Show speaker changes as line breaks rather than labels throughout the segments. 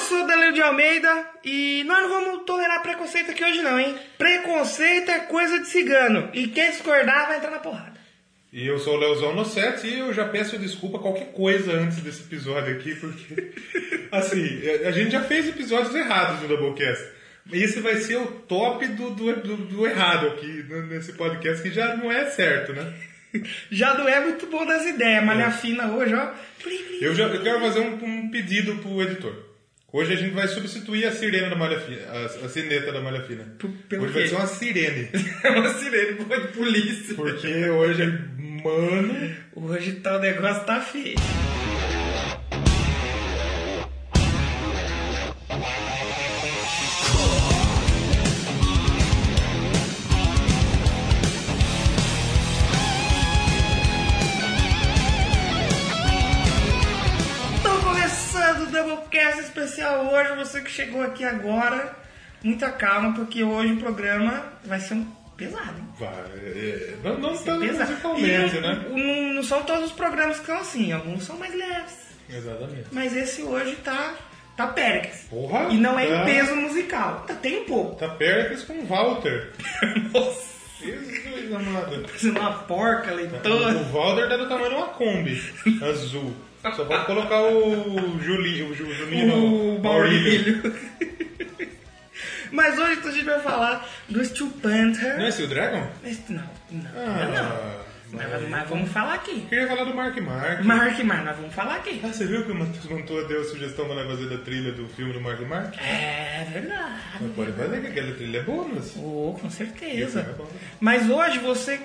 sou Danilo de Almeida e nós não vamos tolerar preconceito aqui hoje não, hein? Preconceito é coisa de cigano e quem discordar vai entrar na porrada.
E eu sou o Leozão no set e eu já peço desculpa qualquer coisa antes desse episódio aqui, porque. assim, a gente já fez episódios errados no Doublecast. Esse vai ser o top do, do, do, do errado aqui n- nesse podcast, que já não é certo, né?
Já não é muito bom das ideias, mas é. fina hoje, ó.
Eu, já, eu quero fazer um, um pedido pro editor. Hoje a gente vai substituir a sirene da Malha Fina, a, a sineta da Malha Fina.
P- pelo
hoje
quê?
vai ser uma sirene.
É uma sirene boa de polícia.
Porque hoje, mano.
Hoje tal negócio tá feio. Então começando o Doublecast especial hoje, você que chegou aqui agora, muita calma, porque hoje o programa vai ser um pesado, hein?
Vai, é, não não
Você
tanto
pensa-
musicalmente,
E não-
né?
Não, não são todos os programas que são assim, alguns são mais leves.
Exatamente.
Mas esse hoje tá, tá péricles.
Porra!
E não é
tá-
em peso musical. Tá, tem um pouco.
Tá Pericles com Walter.
Nossa,
Jesus amado.
parecendo uma porca assim,
O
leitora.
Walter tá do tamanho de uma Kombi azul. Só pode colocar o Julinho, o Ju- Julinho
O
no-
Maurílio. Mas hoje então a gente vai falar do Steel Panther.
Não é Steel Dragon?
Mas Não, não,
Ah,
não. Mas,
mas-
mas vamos falar aqui.
Eu queria falar do Mark Mark.
Mark, mas nós vamos falar aqui.
Ah, você viu que o Matheus Montoa deu a sugestão pra nós fazer da trilha do filme do Mark Mark?
É verdade.
Mas pode fazer que aquela trilha é bônus.
Oh, com certeza.
Isso é bom.
Mas hoje você.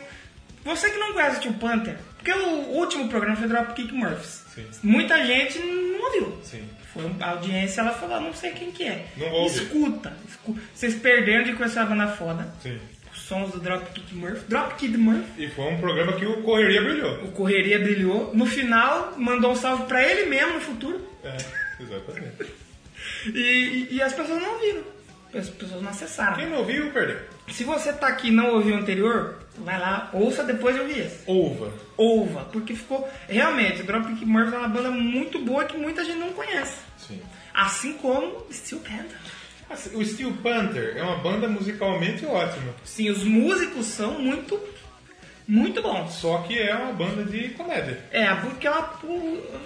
Você que não conhece o Tio Panther, porque o último programa foi Drop Kick Murphys.
Sim.
Muita gente não ouviu.
Sim.
Foi um- a audiência, ela falou, não sei quem que é.
Não vou ouvir.
Escuta. escu- Vocês perderam de conhecer a banda foda.
Sim.
Os sons do Drop Kick Murphy. Drop Kick Murphy.
E foi um programa que o Correria brilhou.
O Correria brilhou. No final, mandou um salve pra ele mesmo no futuro.
É, exatamente.
E, e- e as pessoas não ouviram. As pessoas não acessaram.
Quem não ouviu, perdeu.
Se você tá aqui e não ouviu o anterior, vai lá, ouça depois de ouvir esse.
Ova.
ouva, porque ficou realmente Dropkick Murphys é uma banda muito boa que muita gente não conhece,
Sim.
assim como Steel Panther.
Assim, O Steel Panther é uma banda musicalmente ótima,
Sim, os músicos são muito muito bons.
só que é uma banda de comédia.
É, porque ela pô,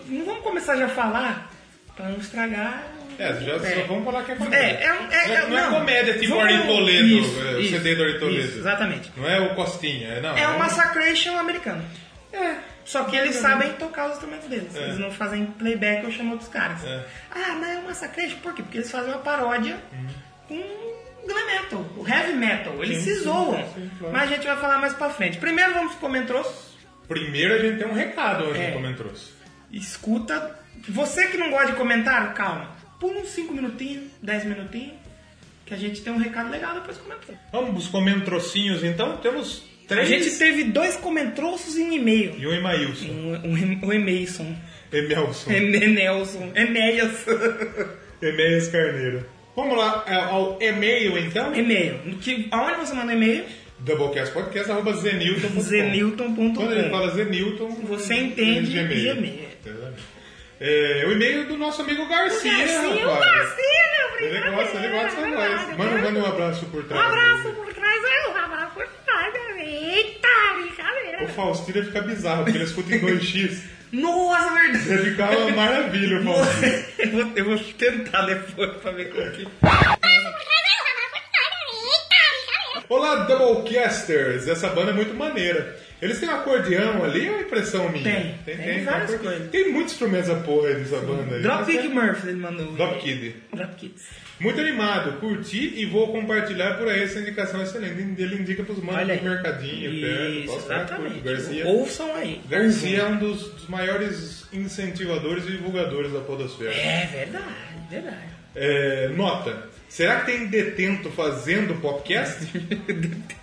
não vamos começar já a falar para não estragar.
É, já só vamos falar que é comédia.
É, é, um- é, é-
não, é
não.
comédia tipo
Vamos-
Ari Toledo,
Isso,
é, o
isso,
CD do Ari Toledo.
isso, exatamente.
Não é o Costinha, é- não.
É um massacration americano.
É.
Só que eles sabem tocar os instrumentos deles.
É.
Eles não fazem playback ou chamam outros caras.
É. Uhum.
Ah, mas é um massacre. Por quê? Porque eles fazem uma paródia com glam metal, o heavy metal. Eles
Sim,
se
sim,
zoam.
sim, claro.
Mas a gente vai falar mais pra frente. Primeiro vamos pro Comentros.
Primeiro a gente tem um recado hoje
É.
no Comentros.
Escuta. Você que não gosta de comentário, calma. Pula uns 5 minutinhos, 10 minutinhos, que a gente tem um recado legal depois do Comentros.
Vamos pros Comentrocinhos então, temos
A
três
gente teve dois Comentrosos em e-mail.
e um Emailson.
Um, um, um e-mailson.
Emelson.
É Nelson. Enéas.
Emeis Carneiro. Vamos lá é, ao e-mail então.
E-mail. No Que, aonde você manda e-mail?
Doublecastpodcast.zenilton.com Quando ele
Zenilton.com.
fala Zenilton,
Você entende
Gmail.
Gmail.
Exatamente. É, o e-mail do nosso amigo Garcia,
Garcia, o
rapaz.
Garcia, meu
Ele
brincadeira,
gosta, ele gosta de nós.
verdade,
Manda,
né?
manda um abraço por
Um
trás.
abraço por trás, é um abraço por trás, meu amigo. Eita,
O
brincadeira.
Faustino ia ficar bizarro, porque ele escuta em 2x.
Nossa, verdade.
Ia ficar uma maravilha, o Faustino.
Eu vou, eu vou tentar depois pra ver como que...
Olá, Doublecasters! Essa banda é muito maneira. Eles têm um acordeão ali, é uma impressão minha.
Tem, tem várias
acorde-
coisas.
Tem muitos instrumentos a porra aí dessa banda aí. é
Dropkick Murphy, ele mandou.
Drop Kid.
Drop Kids.
Muito animado, curti e vou compartilhar por aí essa indicação excelente. Ele indica pros manos
Olha
do
aí.
mercadinho, perto,
Isso,
tal, tal, curto.
exatamente.
Garcia.
Ouçam aí.
Garcia é um dos, dos maiores incentivadores e divulgadores da podosfera.
É verdade, verdade.
É, nota. Será que tem detento fazendo podcast?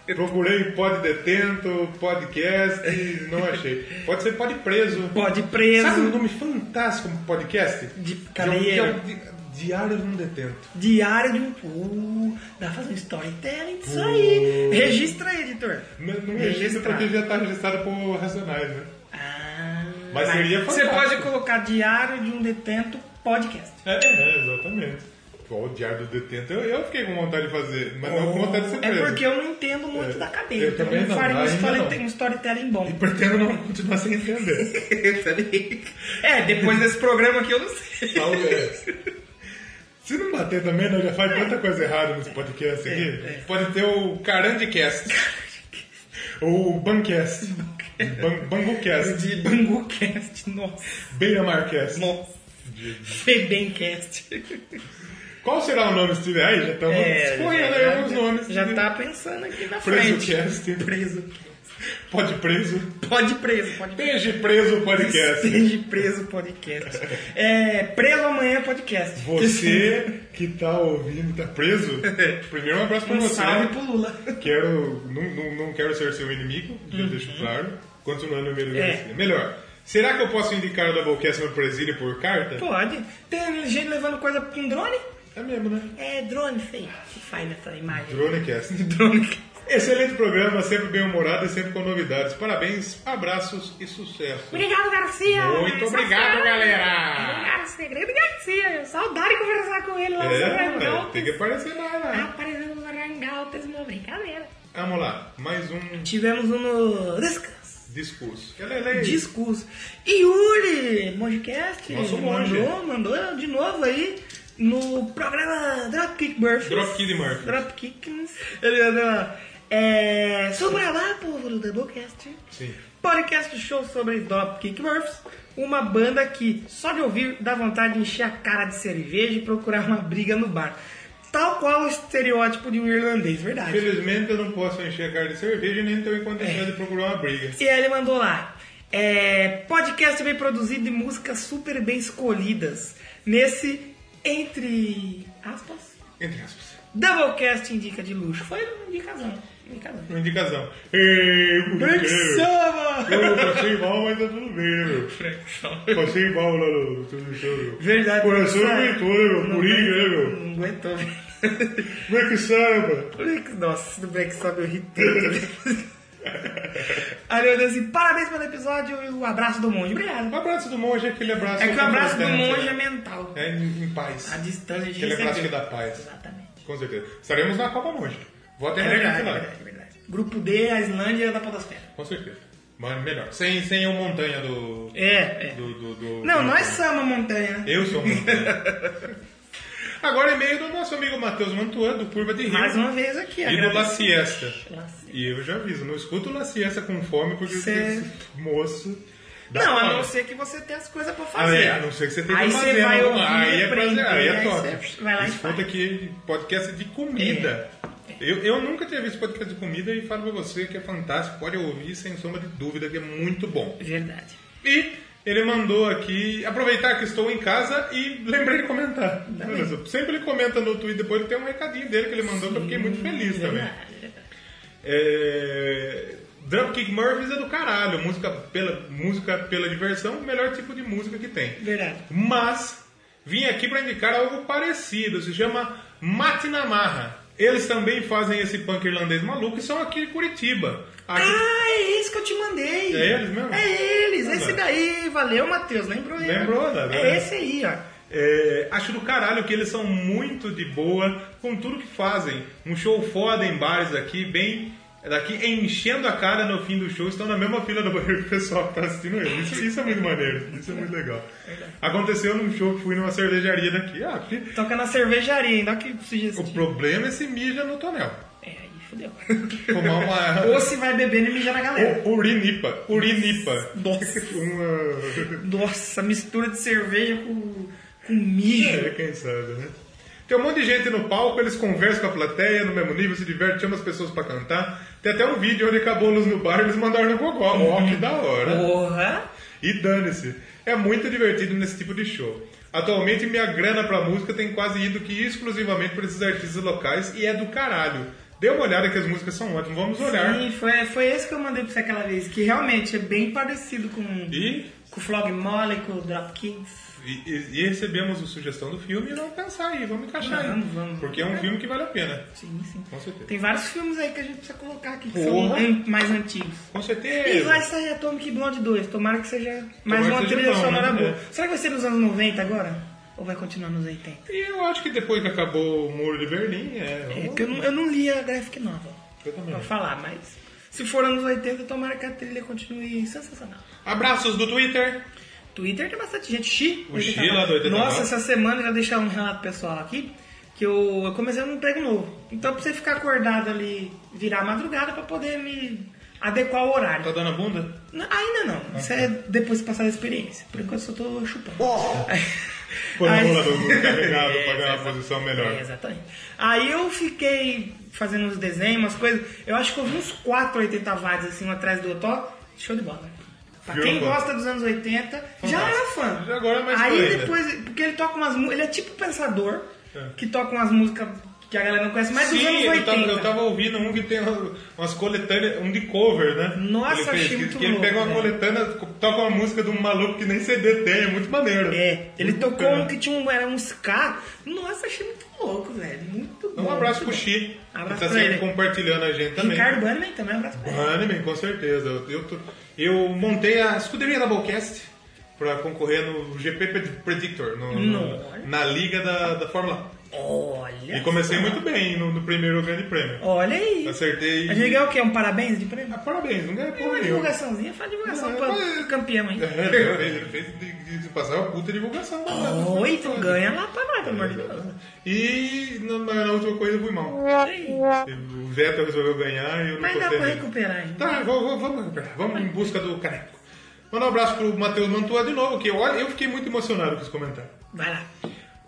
Procurei pod detento, podcast, não achei. Pode ser pod preso.
Pode preso.
Sabe um nome fantástico pro podcast? é um-
De
Diário
cadeieiro.
de Diário de um detento.
Diário de um pool. Dá pra fazer um storytelling disso aí. Registra aí, editor.
Não não registra porque já tá registrado por Racionais, né?
Ah,
Mas seria
Você
fantástico.
pode colocar diário de um detento podcast.
É, é, exatamente. Igual o Diário do Detento, eu, eu fiquei com vontade de fazer, mas não com vontade de ser preso.
É porque eu não entendo muito
É,
da
eu
cadeia. Então
também
eu
não,
faria um,
ainda
storytelling-
não.
um storytelling bom.
E pretendo não continuar sem entender.
é, depois desse programa aqui eu não sei.
Talvez. Se não bater também, né? Já faz tanta coisa errada nesse podcast aqui.
É, é.
Pode ter o Carandicast. Ou o Bancast. Ban- Bangucast.
De Bangucast, nossa.
Beiramarcast.
Nossa.
De-
Febencast.
Tá Qual será o nome, Steve? Aí já estamos escolhendo aí alguns né, nomes.
É, Já tá pensando aqui na frente.
Presocast.
Preso.
Pode preso.
Pode preso, pode preso.
Peixe preso podcast.
Esteja preso podcast. É, preso amanhã podcast.
Você que tá ouvindo, tá preso? Primeiro um abraço pra
Um
você.
salve pro Lula.
Quero, não, não, não quero ser seu inimigo, já deixo claro. Continuando o meu
É.
é. Melhor, será que eu posso indicar o Doublecast no Presílio por carta?
Pode. Tem gente levando coisa com drone?
É mesmo, né?
É drone, feio. Que faz nessa imagem.
Dronecast.
Drone.
Excelente programa, sempre bem-humorado e sempre com novidades. Parabéns, abraços e sucesso.
Obrigado, Garcia.
Muito obrigado, galera.
Obrigado, segredo Garcia. Saudade de conversar com ele lá no
É,
Sarangau.
um
velho, tem que aparecer lá,
Ah.
né?
Aparecendo no Sarangau, fez uma brincadeira.
Vamos lá, mais um
Tivemos um no Descanso.
discurso. Ela é lei.
Discurso. E Yuri, Mongecast,
Nosso monge.
mandou, mandou de novo aí no programa Dropkick Murphys.
Dropkick Murphys.
Dropkick. Ele mandou. É, sou gravar povo do Doublecast.
Sim.
Podcast show sobre Dropkick Murphys. Uma banda que só de ouvir dá vontade de encher a cara de cerveja e procurar uma briga no bar. Tal qual o estereótipo de um irlandês, verdade.
Infelizmente eu não posso encher a cara de cerveja e nem estou em condições de procurar uma briga.
E aí ele mandou lá. é, podcast bem produzido e músicas super bem escolhidas. Nesse, entre aspas,
Entre aspas.
Doublecast indica de luxo. Foi uma indicação. indicação.
Uma indicação. Ei, porque eu passei mal, mas tá tudo bem, meu. Passei mal lá no transmissão, meu.
Verdade.
Coração
não
aguentou, né, meu?
Não
Coringa, né,
aguentou,
meu?
Não aguentou.
Como é que sai, mano?
Black- Nossa, do Black Sob é eu ri tanto. Aí ele mandou assim, parabéns pelo episódio e o abraço do monge.
O
Obrigado.
abraço do monge é aquele abraço.
É que o abraço do
confortante,
monge é
né?
mental.
É em, em paz.
A distância Tá de
Aquele abraço que
receber.
dá paz.
Exatamente.
Com certeza. Estaremos na Copa Monge. Vou até
É
arregaçar
verdade, é
lá.
verdade, é verdade. Grupo D, a Islândia da Podosfera.
Com certeza. Mas melhor. Sem, sem o montanha do.
É, é.
do, do, do-
Não,
do-
nós somos a montanha.
Eu sou o montanha. Agora e-mail do nosso amigo Matheus Mantuan, do Curva de Rio.
Mais uma vez aqui.
E do La
agradeço.
Siesta.
La Siesta.
E eu já aviso, não escuto La Siesta com fome, porque
Cê-
esse moço. dá
Não, a
fome.
não ser que você tenha as coisas pra
Ah,
fazer.
é, a não ser que você tenha
Aí
que
você
fazer.
vai
né?
ouvir,
aí é
aprender,
prazer, aí é
aí
top.
você vai lá e
Escuta
faz. É.
que podcast de comida. Eu, eu nunca tinha visto podcast de comida e falo pra você que é fantástico. Pode ouvir sem sombra de dúvida, que é muito bom.
Verdade.
E ele mandou aqui, aproveitar que estou em casa e lembrei de comentar. Olha só, Sempre ele comenta no Twitter, depois tem um recadinho dele que ele mandou, que eu fiquei muito feliz também. É... Dropkick Murphys é do caralho. Música pela, música pela diversão, o melhor tipo de música que tem.
Verdade.
Mas vim aqui para indicar algo parecido. Se chama Matinamarra. Eles também fazem esse punk irlandês maluco e são aqui de Curitiba. Aqui-
Ah, é eles que eu te mandei.
É eles mesmo?
É eles,
Ah,
esse
não.
daí. Valeu, Matheus. Lembrou ele.
Lembrou, né?
É esse aí, ó.
É, acho do caralho que eles são muito de boa com tudo que fazem. Um show foda em bares aqui, bem. Daqui enchendo a cara no fim do show, estão na mesma fila do banheiro que o pessoal que tá assistindo ele. Isso, isso é muito maneiro, isso é muito legal. Aconteceu num show que fui numa cervejaria daqui. Ah, que-
Toca na cervejaria, ainda que
o
sugestão.
problema é se mija no tonel.
É, aí fodeu.
Tomar
Ou
uma.
se vai bebendo e mijar na galera.
O- urinipa. Urinipa.
Nossa.
Uma.
Nossa, mistura de cerveja com, com mijo.
É, quem sabe, né? Tem um monte de gente no palco, eles conversam com a plateia no mesmo nível, se divertem, chamam as pessoas pra cantar. Tem até um vídeo onde acabou a luz no bar e eles mandaram no gogó. Ó, que da hora.
Porra!
E dane-se. É muito divertido nesse tipo de show. Atualmente, minha grana pra música tem quase ido que exclusivamente pra esses artistas locais e é do caralho. Dê uma olhada que as músicas são ótimas, vamos olhar.
Sim, foi, foi esse que eu mandei pra você aquela vez, que realmente é bem parecido com,
E,
com o Flog Mole, com o Dropkicks.
e- e recebemos a sugestão do filme e vamos pensar aí, vamos encaixar aí.
Vamos, vamos.
Porque é um filme que vale a pena.
Sim, sim.
Com certeza.
Tem vários filmes aí que a gente precisa colocar aqui, que são
Porra.
an- mais antigos.
Com certeza.
E vai sair Atomic Blonde 2, tomara que seja mais
Tomara
uma
que seja
trilha
bom,
sonora
né?
boa. Será que vai ser nos anos 90 agora? Ou vai continuar nos 80?
E eu acho que depois que acabou o Muro de Berlim, é.
É, porque eu não, eu não li a graphic novel.
Eu também
Pra
não.
falar, mas se for anos 80, tomara que a trilha continue sensacional.
Abraços do Twitter.
Twitter tem bastante gente. Xi, tá
O Xi lá do 89.
Nossa, essa semana eu já deixar um relato pessoal aqui. Que eu, eu comecei um emprego novo. Então, pra você ficar acordado ali, virar a madrugada pra poder me adequar ao horário.
Tá dando a bunda?
Não, Ainda não. Isso é depois de passar a experiência. Por enquanto eu só tô chupando. Aí-
Quando
aí-
o rolador carregado
É,
pra ganhar
exa-
uma posição
é,
melhor.
exatamente. Aí eu fiquei fazendo uns desenhos, umas coisas. Eu acho que eu vi uns 4 80 vades assim, um atrás do outro. Ó, Show de bola. Pra
Viu,
quem
fã?
gosta dos anos 80, já era
Fantástico.
fã.
Já agora é mais fã
Aí
ainda.
depois, porque ele toca umas músicas. Ele é tipo pensador,
É.
que toca umas músicas que a galera não conhece, mas dos anos
Sim, tá-
80.
eu tava, eu tava ouvindo um que tem umas coletâneas, um de cover, né?
Nossa,
ele
achei
que,
muito
que ele
louco,
pega uma
né?
coletânea, toca uma música de um maluco que nem CD tem, é muito maneiro.
É, ele
Muito
tocou
bacana.
um que tinha um, era um ska. Nossa, achei muito louco, velho. Muito bom.
Um abraço pro
muito bom.
Xi,
Abraço
que tá
pra
sempre
ele.
compartilhando a gente também.
Ricardo Bannerman também, um abraço pra ele.
Anime, com certeza. Eu, eu tô- eu montei a escuderia da Ballcast pra concorrer no GP Pred- Predictor, no- no-
Nossa.
na liga da, da Fórmula
Olha.
1. E comecei
só.
muito bem no, no primeiro grande prêmio.
Olha aí.
Acertei.
A gente ganhou o quê? Um parabéns de prêmio?
Ah, parabéns, não ganhei porra
Uma
nenhuma.
divulgaçãozinha, faz divulgação
Não,
pra
mas-
campeão, hein?
Ele fez de, de, de passar uma puta divulgação. um.
Oi, então ganha lá pra nós, pelo amor de Deus.
E na, na- na última coisa eu fui mal.
Olha aí.
O Vettel resolveu ganhar e eu não
Mas dá
gostei
pra
dele.
recuperar, hein?
Tá, vou- vou- vamos recuperar. Vamos em busca do caneco. Manda um abraço pro Matheus Mantua de novo, que olha, eu fiquei muito emocionado com os comentários.
Vai lá.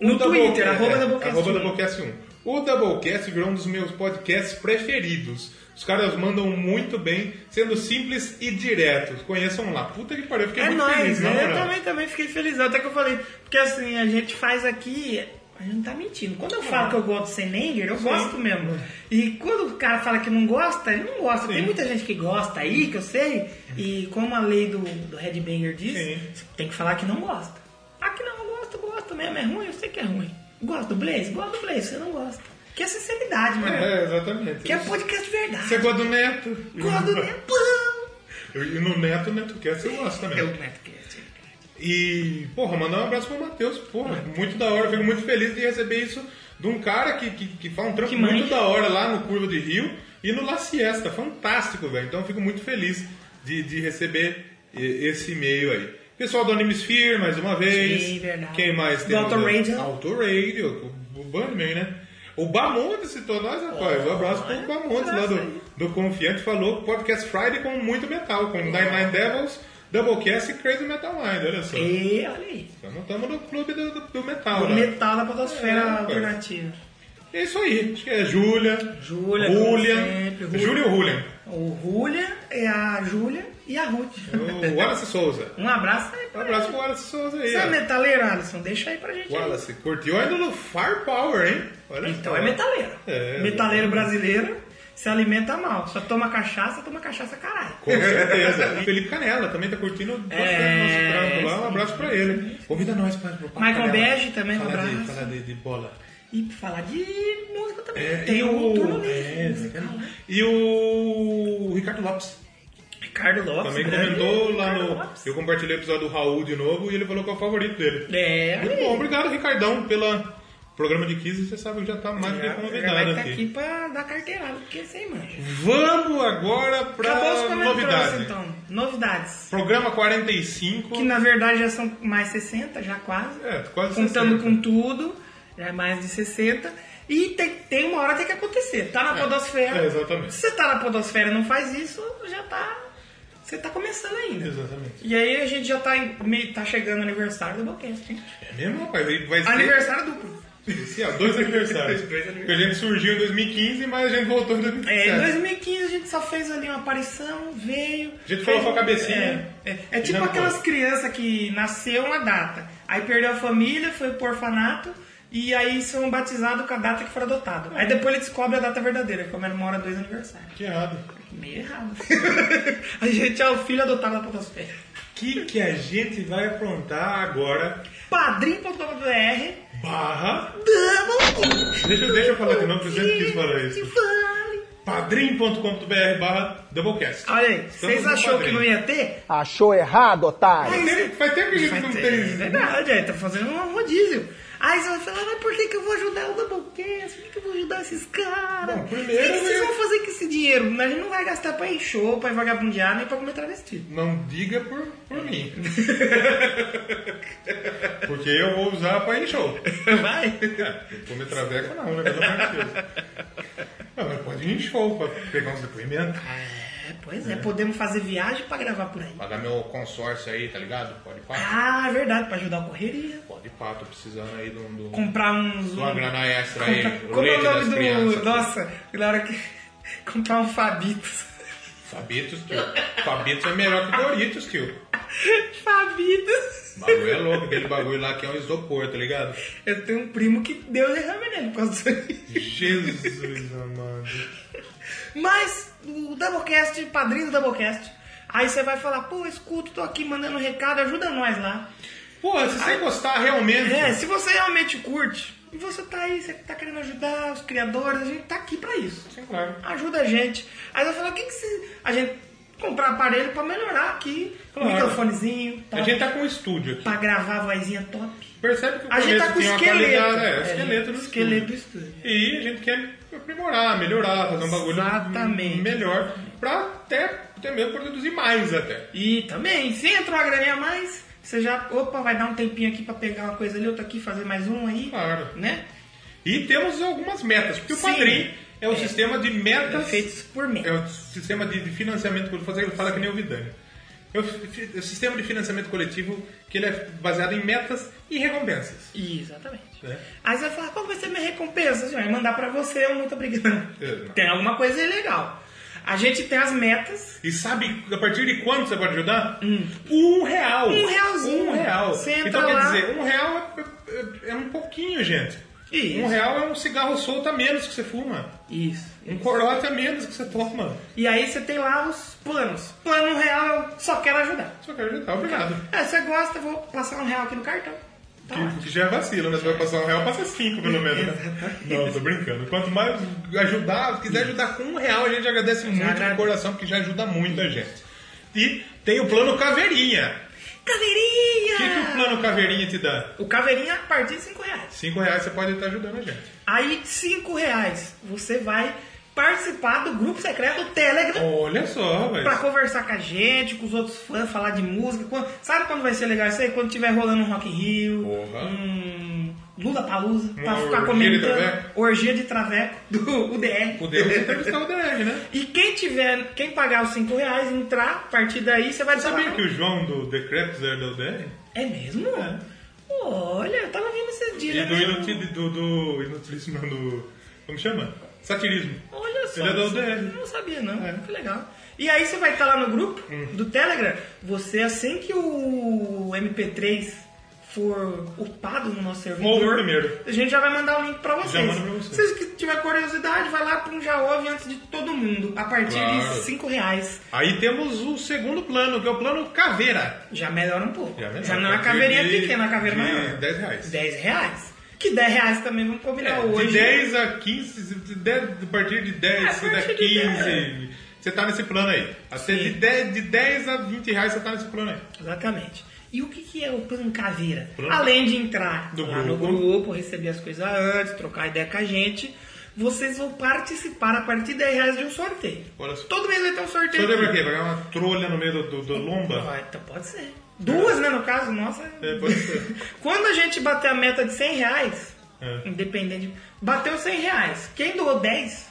O
No Twitter,
Doublecast-
arroba um.
é,
da Boca
arroba Doublecast 1. O Doublecast virou um dos meus podcasts preferidos. Os caras mandam muito bem, sendo simples e diretos. Conheçam lá. Puta que pariu, eu fiquei
É
muito
nóis,
feliz. na
né? eu
moral.
também, também fiquei feliz. Até que eu falei, porque assim, a gente faz aqui. A gente não tá mentindo. Quando eu falo que eu gosto de Senenger, eu gosto mesmo. E quando o cara fala que não gosta, ele não gosta. Tem
Sim.
muita gente que gosta aí, que eu sei. E como a lei do, do Headbanger diz,
Sim.
você tem que falar que não gosta. Ah, que não, eu gosto, gosto mesmo. É ruim, eu sei que é ruim. Gosto do Blaze? Gosto do Blaze, você não gosta. Que é sinceridade, mano.
É, exatamente.
Que é podcast de verdade.
Você gosta do Neto?
Gosto do Nepão.
Eu- E no Neto, Neto Cast eu gosto também.
É o Netcast.
E, porra, mandar um abraço pro Matheus. Porra, muito da hora. Fico muito feliz de receber isso de um cara que, que, que faz um trampo
Que
muito
manja.
da hora lá no Curva de Rio e no La Siesta. Fantástico, velho. Então eu fico muito feliz de, de receber e- esse e-mail aí. Pessoal do Animesphere, mais uma vez.
Sim, verdade.
Quem mais
Do
tem?
Autoradio.
Autoradio, o Bandman, né? O Bamonte citou nós, rapaz.
Oh,
Um abraço pro Bamonte lá do, do Confiante. Falou Podcast Friday com muito metal, com
É.
Nine Nine Devils, Doublecast e Crazy Metal Mind. Olha só.
E olha aí.
Estamos no clube do, do- do metal,
O
né?
metal da podosfera
É, cara.
alternativa.
É isso aí. Acho que é Júlia.
Júlia,
Julian.
como sempre, Julia.
Júlia ou Julian?
O Julia, é a Júlia e a Ruth.
O Wallace Souza.
Um abraço aí
Um
pra
abraço pro Wallace Souza aí.
Você é
ó.
metaleiro, Alisson? Deixa aí pra gente. aí.
Wallace, curtiu ainda no Firepower, hein? Olha
Então
só.
é metaleiro.
É,
metaleiro brasileiro se alimenta mal. Só toma cachaça, toma cachaça caralho.
Com certeza. O Felipe Canela também tá curtindo bastante
É,
nosso trampo lá. Um abraço pra ele. Convida nós pra pro
Michael
Canela
Bege também, um
falar De,
abraço.
falar de, de bola.
E pra falar de música também.
É,
Tem
e
um turno
é,
livre.
E o Ricardo Lopes.
Ricardo Lopes.
Também
grande
comentou lá
Ricardo
no.
Lopes.
Eu compartilhei o episódio do Raul de novo e ele falou que é o favorito dele.
É,
Muito bom, obrigado, Ricardão, pelo programa de 15. Você sabe que já tá mais do que
já, já vai
convidado
estar
aqui.
aqui pra dar carteirada, porque sem manja.
Vamos agora
Acabou os
pra
comentários
novidade.
então. Novidades.
Programa 45.
Que na verdade já são mais 60, já quase.
É, quase
Contando
60.
com tudo, já é mais de 60. E tem, tem uma hora que tem que acontecer. Tá na podosfera.
é, exatamente.
Se você tá na podosfera e não faz isso, já tá. Você tá começando ainda.
Exatamente.
E aí a gente já tá, em- meio- tá chegando o aniversário do Bocast, hein?
É mesmo, rapaz? Aí Vai ser
Aniversário duplo.
especial. Dois aniversários.
Dois aniversários.
Porque a gente surgiu em 2015, mas a gente voltou em 2017.
É, em 2015 a gente só fez ali uma aparição, veio.
A gente falou
fez-
sua cabecinha.
É, é. É
E
tipo
não
aquelas
foi.
crianças que nasceu uma data, aí perdeu a família, foi pro orfanato e aí são batizados com a data que foi adotado. Aí depois ele descobre a data verdadeira, que comemora dois aniversários.
Que errado.
Meio errado. a gente é o filho adotado da Potosfera.
O que, que a gente vai aprontar agora?
Padrim.com.br
Barra.
Double
Deixa, eu- deixa eu falar de novo, porque eu sempre quis falar isso.
Vale.
padrim.com.br barra Doublecast.
Olha aí,
Estamos
vocês
no
achou que
Padrim.
não ia ter?
Achou errado, otário?
Mas nem- Faz tempo né? que a gente não
Vai ter.
tem
É verdade, aí tá fazendo um rodízio. Aí você vai falar, mas por que, que eu vou ajudar o Doublecast? Por que, que eu vou ajudar esses caras?
Bom, primeiro
O que que vocês
eu-
vão fazer com esse dinheiro? A gente não vai gastar pra ir show, pra ir vagabundear, nem pra comer travesti.
Não diga por, por mim. Porque eu vou usar pra ir em show.
Vai?
É, comer traveca não, né? Pelo amor de Deus. Não, mas pode ir em show pra pegar um uns depoimentos.
É, pois é, podemos fazer viagem pra gravar por aí.
Pagar meu consórcio aí, tá ligado? Pode pá.
Ah, é verdade, pra ajudar a correria.
Pode pá, tô precisando aí de um... de um-
Comprar uns.
de Uma grana extra aí,
comprar-
o
Como é
leite
o
das
nome do.
crianças.
Nossa, na hora que. comprar um Fabitos.
Fabitos, tio. Fabitos é melhor que Doritos, tio.
Fabitos.
O bagulho é louco, aquele bagulho lá que é um isopor, tá ligado?
Eu tenho um primo que deu derrame nele por causa disso aí.
Jesus amado.
Mas o Doublecast, padrinho do Doublecast. Aí você vai falar, pô, escuto, tô aqui mandando um recado, ajuda nós lá.
Porra, se você gostar realmente.
É, se você realmente curte, e você tá aí, você tá querendo ajudar os criadores, a gente tá aqui pra isso.
Sim, claro.
Ajuda a gente. Aí eu falo, o que que se... A gente comprar aparelho pra melhorar aqui.
Claro.
Microfonezinho,
A
top,
gente tá com um estúdio aqui.
pra gravar a vozinha top.
Percebe que o
A gente tá
começo
com o
tem uma
esqueleto.
qualidade, é, o esqueleto do
esqueleto do
estúdio.
estúdio.
E a gente quer aprimorar, melhorar, fazer um bagulho
Exatamente.
melhor pra até, até mesmo produzir mais até.
E também, se entrou uma graninha a mais, você já, opa, vai dar um tempinho aqui pra pegar uma coisa ali, outra aqui, fazer mais um aí,
Claro.
né?
E temos algumas metas, porque o
Sim.
Padrim é um sistema de metas
Feitos por mim.
É o sistema de de financiamento coletivo. Fazer fala que nem o Vidani. É o fi- é o sistema de financiamento coletivo que ele é baseado em metas e recompensas.
Exatamente.
Né?
Aí você vai falar, qual vai ser minha recompensa? Você vai mandar pra você um muito obrigado.
É, não.
Tem alguma coisa legal. A gente tem as metas,
E sabe a partir de quanto você pode ajudar? Um real.
Hum. Um realzinho.
Um real.
Você entra
então quer
lá-
dizer, um real é, é- é um pouquinho, gente.
Isso.
Um real é um cigarro solto a menos que você fuma.
Isso.
Um corote a menos que você toma.
E aí você tem lá os planos. Plano real, eu só quero ajudar.
Só quero ajudar, obrigado.
É, você gosta, eu vou passar um real aqui no cartão. Tá lá.
Que, que já é vacilo, né? Você vai passar um real, passa cinco pelo menos. né? Não, tô brincando. Quanto mais ajudar, se quiser ajudar com um real, a gente agradece muito
agrade-
de coração, porque já ajuda muito a gente. E tem o plano caveirinha.
Caveirinha!
O que, que o plano caveirinha te dá?
O caveirinha a partir de 5 reais.
Cinco reais você pode estar ajudando a gente.
Aí, 5 reais, você vai participar do grupo secreto do Telegram
Olha só, velho.
pra conversar com a gente, com os outros fãs, falar de música. Quando- sabe quando vai ser legal isso aí? Quando tiver rolando um Rock in Rio,
Porra.
um Lula Palusa, pra
Uma
ficar
orgia de
comentando.
traveco?
orgia de traveco do UDR.
Podemos entrevistar o DR, né?
E quem tiver, quem pagar os 5 reais, entrar, a partir daí você vai
Você sabia
falar,
que o João do The Crepes era do DR?
É mesmo?
É.
Olha, eu tava vendo esses dias.
E
né,
do
mesmo?
Inutil... do... do Inutilismo, não, do... como chama? Satirismo.
Olha só.
Ele é da UDR.
Eu não sabia, não.
É.
Que legal. E aí você vai estar lá no grupo
Hum.
do Telegram. Você, assim que o MP3 for upado no nosso servidor,
Ouve primeiro.
a gente já vai mandar o link pra
Já
vocês.
manda pra vocês.
Se vocês que tiver curiosidade, vai lá para um já ouve antes de todo mundo. A partir
Claro.
de 5 reais.
Aí temos o segundo plano, que é o plano caveira.
Já melhora um pouco.
Já melhora.
não é a
De-
caveirinha
de-
pequena, é a caveira
de
maior.
10 reais.
10 reais. Que 10 reais também, vamos combinar
É,
hoje.
de 10 a 15, de 10, a partir de
É,
10, você dá
a partir
15.
de 10.
Você tá nesse plano aí. Até de 10, de 10 a 20 reais você tá nesse plano aí.
Exatamente. E o que, que é o plano caveira?
Plano-
Além de entrar
Do
lá
grupo.
no grupo, receber as coisas antes, trocar ideia com a gente, vocês vão participar a partir de 10 reais de um sorteio.
Olha só.
Todo mês vai ter um sorteio.
Só lembra pra quê? Pra ganhar uma trolha no meio do, do, do lomba?
Ah, então pode ser. Duas, né, no caso, nossa.
É, pode ser.
Quando a gente bater a meta de 100 reais,
É.
independente, bateu 100 reais, quem doou 10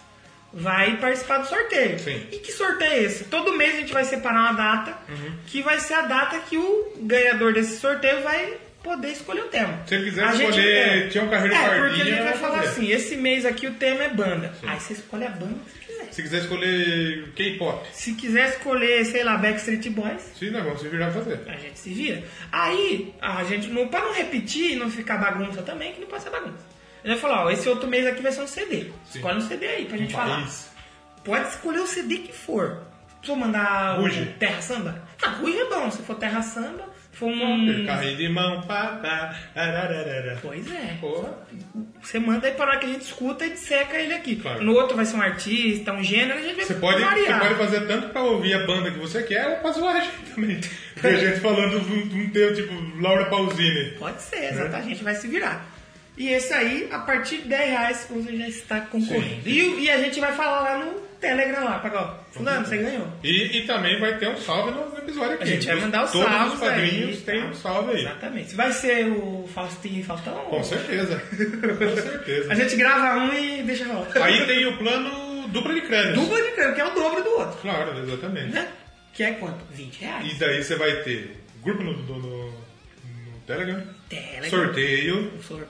vai participar do sorteio.
Sim.
E que sorteio é esse? Todo mês a gente vai separar uma data,
Uhum.
que vai ser a data que o ganhador desse sorteio vai poder escolher o tema.
Se ele quiser
A gente-
escolher um Tião Carreiro
É, porque
Pardinho,
a gente vai
vai
falar
fazer.
assim, esse mês aqui o tema é banda. Aí você escolhe a banda que você quiser.
Se quiser escolher K-pop,
Se quiser escolher, sei lá, Backstreet Boys,
sim, nós vamos se virar pra fazer.
a gente se vira. Aí, a gente, não, pra não repetir e não ficar bagunça também, que não pode ser bagunça. Ele vai falar, ó, esse outro mês aqui vai ser um CD. Escolhe um CD aí pra gente
Um
falar.
país.
Pode escolher o CD que for. Se eu mandar
Ruge.
Ah, o Terra Samba? Não, Ruge é bom. Se for Terra Samba, se Foi
Hum.
um.
Carrinho de mão, pá, pá, arararara.
Pois é.
Porra.
Você manda aí para que a gente escuta e disseca ele aqui.
Claro.
No outro vai ser um artista, um gênero, a gente vai
Você pode, você
variar.
pode fazer tanto pra ouvir a banda que você quer ou pra zoar a gente também. Porque a gente falando de um, de um tema tipo Laura Pausini.
Pode ser,
Né?
exato, a gente vai se virar. E esse aí, a partir de 10 reais, você já está concorrendo. E, e a gente vai falar lá no Telegram lá, pagar. ó, Fulano, você ganhou.
E, e também vai ter um salve no episódio aqui.
A gente vai mandar os
Todos
salvos
os padrinhos
aí,
têm
tá?
um salve aí.
Exatamente. Vai ser o Faustinho e Faustão?
Com certeza. Com certeza.
A gente grava um e deixa rolar.
Aí tem o plano dupla de crânios.
Dupla de câmbio, que é o dobro do outro.
Claro, exatamente.
Né? Que é quanto? 20 reais.
E daí você vai ter grupo no, no, no- no Telegram,
Telegram.
sorteio
Sorteio.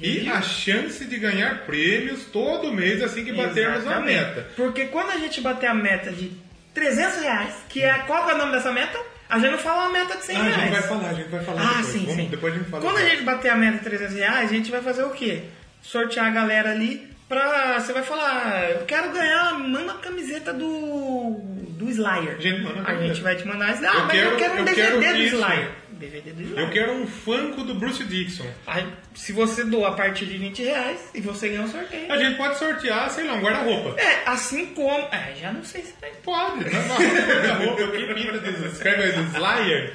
e a chance de ganhar prêmios todo mês assim que batermos a
Exatamente.
meta.
Porque quando a gente bater a meta de 300 reais, que é qual que é o nome dessa meta? A gente não fala uma meta de 100
Hum. Ah, a
reais.
gente vai falar, a gente vai falar
Ah,
depois.
sim,
Vamos-
sim.
Depois a gente fala.
Quando a
disso.
gente bater a meta de 300 reais, a gente vai fazer o quê? Sortear a galera ali pra... Você vai falar, eu quero ganhar, manda a camiseta do... do Slayer.
A gente manda a
a
camiseta.
gente vai te mandar... Ah,
Eu
mas
quero-
eu quero um
eu
DVD
quero
do
isso.
Slayer. DVD do Slayer.
Eu quero um funko do Bruce Dixon.
Aí, se você doa a partir de 20 reais, e você ganha um sorteio.
A gente pode sortear, sei lá, um guarda-roupa.
É, assim como... É, já não sei se vai...
Pode, tá bom. guarda-roupa, que pinta, de- escreve aí, Slayer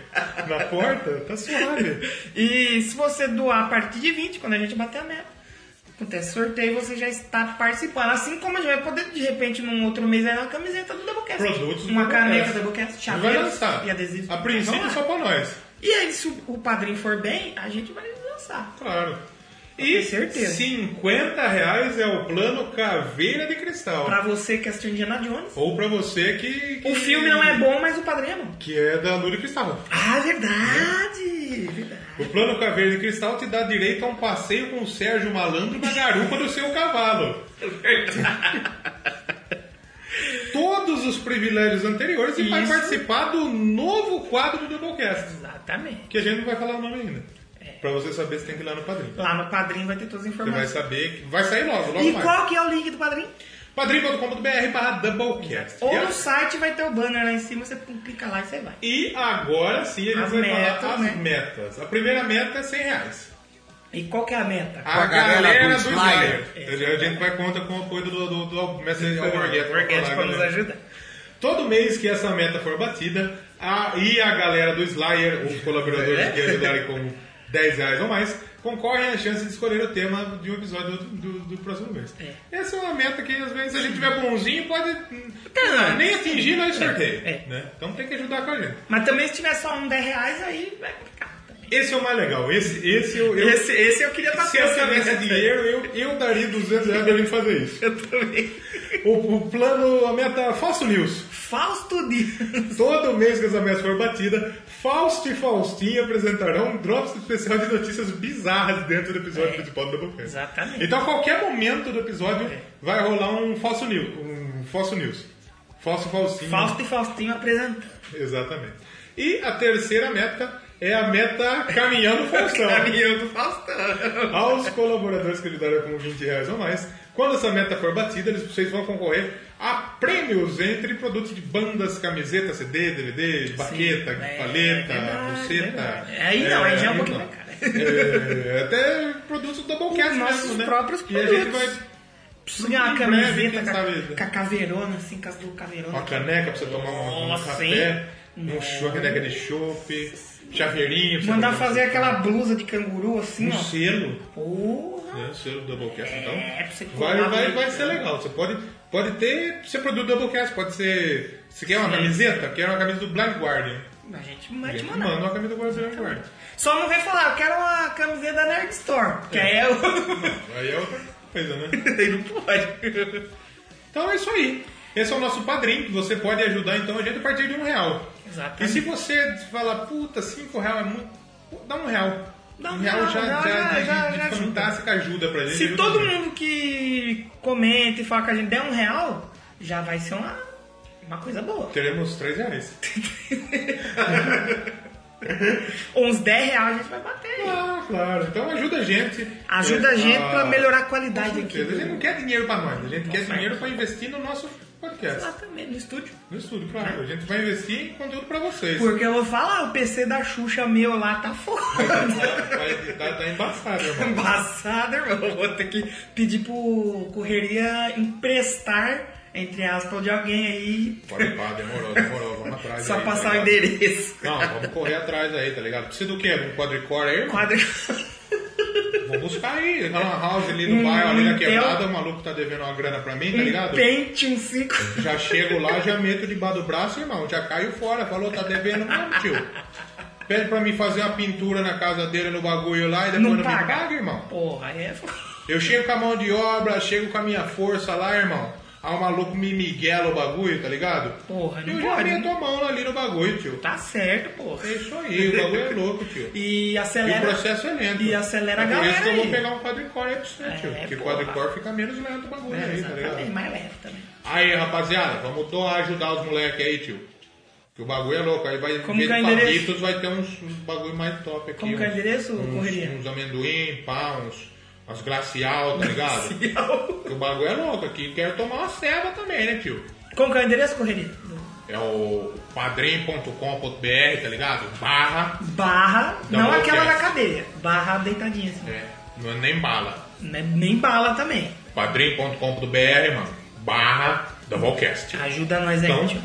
na porta, tá suave.
E se você doar a partir de 20, quando a gente bater a meta, acontece sorteio, você já está participando. Assim como a gente vai poder, de repente, num outro mês, aí dar uma camiseta do Doublecast.
Produtos do
Uma
Doublecast.
caneca do Doublecast,
A gente vai
chaveiros
lançar.
e adesivo.
A princípio só pra nós.
E aí, se o padrinho for bem, a gente vai lançar.
Claro.
Eu
E
tenho certeza.
50 reais é o plano Caveira de Cristal.
Pra você que assistiu Indiana Jones,
Ou pra você que, que-
o filme não é bom, mas o padrinho é bom.
Que é da Lula de Cristal.
Ah, verdade! Verdade.
O plano Caveira de Cristal te dá direito a um passeio com o Sérgio Malandro na garupa do seu cavalo. Todos os privilégios anteriores e vai
Isso.
participar do novo quadro do Doublecast.
Exatamente.
Que a gente não vai falar o nome ainda.
É.
Pra você saber, você tem que ir lá no padrinho.
Lá no padrinho vai ter todas as
Você vai
informações.
saber que vai sair logo, logo
E
mais.
qual que é o link do padrinho?
padrim.com.br barra Doublecast.
Ou
E
no
a-
site vai ter o banner lá em cima, você clica lá e você vai.
E agora sim a gente
As
vai
metas,
falar as
né?
metas. A primeira meta é 100 reais.
E qual que é a meta?
A, galera,
galera
do
do
Slayer.
Slayer.
É,
Entendeu? A gente vai contar com o apoio do, do, do, do Mestre Alborguete. pra
Forget
falar, né?
pra nos
galera.
ajudar.
Todo mês que essa meta for batida, a, e a galera do Slayer, os colaboradores que ajudarem com 10 reais ou mais, concorrem à chance de escolher o tema de um episódio do, do- do próximo mês.
É.
Essa é uma meta que, às vezes, se a gente tiver bonzinho, pode hum,
Tá.
nem atingir, nós sorteio.
É.
né? Então tem que ajudar com a gente.
Mas também se tiver só um 10 reais, aí vai ficar também.
Esse é o mais legal. Esse, esse eu. eu
Esse, é esse eu queria
se
bater.
eu
essa
tivesse
meta.
dinheiro, eu, eu daria 200 reais pra gente fazer isso.
Eu também.
O, o plano, a meta, faço news.
Fausto Dias.
Todo mês que essa meta for batida, Fausto e Faustinho apresentarão um Drops especial de notícias bizarras dentro do episódio principal do Doublecast.
É. Exatamente.
Então, a qualquer momento do episódio,
É.
vai rolar um falso news. Um falso news. Falso Faustinho.
Fausto e Faustinho apresentando.
Exatamente. E a terceira meta é a meta caminhando Faustão.
Caminhão do Faustão.
aos colaboradores que ajudaram com 20 reais ou mais. Quando essa meta for batida, eles, vocês vão concorrer a prêmios entre produtos de bandas, camisetas, CD, DVD, baqueta,
é,
paleta,
verdade,
buceta. então.
verdade. Aí não, aí já é um pouquinho mais caro.
É, até produtos do Doublecast
Os nossos
mesmo, né?
próprios
E a gente
produtos.
vai...
Preciso ganhar uma
Em breve,
camiseta
quem
com
sabe?
a- com a caveirona, assim, com as do caveirona.
Uma caneca pra você tomar um, um
Nossa,
café,
hein?
um show, uma caneca de chope, chaveirinho. pra você
Mandar
tomar
fazer
um-
aquela blusa de canguru, assim,
Um
ó.
selo.
Porra.
né, o selo Doublecast, então.
É, pra você
vai,
colar
vai,
bem.
vai ser legal. Você pode, pode ter seu produto Doublecast, pode ser. Se quer uma camiseta, quer uma camisa do Blind Guardian.
A gente vai te
Gente,
mandar.
Manda uma camisa do Blind Guardian.
Só não vai falar, eu quero uma camiseta da Nerd Store. Que aí é o.
Aí é outra coisa, né?
aí não pode.
Então é isso aí. Esse é o nosso padrinho, que você pode ajudar então a gente a partir de um real.
Exatamente.
E se você falar, puta, cinco real é muito. pô, Dá um real.
Dá um
real,
real,
já,
dá,
já,
já,
de,
já,
de
já ajuda.
fantástica ajuda pra Então, gente.
Se
ajuda
todo
muito.
mundo que comenta e fala que a gente der um real, já vai ser uma, uma coisa boa.
Teremos três reais.
Ou uns 10 reais a gente vai bater.
Ah, claro. Então ajuda a gente.
Ajuda a gente pra melhorar a qualidade
Ah, Com
aqui.
certeza. A gente não quer dinheiro pra nós, a gente quer
Nossa,
dinheiro pra investir no nosso podcast.
Lá também, no estúdio.
No estúdio, claro. A gente vai investir em conteúdo pra vocês.
Porque eu vou falar, o PC da Xuxa meu lá tá foda.
Vai dar, dar embaçado, irmão.
Embaçado, irmão. Eu Vou ter que pedir pro Correria emprestar, entre aspas, de alguém aí.
Pode pá, demorou, demorou. Vamos atrás
Só
aí,
passar
tá
o
ligado?
endereço.
Não, vamos correr atrás aí, tá ligado? Precisa do quê? Um quadricore aí, irmão?
Quadro.
Vou buscar aí. Na lan house ali
Hum,
no bairro, ali na quebrada, o maluco tá devendo uma grana pra
um
mim, tá ligado?
Pentium 5.
Já chego lá, já meto debaixo do braço, irmão. Já caio fora. Falou, tá devendo mesmo, tio. Pede pra mim fazer uma pintura na casa dele, no bagulho lá, e depois não,
Não
me
paga.
paga, irmão.
Porra, aí é foda.
Eu chego com a mão de obra, chego com a minha força lá, irmão. Aí o maluco me miguela o bagulho, tá ligado?
Porra, não
eu já
pode,
meto a mão ali no bagulho, tio.
Tá certo, porra.
É isso aí, o bagulho é louco, tio.
E
E o
acelera.
processo é lento.
E acelera a
Por
galera
isso que eu vou
aí.
pegar um quadricore aí pra você, tio.
É,
Porque
porra.
quadricore fica menos lento o bagulho
É,
aí, tá ligado?
exatamente, mais leve também.
Aí, rapaziada, vamos doar, ajudar os moleques aí, tio. Que o bagulho é louco. Aí vai,
Como
em vez
que é
de
o endereço?
papitos, vai ter uns, uns bagulho mais top aqui.
Como que é o
uns-
endereço, Correria?
uns, uns amendoim, pá, uns, umas glacial, tá ligado?
Glacial.
Que o bagulho é louco aqui. Quero tomar uma ceva também, né, tio?
Como que é o endereço, Correria?
É o padrim.com.br, tá ligado? Barra,
Barra,
Não,
não,
não
aquela
quero.
da cadeia. Barra deitadinha assim.
né? Não é nem bala.
Né, Nem bala também.
Padrim.com.br, mano. Barra Doublecast.
Ajuda nós aí,
Então,
tio.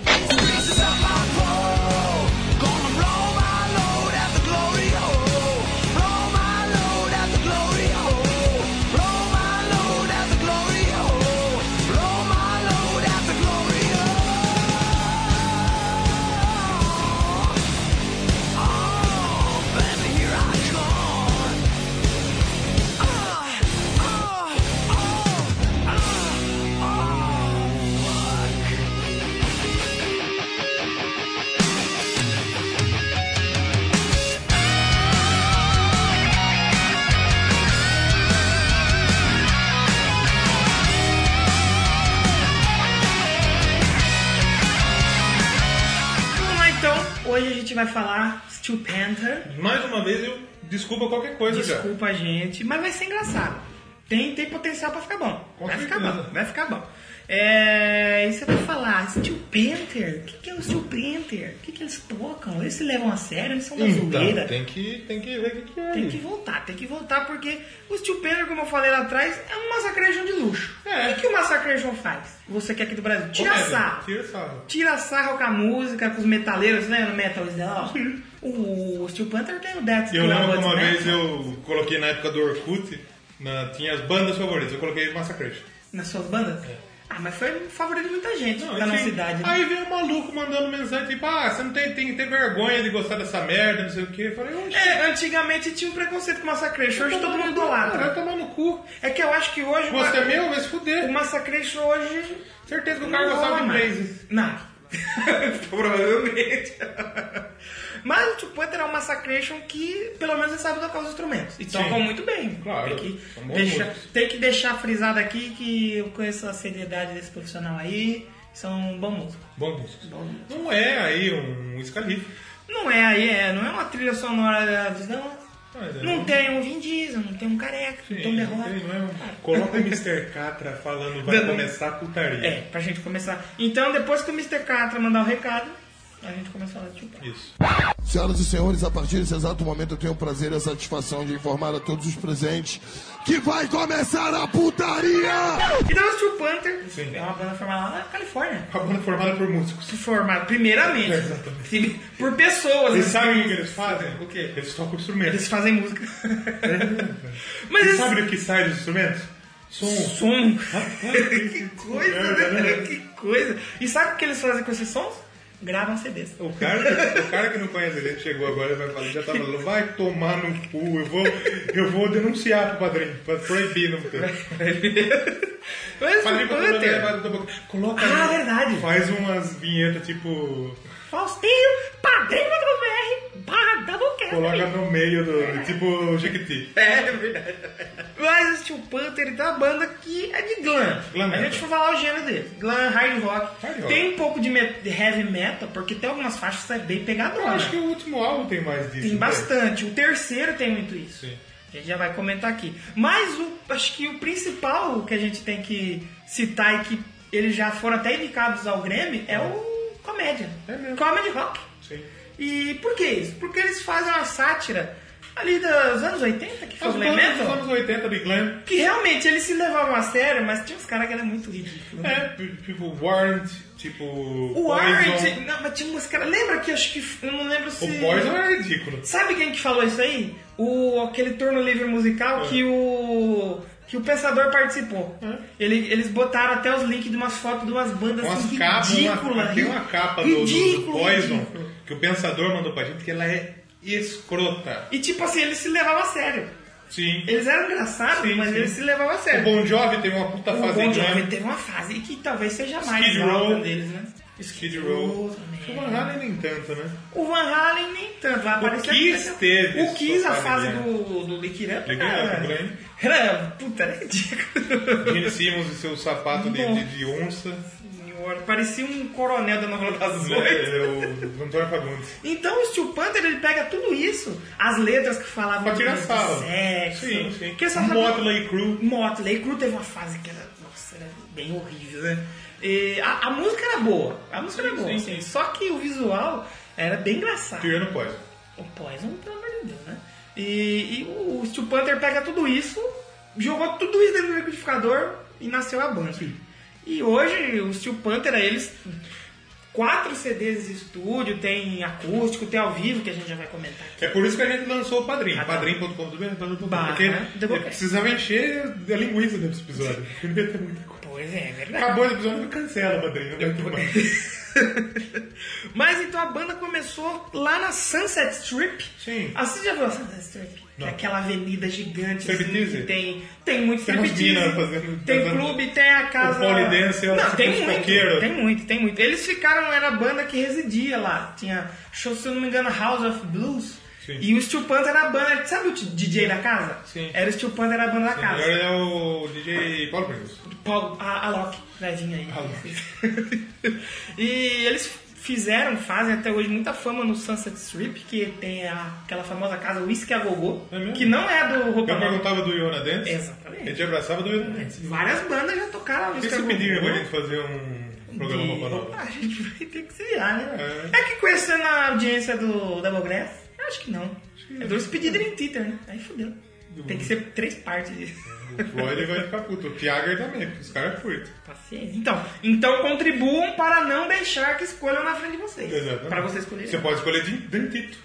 Vamos lá então. Hoje a gente vai falar Steel Panther.
mais uma vez, eu desculpa qualquer coisa, já.
Desculpa a gente, mas vai ser engraçado. Tem, tem potencial pra ficar bom.
Com
vai ficar
certeza.
bom, vai ficar bom. É, e você vai falar, Steel Panther? O que, que é o Steel Panther? O que, que eles tocam? Eles se levam a sério? Eles são da zoeira?
Então, tem que, tem que ver o que, que é.
Tem
isso.
que voltar, tem que voltar, porque o Steel Panther, como eu falei lá atrás, é um Massacration de luxo.
É.
O que, que o Massacration faz? Você quer aqui do Brasil? Tira
Comédia,
sarro.
Tira sarro.
Tira sarro com a música, com os metaleiros, né? No Metal is the Law. O Steel Panther tem o Death Squad,
Eu lembro que uma
né?
vez eu coloquei na época do Orkut, na- tinha as bandas favoritas, eu coloquei Massacration.
Nas suas bandas? Ah, mas foi um favorito de muita gente da
enfim,
nossa idade. né?
Aí veio um maluco mandando mensagem tipo, ah, você não tem, tem que ter vergonha de gostar dessa merda, não sei o quê. Eu falei, oxe,
É, tá antigamente tinha um preconceito com o Massacration, hoje todo mundo
Vai
idolatra.
tomar no cu.
É que eu acho que hoje
Você é
o,
meu, vai se
o
fuder.
Massacration hoje.
Certeza que o
Um não
cara
rola
gostava de
mais.
Blazes.
Não. Provavelmente. Mas o Tio Panther é um Massacration que pelo menos ele sabe tocar os instrumentos. E tocam muito bem.
Claro,
Tem que,
são bons
deixar,
músicos.
tem que deixar frisado aqui que eu conheço a seriedade desse profissional aí. São um bom músico.
Bom músico. Não é aí um escalife.
Não é aí, é, não é uma trilha sonora dos não.
Mas é
Não
um-
tem um Vin Diesel, não tem um careca, não tem um
não
derrota.
tem, não é um... Coloca o Mr. Catra falando, vai
Dando-
começar a putaria.
É, pra gente começar. Então, depois que o Mr. Catra mandar o recado, a gente começa a falar de Tupac.
Isso.
Senhoras e senhores, a partir desse exato momento eu tenho o prazer e a satisfação de informar a todos os presentes que vai começar a putaria!
Então, o Steel Panther
Sim.
é uma banda formada lá na Califórnia.
A banda formada por músicos.
Formada, primeiramente, se- por pessoas.
Vocês
né?
sabem o que eles fazem?
O quê?
Eles tocam instrumentos.
Eles fazem música.
É,
Mas
Vocês
eles
sabem o que sai dos instrumentos? Som.
som. que coisa,
merda,
né?
né?
Que coisa. E sabe o que eles fazem com esses sons? Gravam CDs.
O cara, o cara que não conhece a gente chegou agora e vai falar, já tá falando, vai tomar no cu, eu vou, eu vou denunciar pro padrinho, pra proibir não ter.
Mas
Padrinho pra
Panther-
Coloca
Ah,
aí,
verdade.
Faz umas vinhetas tipo.
Faustinho, padrinho.br, barra Doublecast.
Coloca no meio do. Tipo Jequiti.
É verdade. Mas o Steel Panther ele tem uma banda que é de glam.
Glam
a
metal.
gente foi falar o gênero dele. Glam, hard rock.
Hard rock.
Tem um pouco de, met- de heavy metal, porque tem algumas faixas que é bem
Eu
pegadona.
acho que o último álbum tem mais disso.
Tem
né?
bastante. O terceiro tem muito isso.
Sim.
A gente já vai comentar aqui. Mas o, acho que o principal que a gente tem que citar e que que eles já foram até indicados ao Grêmio, é o comédia.
É mesmo.
Comedy rock.
Sim.
E por que isso? Porque eles fazem uma sátira ali dos anos 80, que foi
As
o
bandas dos
Lemento.
anos 80 do Glam.
Que realmente eles se levavam a sério, mas tinha uns caras que eram muito ridículos. né?
É, tipo Warrant, tipo.
O Art,
Poison.
não, mas tinha uns caras. Lembra que eu acho que. Eu não lembro se.
O é- Poison era ridículo.
Sabe quem que falou isso aí? O, aquele turno livre musical
É.
que o. que o Pensador participou. Ele- eles botaram até os links de umas fotos de umas bandas
Com as
assim,
capas,
ridículas.
uma, tem uma capa do- do, do
Ridículo,
Poison
ridículo.
que o Pensador mandou pra gente que ela é escrota.
E tipo assim, eles se levavam a sério.
Sim.
Eles eram engraçados,
Sim,
mas
sim.
eles se levavam a
O
sério.
Bon Jovi um teve uma puta
O
fase
Bon
de glam.
Jovi Um teve uma fase que talvez seja mais
Skid
alta
Row.
deles, né?
Skid Row.
também. é.
O Van Halen nem tanto, né?
O Van Halen nem tanto, vai aparecer.
Kiss teve
O Kiss, a
sua
fase
fase
do, do Lick It Up,
Lick It
cara,
Up, Glenn.
era, puta, era ridículo.
Gene Simmons e seu sapato de, de, de onça.
Senhora, Parecia um coronel da novela das
Né?
oito.
É, o Antônio Fagundes.
Então o Steel Panther ele pega tudo isso, as letras que falavam
Pra tirar
de
sarro.
sexo,
Sim, sim. Um
que é só
Motley Crue.
Motley Crue teve uma fase que era, nossa, era bem horrível, né? E a, a música era boa, a música era boa,
sim,
assim,
sim.
só que o visual era bem engraçado.
Tirando Poison.
O Poison, pelo amor de Deus, né? E, e o Steel Panther pega tudo isso, jogou tudo isso dentro do liquidificador e nasceu a banda. E hoje o Steel Panther, é eles. Quatro CDs de estúdio, tem acústico, tem ao vivo, que a gente já vai comentar aqui.
É por isso que a gente lançou o Padrim.
Ah, tá.
Padrim.com.br.
Barra,
Porque
né?
eu precisava encher a linguiça desse episódio. Porque não ia ter muita coisa.
Pois é, é verdade.
Acabou o episódio, cancela o Padrim. Não vai ter mais.
Mas então a banda começou lá na Sunset Strip.
Sim.
Ah, você já viu a Sunset Strip? Que
Não.
é aquela avenida gigante assim,
Striptease?
que tem, tem muito
Tem umas
striptease.
minas fazendo-
tem
fazendo-
clube, tem a casa.
polidense, ela
Não,
fica
tem
de
muito,
coqueiro.
tem muito, tem muito. Eles ficaram, era a banda que residia lá. Tinha, show, se eu não me engano, House of Blues.
Sim.
E o Steel Panther era a banda. Sabe o DJ da casa?
Sim.
Era o Steel Panther era a banda da casa.
Agora é o DJ Paulo Pringles.
Paulo, ah, a, a Loki, vai vir aí.
A Loki.
e eles fizeram, fazem até hoje muita fama no Sunset Strip, que tem a- aquela famosa casa Whisky a Gogô,
É mesmo?
que não é do Roupa
Eu
Nova.
perguntava do Iona Dance.
Exatamente.
A gente abraçava do Iona Dance.
Várias bandas já tocaram a
O que
Whisky a
você
Gogô.
pediria pra gente fazer um programa
de-
Roupa Nova?
Ah, a gente vai ter que se virar, né?
É.
É, que conhecendo a audiência do Doublegrass, eu acho que não. É dois pedidos em Twitter, né? Aí fudeu. Tem que ser três partes disso.
O Floyd vai ficar puto. O Tiago também, porque os caras é curtem.
Paciência. Então, então contribuam para não deixar que escolham na frente de vocês.
Exatamente.
Para você escolher.
Você pode escolher de Dentito.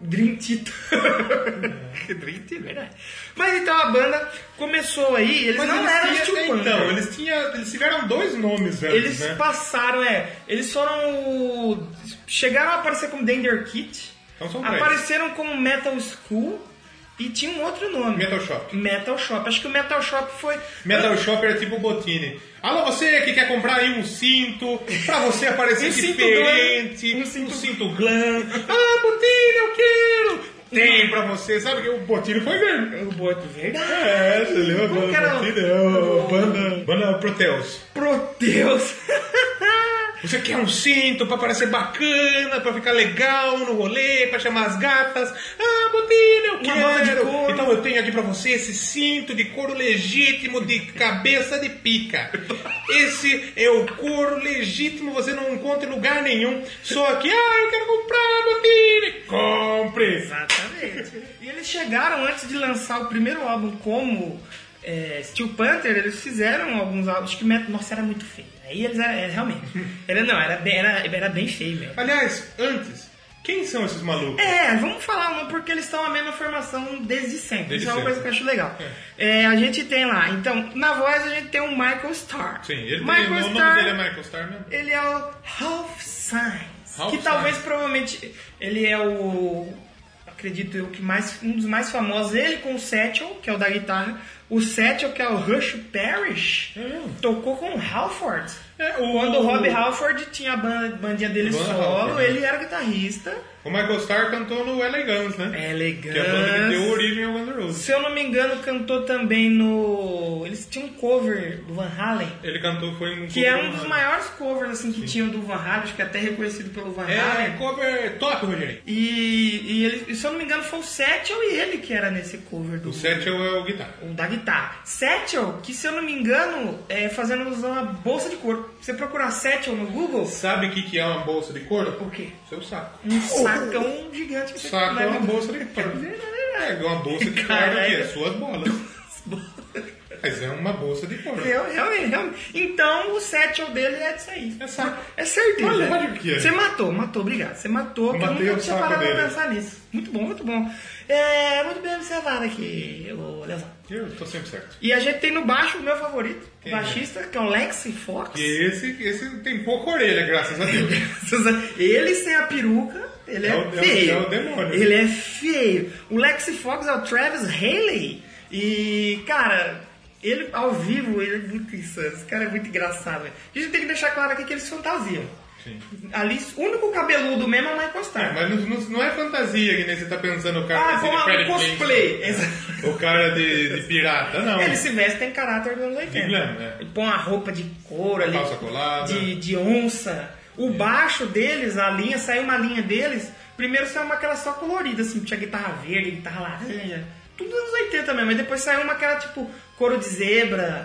Dream Tito.
É.
Que Dream Tito, verdade. Mas então a banda começou aí, eles não eram
tinham-
Steel Panther.
Então, eles, tinham, eles tiveram dois nomes antes,
Eles
né?
passaram, é. Eles foram. o- Chegaram a aparecer como Danger Kit.
Então são três.
apareceram como Metal School e tinha um outro nome.
Metal Shop.
Metal Shop. Acho que o Metal Shop foi.
Metal Shop era tipo Botini. Alô, você que quer comprar aí um cinto, pra você aparecer
Um cinto
diferente,
glam.
um
Um cinto-
cinto, glam. Ah, Botini, eu quero! Tem pra você, sabe que o Botini foi grande.
O Boto Verde.
É, você lembra a
Como que
banda
era?
Botini? É o- Banda, banda Proteus.
Proteus.
Você quer um cinto pra parecer bacana, pra ficar legal no rolê, pra chamar as gatas? Ah, Botini, eu
Uma
quero!
bota de couro.
Então eu tenho aqui pra você esse cinto de couro legítimo de cabeça de pica. Esse é o couro legítimo, você não encontra em lugar nenhum. Só aqui, ah, eu quero comprar, Botini! Compre!
Exatamente. E eles chegaram antes de lançar o primeiro álbum como é, Steel Panther, eles fizeram alguns álbuns que Met- nossa era muito feio. Aí eles eram, era- realmente. Era não, era bem, era, era bem feio mesmo.
Aliás, antes, quem são esses malucos?
É, vamos falar uma porque eles estão a mesma formação desde sempre.
Desde
Isso é uma coisa que
sempre.
eu acho legal. É, a gente tem lá, então, na voz a gente tem o Michael Starr.
Sim, ele,
Michael
ele- o nome
Starr,
dele é Michael Starr mesmo.
ele é o Half Signs.
Ralph
que
Fiennes.
talvez provavelmente ele é o. Acredito eu que mais, um dos mais famosos, ele com o Satchel, que é o da guitarra, o Satchel, que é o Rush Parrish,
É mesmo?
tocou com o Halford.
É, o-
Quando o Rob Halford tinha a banda, bandinha dele
Banda
solo,
Halford, né?
ele era guitarrista.
O Michael Starr cantou no Elegance, né?
Elegance.
Que é a banda que deu origem ao Guns N' Roses.
Se eu não me engano, cantou também no. Eles tinha um cover do Van Halen,
Ele cantou, foi um.
que é um dos maiores covers assim que tinham do Van Halen, acho que é até reconhecido pelo Van
É,
Halen.
cover top, Rogerinho.
E, e ele, se eu não me engano, foi o Satchel e ele que era nesse cover do
O Satchel é o guitarra.
o da guitarra. Satchel, que se eu não me engano, é fazendo alusão a bolsa de couro. Você procurar Satchel no Google,
Sabe o que, que é uma bolsa de couro?
o quê?
Seu saco.
Um sacão gigante que você
Saco é
leva
uma
no-
Oh. bolsa de couro.
né?
É igual uma bolsa de
Caralho.
couro, é suas bolas. Mas é uma bolsa de couro.
Real- Realmente, realmente. Então o Satchel dele é disso aí.
É saco.
É certeza.
Mas lógico que é.
Você matou, matou, obrigado. Você matou, que eu
Matei
nunca
o
tinha
saco
parado pra
dele.
pensar nisso. Muito bom, muito bom. É muito bem observado aqui, ô Leozão.
Eu tô sempre certo.
E a gente tem no baixo o meu favorito, o
Quem é?
baixista, que é o Lexi Fox.
E esse, esse tem pouca orelha, graças a Deus.
Ele sem a peruca, ele é,
É o- é o-
feio.
é o demônio.
Ele é feio. O Lexi Fox é o Travis Haley. E, cara, ele ao vivo, ele é muito insano. Esse cara é muito engraçado. velho. A gente tem que deixar claro aqui que eles fantasiam.
Sim.
Ali, o único cabeludo mesmo é o Michael
Ah,
Starr.
mas não, não- não é fantasia que nem você tá pensando o cara
Ah,
de
como
Freddie
um
Kingston,
cosplay. Exato.
O cara de, de pirata, não.
Ele se veste tem caráter dos anos 80.
Glam, né?
Ele põe uma roupa de couro ali.
Calça colada.
De, de onça.
É.
O baixo deles, a linha, saiu uma linha deles. Primeiro saiu uma que era só colorida, assim, tinha guitarra verde, guitarra laranja. Tudo anos 80 mesmo. Mas depois saiu uma que era tipo couro de zebra,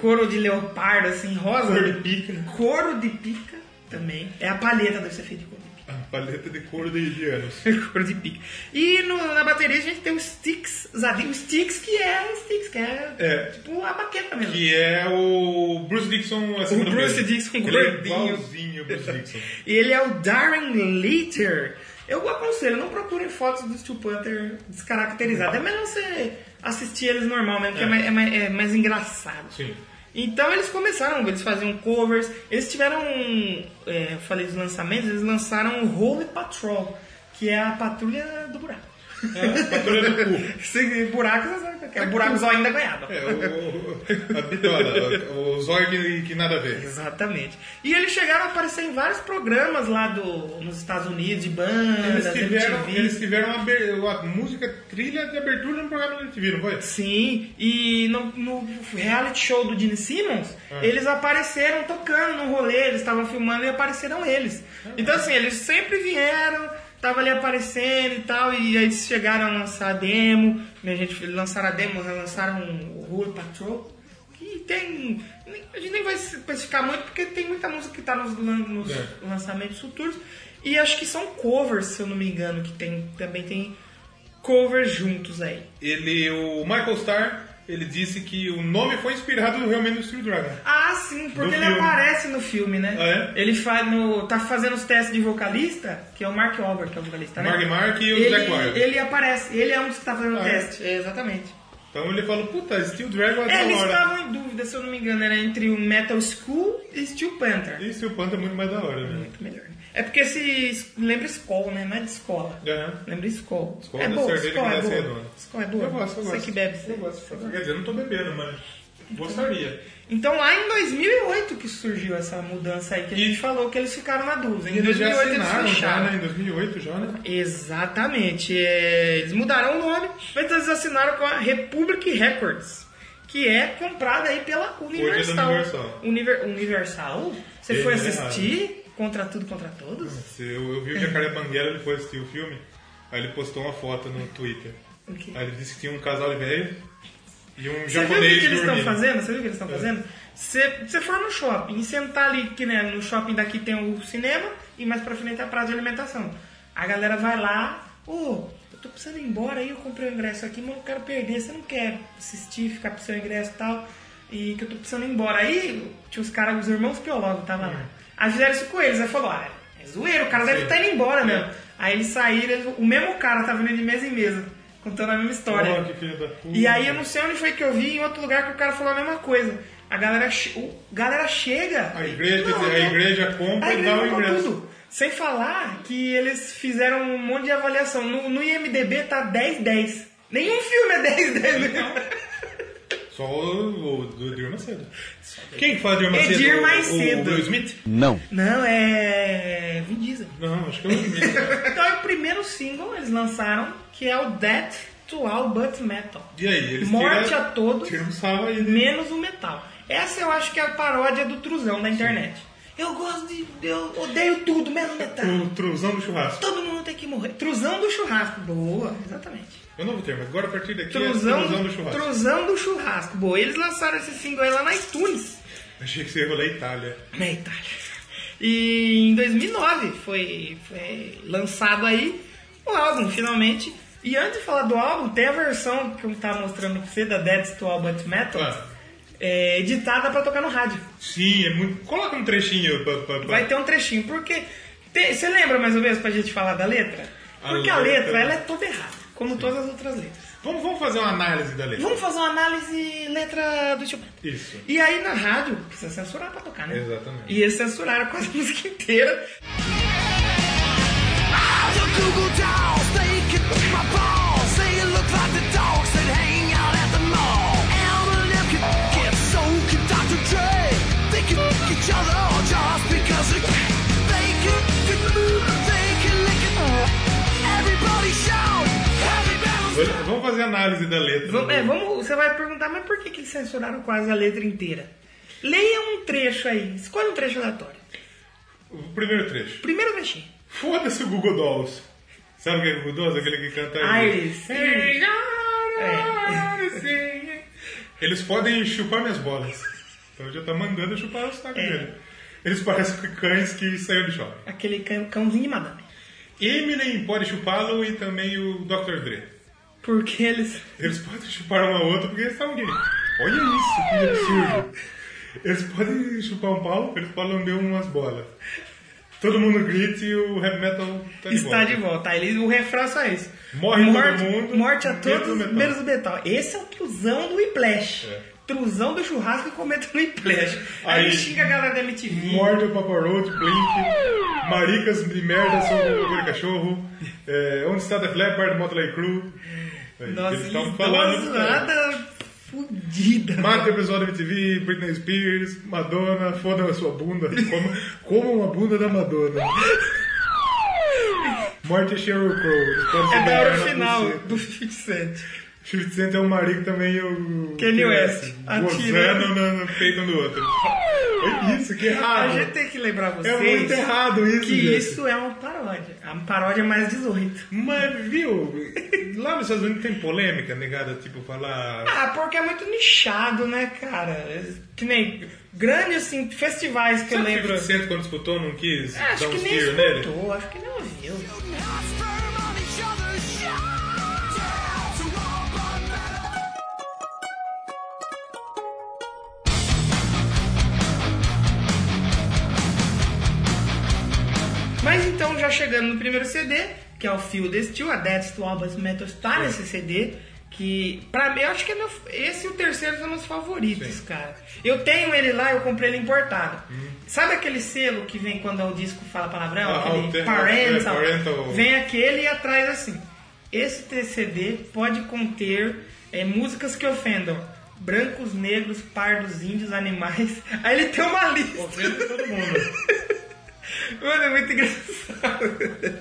couro de leopardo, assim, rosa.
Couro de pica. né?
Couro de pica também. É a palheta deve ser feita de couro de pica.
A paleta de couro de Ilianos.
Cor de pique. E no- na bateria a gente tem o Sticks Zadinho. O Sticks que é Sticks, que é,
É.
tipo a baqueta mesmo.
Que é o Bruce Dixon acima
O
do
Bruce
peso.
Dixon
Ele é
gordinho.
igualzinho o Bruce Dixon.
E ele é o Darren Leiter. Eu aconselho, não procurem fotos do Steel Panther descaracterizado. É melhor você assistir eles normal mesmo, que é,
É.
mais, é mais- é mais engraçado.
Sim.
Então eles começaram, eles faziam covers, eles tiveram, um, é, eu falei dos lançamentos, eles lançaram o Holy Patrol, que é a patrulha do buraco.
É, patrulha do cu.
Esse buraco, você sabe o que é, o buraco só ainda ganhava.
É, o, o- a bitola, o, o zóio que, que nada a ver.
Exatamente. E eles chegaram a aparecer em vários programas lá do, nos Estados Unidos, de
Eles
bandas,
tiveram,
MTV.
eles tiveram uma, abe- uma música trilha de abertura no programa da MTV, não foi?
Sim, e no, no reality show do Gene Simmons,
Ah.
eles apareceram tocando no rolê, eles estavam filmando e apareceram eles. Então, assim, eles sempre vieram, tava ali aparecendo e tal, e aí eles chegaram a lançar a demo, né, a gente lançaram a demo, lançaram o Rule Patrol, que tem. nem- A gente nem vai especificar muito, porque tem muita música que tá nos, lan- nos
É.
lançamentos futuros, e acho que são covers, se eu não me engano, que tem, também tem covers juntos aí.
Ele, o Michael Starr, ele disse que o nome foi inspirado no realmente do Steel Dragon.
Ah, sim, porque
No
ele
filme.
aparece no filme, né?
Ah, é?
Ele faz no, tá fazendo os testes de vocalista, que é o Mark Wahlberg, que é o vocalista, né?
Mark Mark e o
ele,
Jack Wild.
Ele aparece, ele é um dos que tá fazendo o
Ah, é?
teste, é, exatamente.
Então ele falou, puta, Steel Dragon é
É,
da
eles
hora.
estavam em dúvida, se eu não me engano, era entre o Metal School e Steel Panther.
E Steel Panther é muito mais da hora, né?
Muito melhor. né? É porque se lembra escola, né? Não é de escola.
Aham.
Lembra escola.
Escola
é
da
boa,
cerveja
escola
que
é
dá
boa.
cedo, né?
Escola é boa.
Eu gosto, eu
Você
gosto.
que bebe. você-
Eu gosto. Quer dizer, eu não tô bebendo, mas gostaria.
Então lá em 2008 que surgiu essa mudança aí que a gente falou que eles ficaram na dúvida. Em
Eles já
2008 eles
assinaram já,
fecharam.
né? Em 2008 já, né?
Exatamente. é, eles mudaram o nome, mas eles assinaram com a Republic Records, que é comprada aí pela
Hoje é
Universal.
da Universal.
Univer- Universal? Você
É,
foi
é Hum.
assistir Contra Tudo, Contra Todos?
Eu, eu vi o Jacaré
É.
Banguela, ele foi assistir o filme, aí ele postou uma foto no Twitter.
O quê?
Aí ele disse que tinha um casal de velho e um
Você viu o que
japonês
que eles estão
dormindo.
fazendo? Você viu o que eles
É.
estão fazendo? Você, você for no shopping e sentar ali, que né, no shopping daqui tem o cinema e mais pra frente é a praça de alimentação. A galera vai lá, ô, eu tô precisando ir embora aí, eu comprei o ingresso aqui, mas eu não quero perder, você não quer assistir, ficar pro seu ingresso e tal, e que eu tô precisando ir embora. Aí tinha os caras, os irmãos piologos, tava lá. Aí fizeram isso com eles, aí falou, ah, é zoeiro, o cara deve
É. Sim.
estar indo embora
É.
mesmo. Aí eles saíram, eles- o mesmo cara tava indo de mesa em mesa, contando a mesma história.
Oh, que filho da puta.
E aí eu não sei onde foi que eu vi, em outro lugar que o cara falou a mesma coisa. A galera, che- o- galera chega.
A igreja,
Não,
a
não.
igreja compra
A
e dá
igreja
o
comprou
ingresso.
tudo. Sem falar que eles fizeram um monte de avaliação. No, no IMDB tá 10-10. Nenhum filme é 10-10.
Então? Só o, o do Edir Macedo. Quem que fala de Edir Macedo?
Edir
O-
Macedo.
O Will Smith?
Não.
Não, é. Vin Diesel.
Não, acho que é o Will Smith. cara.
Então é o primeiro single eles lançaram, que é o Death to All But Metal.
E aí, eles
Morte
tiram-
a todos,
Tiram um salve aí. né?
menos o tal. Essa eu acho que é a paródia do truzão da internet. Eu gosto de. Eu odeio tudo, menos metal.
O truzão do churrasco.
Todo mundo tem que morrer. Truzão do churrasco. Boa, exatamente.
Eu não vou ter, mas agora a partir daqui é
Truzão,
truzão do churrasco.
Truzão do churrasco. Boa, eles lançaram esse single aí lá na iTunes.
Achei que você ia rolar Itália.
na Itália. E em 2009 foi, foi lançado aí o álbum, finalmente. E antes de falar do álbum, tem a versão que eu tava mostrando pra você, da Dead to All But Metal,
Ah.
é, editada pra tocar no rádio.
Sim, é muito. Coloca um trechinho. Pra, pra- pra-
Vai ter um trechinho, porque... tem- você lembra mais ou menos pra gente falar da letra?
A
Porque a
letra-
letra, ela é toda errada, como todas as outras letras.
Vamos, vamos fazer uma análise da letra.
Vamos fazer uma análise letra do Chopin.
Isso.
E aí na rádio, precisa censurar pra tocar, né?
Exatamente.
E eles censuraram quase a música inteira.
The Google dolls, they kick my balls. They look like the dogs that hang out at the mall. Eminem can get so can Dr. Dre. They can each other all just because they can. They can, they can lick it. Everybody shout. Happy Battles.
Olha, Vamos fazer a análise da letra.
Vamos, é, vamos- você vai perguntar, mas por que, que eles censuraram quase a letra inteira? Leia um trecho aí, escolha um trecho aleatório.
O primeiro trecho.
Primeiro trechinho.
Foda-se o Google Dolls. Sabe o que é Google Dolls? Aquele que canta.
Iris.
É. Eles podem chupar minhas bolas. Então já tá mandando eu chupar os
É.
tacos dele. Eles parecem que cães que saíram do shopping.
Aquele cão- cãozinho de madame.
Eminem pode chupá-lo e também o Dr. Dre.
Porque eles.
Eles podem chupar um ao outro porque eles são gays. Olha isso, que absurdo. Eles podem chupar um pau, eles podem lamber umas bolas. Todo mundo grita e o rap metal tá de
Está
volta.
de volta. Aí Eles, o refrão é só isso.
Morre todo
morte,
mundo,
Morte a
menos
todos,
o metal.
menos o metal. Esse é o truzão do Whiplash.
É.
Truzão do churrasco que comenta no Whiplash.
Aí-
Aí, xinga a galera da MTV.
Morde o Papa Road, Blink, maricas de merda são o aquele cachorro, é, onde está Def Leppard, Motley Crue. Aí,
Nossa, eles
tavam
estão zoada fudida.
Mata o pessoal da MTV, Britney Spears, Madonna, foda a sua bunda. Coma, coma uma bunda da Madonna. Morte a Sheryl Crow. Eles podem se
É da
beijar
hora
na
final
buceta.
do 50 Cent.
50 Cent é um marido também, o.
Kanye West. Atira.
Gozando no, no peito um do outro. É isso, que
A
errado.
gente tem que lembrar vocês
É muito errado isso,
que
gente.
isso é uma paródia. É uma paródia mais 18.
Mas, viu? Lá nos Estados Unidos tem polêmica, negada, tipo, falar.
Ah, porque é muito nichado, né, cara? Que nem grandes assim, festivais que
Sabe
eu lembro.
50 Cent quando escutou não quis
Ah,
dar
acho que
uns
nem
tiros um nele?
escutou, acho que nem ouviu.
Hot sperm on each other. Shout out to all my metal.
Mas então, já chegando no primeiro CD, que é o Feel the Steel, a Death to Albus Metal está nesse CD, que pra mim, eu acho que é meu, esse e o terceiro são meus favoritos, cara. Eu tenho ele lá, eu comprei ele importado. Sabe aquele selo que vem quando o disco fala palavrão?
Hum. Ah,
aquele
alter-
parental,
é, parental.
Vem aquele e atrás assim. Esse CD pode conter é, músicas que ofendam brancos, negros, pardos, índios, animais. Aí ele tem uma lista.
Ofende todo mundo.
Mano, é muito engraçado.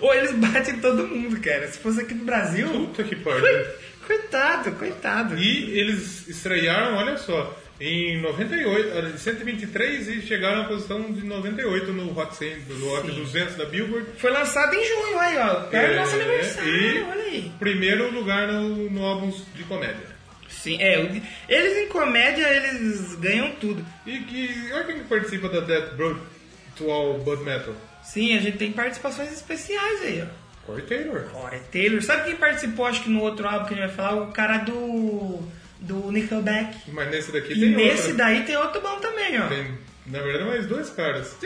Ou eles batem em todo mundo, cara. Se fosse aqui no Brasil.
Puta que pariu.
Coitado, coitado.
E eles estrearam, olha só, em 98, 123 eh, e chegaram à posição de 98 no Hot 100, do Hot 200 da Billboard. É,
Foi lançado em junho aí, ó. Perto do nosso aniversário,
e
olha aí.
primeiro lugar no, no álbum de comédia.
Sim, é. o- Eles em comédia, eles ganham tudo.
E que, olha quem que participa da Death Road to All But Metal.
Sim, a gente tem participações especiais aí, ó.
Corey Taylor.
Corey Taylor. Sabe quem participou, acho que no outro álbum que a gente vai falar? O cara do. do Nickelback.
Mas nesse daqui
E
tem
nesse
outra.
daí tem outro bom também, ó.
Tem, na verdade, mais dois caras.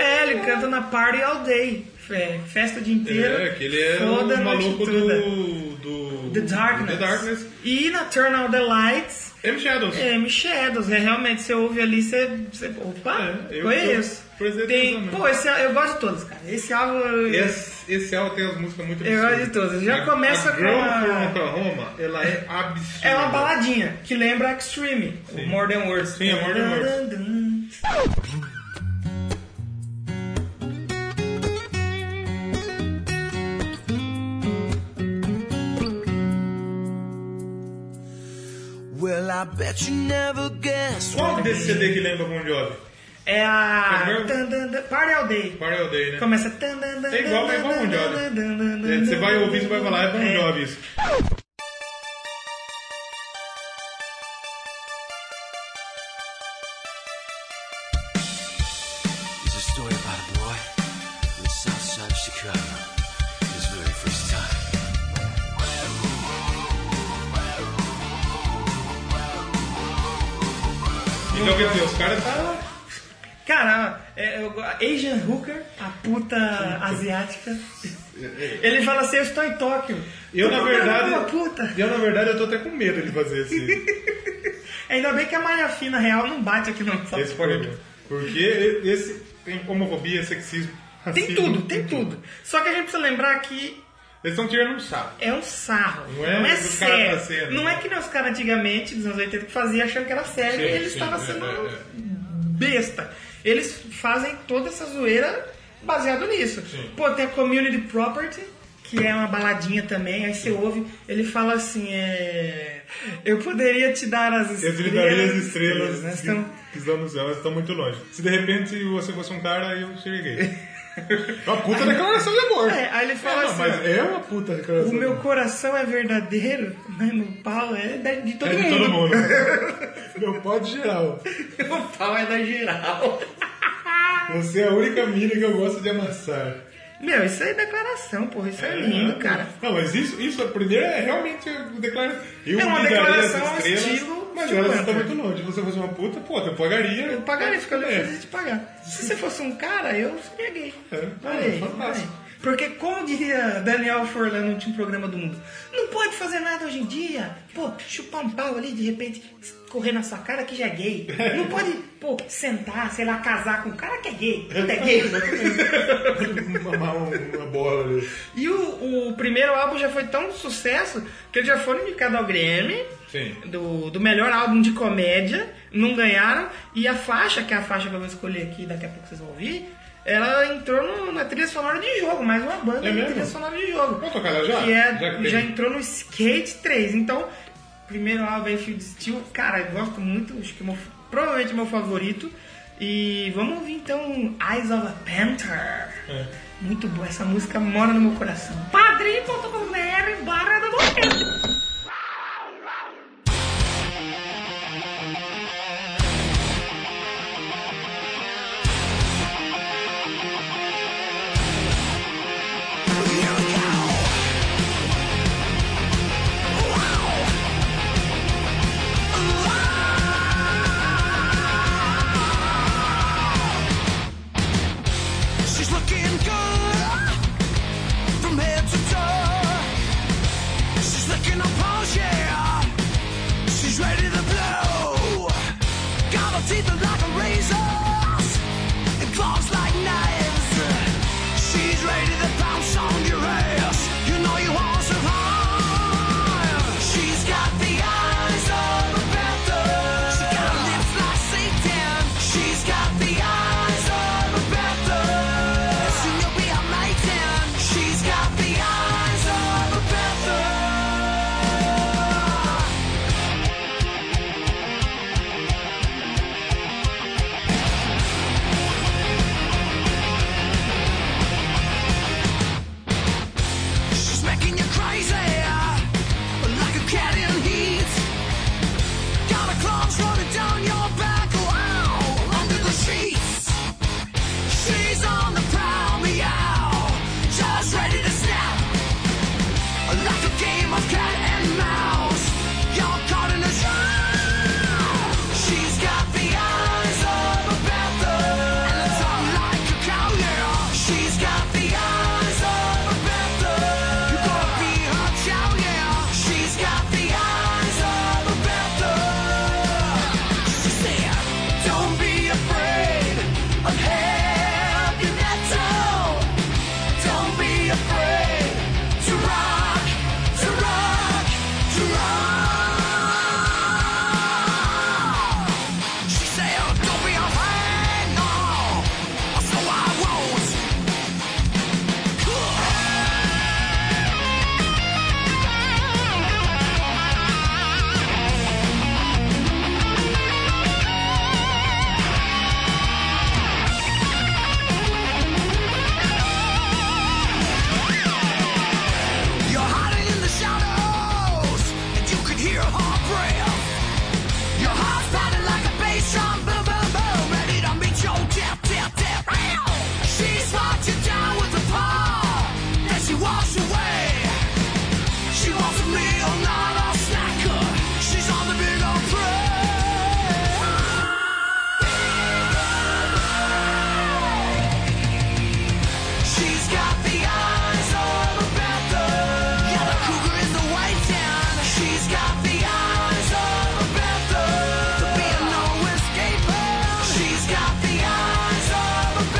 É, ele canta na Party All Day. É, festa o dia inteiro.
É, que ele é
foda
o
a noite
maluco
toda.
do, do...
The Darkness.
The Darkness.
E na Turn Out The Lights,
M. Shadows.
é M. Shadows. É, realmente, você ouve ali, você... você opa,
É, eu
conheço.
tô presente
Tem,
também.
pô, esse, é, eu gosto de todos, cara. Esse álbum...
Esse, esse álbum tem as músicas muito
Eu
absurdas.
gosto de todas. Já
a,
começa
a
com
Girl
a-
from Oklahoma, ela é absurda.
É uma baladinha que lembra Extreme, o More Than Words.
Sim, é More Than
Words.
Well, I bet you never guessed.
Qual desse CD que lembra Bon Jovi?
É a.
Faz mesmo?
Tan, tan, tan, Party All Day.
Party Day, né?
Começa. tan, tan, tan,
É igual,
tan,
é igual
tan,
Bon
tan,
Jovi.
tan, tan,
É,
tan,
você vai
tan,
ouvir, você vai falar, é Bon
É.
Jovi isso.
It's a story about a boy in the south side of Chicago. His very first time.
Então, quer dizer, os caras tá...
Cara, é, eu go- Asian Hooker, a puta asiática. Ele fala assim, eu estou em Tóquio.
Eu, na
Tô procurando
verdade...
Tá Uma puta.
Eu, na verdade, eu tô até com medo de fazer esse...
Ainda bem que a Maria Fina real não bate aqui não. Só
Esse
por-
programa. Porque esse tem homofobia, sexismo,
Tem
racismo,
tudo, tem tudo. Só que a gente precisa lembrar que
Eles estão tirando um sapo.
é um sarro.
Não é o que os caras
sério.
tá sendo.
Não é que nem os caras antigamente, dos anos 80, que faziam achando que era sério
Sim,
e eles
sim,
estavam
é,
sendo
é, é.
besta. Eles fazem toda essa zoeira baseado nisso. Pô, tem a Community Property, que é uma baladinha também, aí você ouve, ele fala assim, é... Eu poderia te dar as estrelas.
Eles ligariam as estrelas
né?
que,
Então,
que estão no céu, elas estão muito longe. Se de repente você fosse um cara, eu seria gay. uma puta declaração de amor.
É, aí ele fala
É, não,
assim, ó,
Mas é uma puta declaração
O meu
de amor.
coração é verdadeiro, mas meu pau é da- de todo
É de
mundo.
todo mundo. meu pau de geral.
Meu pau é da geral.
Você é a única mina que eu gosto de amassar.
Meu, isso aí é declaração, porra. Isso é lindo, cara.
Não, mas isso, isso a primeira é realmente declaração. Eu
É uma
ligaria
declaração
as estrelas,
estilo
Mas
de
elas
planta.
estão muito longe. Se você fosse uma puta, pô, eu pagaria.
Eu pagaria, fica ali feliz
é.
de pagar. Se você fosse um cara, eu seria gay.
É, é,
Olha aí,
fantástico.
olha aí. Porque como diria Daniel Forlan no último programa do mundo, não pode fazer nada hoje em dia. Pô, chupar um pau ali, de repente, correr na sua cara que já é gay. Não pode, pô, sentar, sei lá, casar com um cara que é gay. Tudo é gay.
Mamar um- uma bola ali.
E o, o primeiro álbum já foi tão sucesso que eles já foram indicados ao Grammy
Sim.
do, do melhor álbum de comédia, não ganharam. E a faixa, que é a faixa que eu vou escolher aqui, daqui a pouco vocês vão ouvir, ela entrou no- na trilha sonora de jogo, mais uma banda
É
na
mesmo?
trilha sonora de jogo.
Vamos tocar ela já?
Que é,
Já
já,
que tem.
entrou no Skate 3. Então, primeiro álbum aí, Field Steel, cara, eu gosto muito, acho que é meu, provavelmente meu favorito. E vamos ouvir então Eyes of a Panther.
É.
Muito boa, essa música mora no meu coração.
Padrim.com.br barra da boquete.
She's looking good from head to toe. She's licking her paws, yeah. She's ready to blow. Got her teeth are like a razors and claws like knives. She's ready to pounce on your ass. You know you want to survive. She's got the eyes of a panther. She got lips like Satan. She's got the eyes of a panther. And soon you'll be a maiden. She's got the eyes of a panther. uh, Oh, Oh,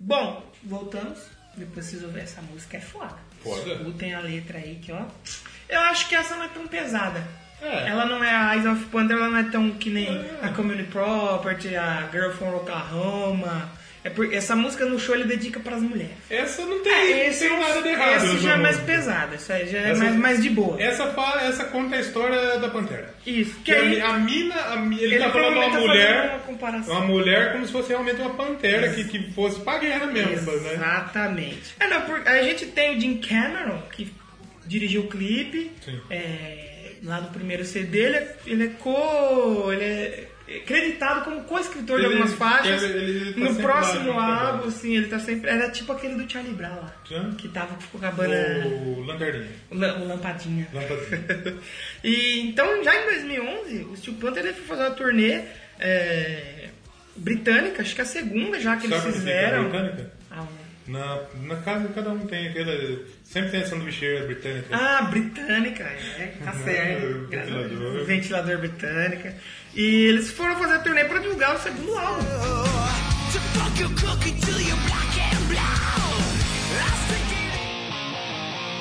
Bom, voltamos. Depois vocês ouvirem essa música, é foda.
Foda.
Escutem a letra aí que, ó. Eu acho que essa não é tão pesada.
É.
Ela não é a Eyes of Wonder, ela não é tão que nem a Community Property, a Girl from Oklahoma. É por, essa música no show ele dedica pras mulheres. É,
Essa não tem, não tem nada de errado.
Ah, esse já é
não.
mais pesado, isso aí já é
Essa-
mais, mais de boa.
Essa, fala, essa conta a história da Pantera.
Isso. Que
Que a,
aí,
mi- a mina, a mi- ele,
Ele
tá falando uma
provavelmente tá
mulher. É
fazendo uma comparação.
uma mulher como se fosse realmente uma pantera que, que fosse pra guerra mesmo, né?
Exatamente. É, não, por- a gente tem o Jim Cameron, que dirigiu o clipe.
Sim.
é, lá no primeiro CD, ele é, ele é co. Ele é creditado como co-escritor de
Ele-
algumas faixas.
ele- ele tá
no
sempre
próximo
lá, né?
álbum, assim, ele tá sempre. Era tipo aquele do Charlie Brown lá.
Sim.
Que tava com a cabana.
O Lanterninha.
O, la- o Lampadinha.
Lanterninha.
e então já em 2011 o Steel Panther ele foi fazer uma turnê é, britânica acho que é a segunda já que
Sabe
eles
onde fica a
fizeram
britânica?
Ah,
Na, na casa de cada um tem aquela. Sempre tem a sanduicheira britânica.
ah, britânica, é, tá certo.
Ventilador.
Ventilador britânica. E eles foram fazer a turnê pra divulgar o segundo álbum.
To fuck your cookie till you black and blue. I stick it in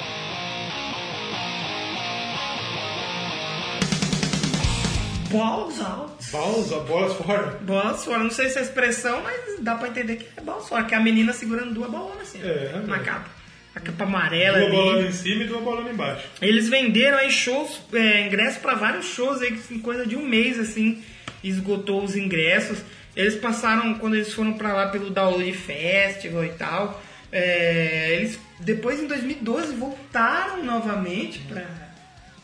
Balls out.
Balls, bolas fora.
Balls fora. Não sei se é a expressão, mas dá pra entender que é balls fora. Que é a menina segurando duas bolonas assim,
É,
na
é.
capa. A capa amarela.
Duas
ali.
bolonas em cima e duas bolonas embaixo.
Eles venderam aí shows, é, ingressos pra vários shows aí em coisa de um mês assim, esgotou os ingressos. Eles passaram quando eles foram pra lá pelo Download Festival e tal. é, eles depois em 2012 voltaram novamente pra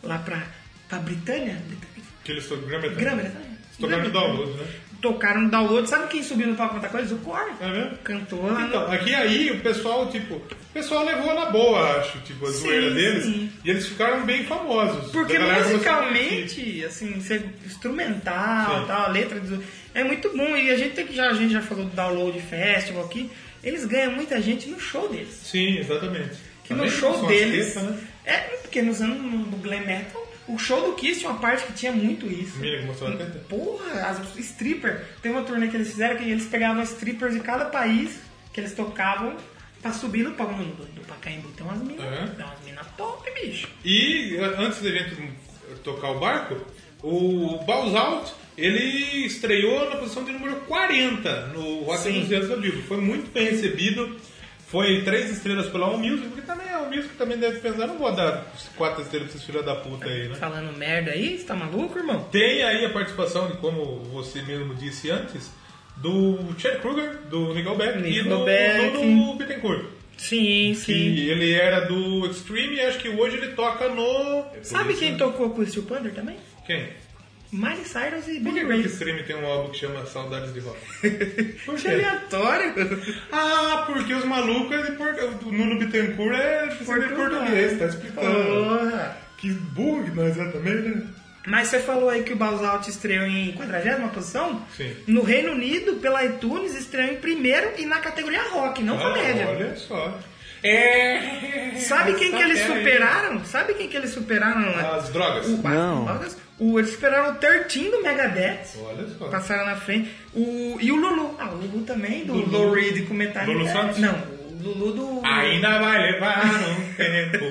lá pra pra Britânia, Britânia.
Aquele Grã-Bretanha.
Grã-Bretanha.
Tocando
Grã-Bretanha.
download, né?
tocaram no Download. Sabe quem subiu no palco cantar com eles? O Core.
É mesmo?
Cantou lá no-
Então, aqui aí o pessoal, tipo, o pessoal levou na boa, acho, tipo, a
Sim,
zoeira deles.
sim.
E eles ficaram bem famosos.
Porque
A galera começou a curtir.
musicalmente, assim, ser instrumental
Sim.
tal, a letra do- é muito bom. E a gente tem que já, a gente já falou do Download Festival aqui. Eles ganham muita gente no show deles.
Sim, exatamente.
Que
Também
no show
Tá são
deles.
artistas, né?
É, porque nos anos do glam metal, o show do Kiss tinha uma parte que tinha muito isso.
Mira que mostrou a teta.
Porra, as stripper. Tem uma turnê que eles fizeram que eles pegavam strippers de cada país que eles tocavam pra subir no palco. No, no, no Pacaembu tem umas minas.
É.
Tem umas minas top, bicho.
E a- antes do evento tocar o barco, o Balls Out, ele estreou na posição de número 40 no Rock
Sim.
dos Dias do Vivo. Foi muito bem recebido. Foi três estrelas pela All Music, porque também a All Music também deve pensar, não vou dar quatro estrelas pra esses filhos da puta aí, né?
Falando merda aí, você tá maluco, irmão?
Tem aí a participação, de, como você mesmo disse antes, do Chad Kruger, do Nickelback,
Nickelback.
e do, do, do Bittencourt.
Sim,
Que
sim.
ele era do Extreme e acho que hoje ele toca no...
Sabe quem tocou com o Steel Panther também?
Quem?
Miley Cyrus e
Por
Billy
que o
Ray.
Extreme tem um álbum que chama Saudades de Rock? Por
Que
quê?
aleatório.
Ah, porque os malucos é de Port... O Nuno Bittencourt é de
Portugal.
português, tá explicando.
Porra.
Que bug nós é também, né?
Mas você falou aí que o Balzaut estreou em 40 posição?
Sim.
No Reino Unido, pela iTunes, estreou em primeiro e na categoria rock, não comédia.
olha só. É...
Sabe quem
Essa
que eles
fera aí.
superaram? Sabe quem que eles superaram?
As drogas.
O, Não. O, eles superaram o 13 do Megadeth.
Olha só.
passaram na frente. O, e o Lulu. Ah, o Lulu também, do
Lulu.
Lou Reed com metade.
Lulu Santos?
Não, o Lulu do.
Ainda vai levar um tempo.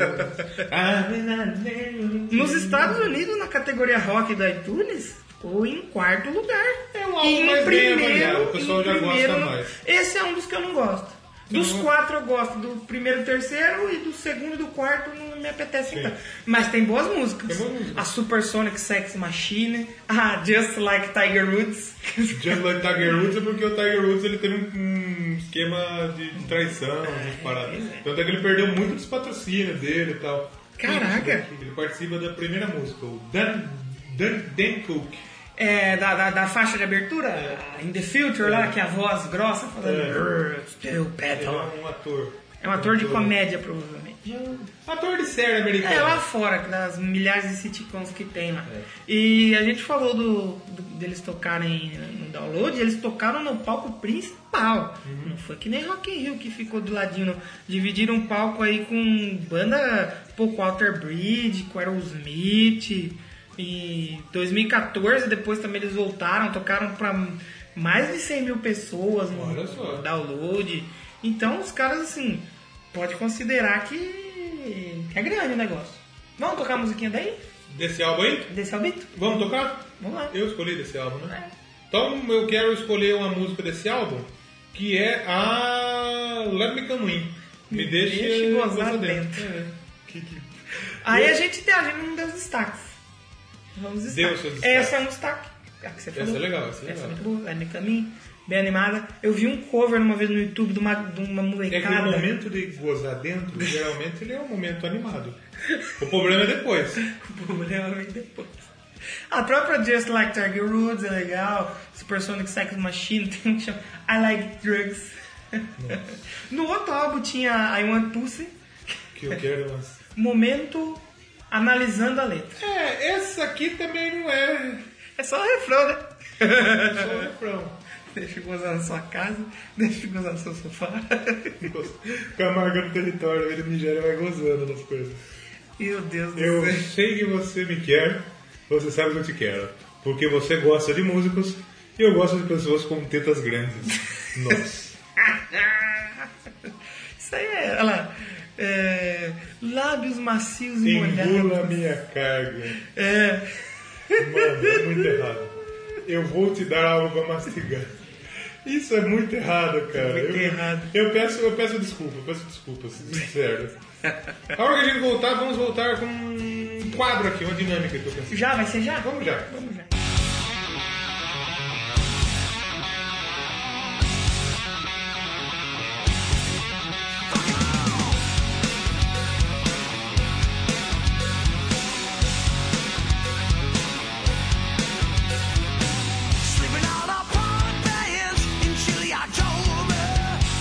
Nos Estados Unidos, na categoria rock da iTunes, ficou em quarto lugar.
É um álbum
E em
mais bem
primeiro.
avaliado, o pessoal
em
já gosta
primeiro no-
mais.
Esse é um dos que eu não gosto. Dos
não-
quatro eu gosto, do primeiro e terceiro, e do segundo e do quarto não me apetece
Sim.
então. Mas tem boas músicas.
Tem boas músicas.
A Supersonic Sex Machine, a Just Like Tiger Woods.
Just like Tiger Woods é porque o Tiger Woods ele teve um, um esquema de, de traição, de parada. Tanto é que ele perdeu muito dos patrocínios dele e tal.
Caraca.
Ele participa da primeira música, o Dan, Dan, Dan Cook.
É, da, da, da faixa de abertura, In the Future lá, que é a voz grossa falando.
É.
"Brrr, Still
Ele é
pedal.
um ator.
tá É um ator de comédia, provavelmente.
Ator de série americana.
É, lá fora, das milhares de sitcoms que tem lá. E a gente falou do, do- deles tocarem no download, eles tocaram no palco principal. Não foi que nem Rock in Rio que ficou do ladinho, não. Dividiram o palco aí com banda, pô, com Alter Bridge, com Aerosmith. E 2014, depois também eles voltaram, tocaram pra mais de 100 mil pessoas no
Olha só.
download. Então os caras, assim, pode considerar que que é grande o negócio. Vamos tocar a musiquinha daí?
Desse álbum aí?
Desse albito?
Vamos tocar?
Vamos lá.
Eu escolhi desse álbum, né? Então eu quero escolher uma música desse álbum que é a Let Me Come In. Me, deixa,
deixe gozar
É. Que- que-
Aí é a gente, deu- a gente não deu os destaques. Vamos destaques.
Deu os seus destaques.
Essa é um destaque. A que você falou.
Essa é legal, essa é legal.
muito boa, vai no caminho, bem animada. Eu vi um cover uma vez no YouTube de uma, de uma
É que o
molecada.
momento de gozar dentro, geralmente ele é um momento animado. O problema é depois.
Vou olhar bem depois. A própria Just Like Tiger Woods é legal. Supersonic Sex Machine tem um que chama I Like Drugs. No outro álbum tinha I Want Pussy.
Que eu quero. mas-
Momento analisando a letra.
É, essa aqui também não é
É só o refrão, né?
só o refrão.
Deixa eu gozar na sua casa, deixa eu gozar no seu sofá.
Camargo no território, ele Nigéria vai gozando nas coisas.
Meu Deus do
Eu
céu.
sei que você me quer, você sabe que eu te quero. Porque você gosta de músicos e eu gosto de pessoas com tetas grandes. Nossa.
Isso aí é, olha lá. É, lábios macios e
Engula a
molhados.
minha carga.
É,
Mano, é muito errado. Eu vou te dar algo pra mastigar. Isso é muito errado, cara.
Muito
eu,
errado.
Eu peço, eu peço desculpa, eu peço desculpas, sincero. A hora que a gente voltar, vamos voltar com um quadro aqui, uma dinâmica que eu pensei.
já, vai ser já?
Vamos já.
Vamos já.
Sleeping on a park bench in chilly October.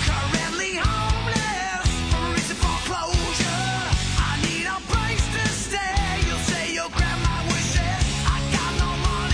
Currently homeless, reason for closure. I need a place to stay. You'll say you'll grant my wishes. I got no more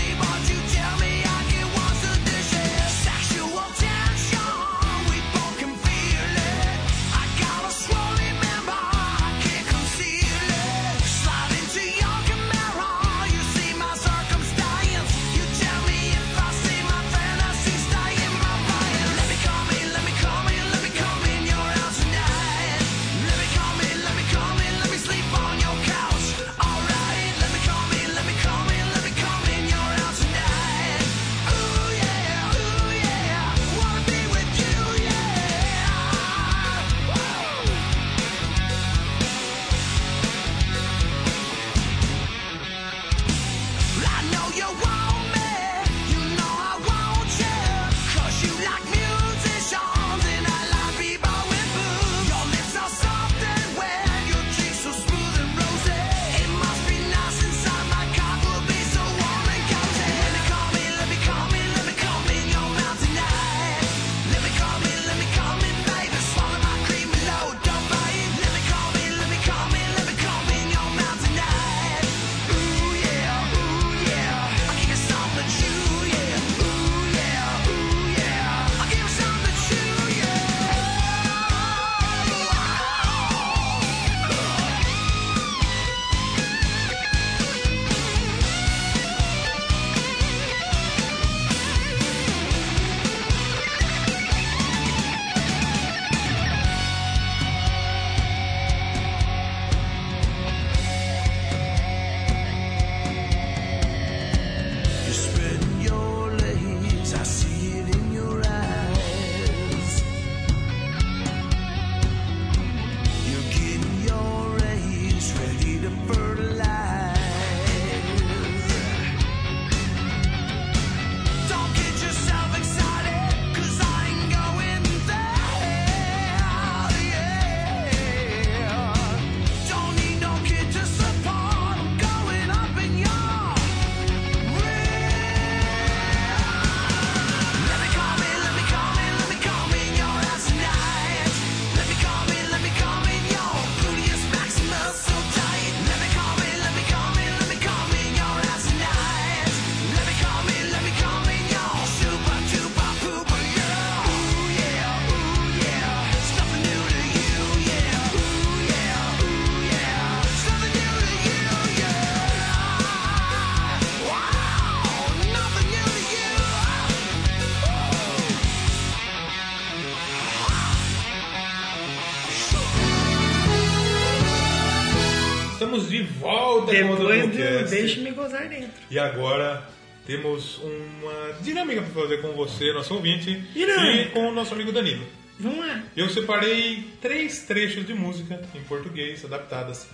Estamos de volta com o
Depois do
Doublecast.
Deixe-me Gozar Dentro.
E agora temos uma dinâmica para fazer com você, nosso ouvinte,
Dinâmica.
e com o nosso amigo Danilo.
Vamos lá.
Eu separei três trechos de música em português adaptadas.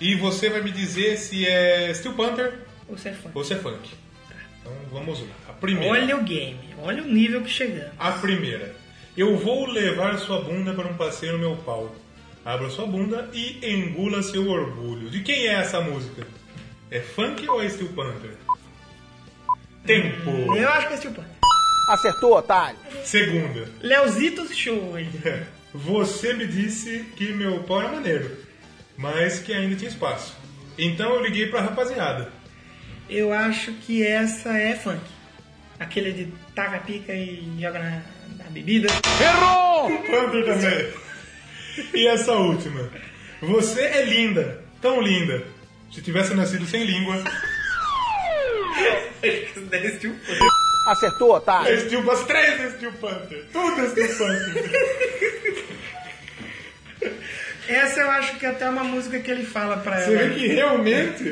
E você vai me dizer se é Steel Panther
Você é fã.
ou se é funk. Então vamos lá. A primeira.
Olha o game. Olha o nível que chegamos.
A primeira. Eu vou levar sua bunda para um passeio no meu pau. Abra sua bunda e engula seu orgulho. De quem é essa música? É funk ou é Steel Panther? Tempo.
Eu acho que é Steel Panther.
Acertou, otário.
Segunda.
Leozito show hoje.
Você me disse que meu pau é maneiro, mas que ainda tinha espaço. Então eu liguei pra rapaziada.
Eu acho que essa é funk. Aquele de taca a pica e joga na, na bebida.
Panther também. E essa última. Você é linda, tão linda. Se tivesse nascido sem língua, é
Acertou, otário.
esse tio, as três desse tio Panther. Tudo esse tio Panther.
Essa eu acho que é até uma música que ele fala pra
Você
ela.
vê que realmente,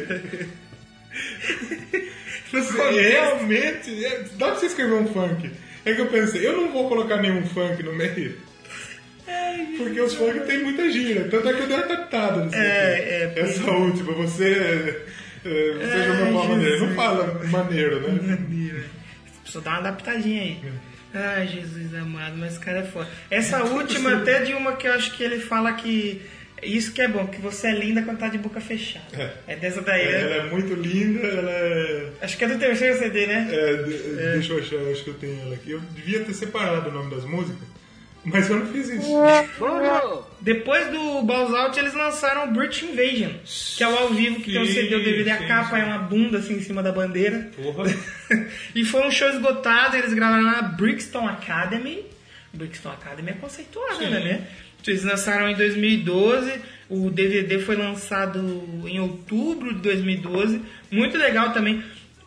No começo.
realmente, é- dá pra você escrever um funk. É que eu pensei, eu não vou colocar nenhum funk no meio. Porque os funk tem muita gira, tanto é que eu dei adaptado. nisso
É,
aqui.
é, porque-
Essa última, você. é, é, Você
Ai,
jogou uma maneiro. Não
Jesus.
fala maneiro, né?
Precisa dar uma adaptadinha aí. Ai, Jesus amado, mas esse cara é foda. Essa
tipo
última
assim,
até de uma que eu acho que ele fala que. Isso que é bom, que você é linda quando tá de boca fechada. É, dessa daí. né?
Ela é muito linda, ela é.
Acho que é do terceiro CD, né?
é, de- Deixa eu achar, eu acho que eu tenho ela aqui. Eu devia ter separado o nome das músicas, mas eu não fiz isso.
Depois do Balls Out, eles lançaram o Brute Invasion, que é o ao vivo que tem o CD, o DVD,
Sim,
a
sim,
capa
sim.
é uma bunda assim em cima da bandeira.
Porra.
e foi um show esgotado, eles gravaram na Brixton Academy. Brixton Academy é conceituada,
Sim.
né? Eles lançaram em 2012, o DVD foi lançado em outubro de 2012, muito legal também.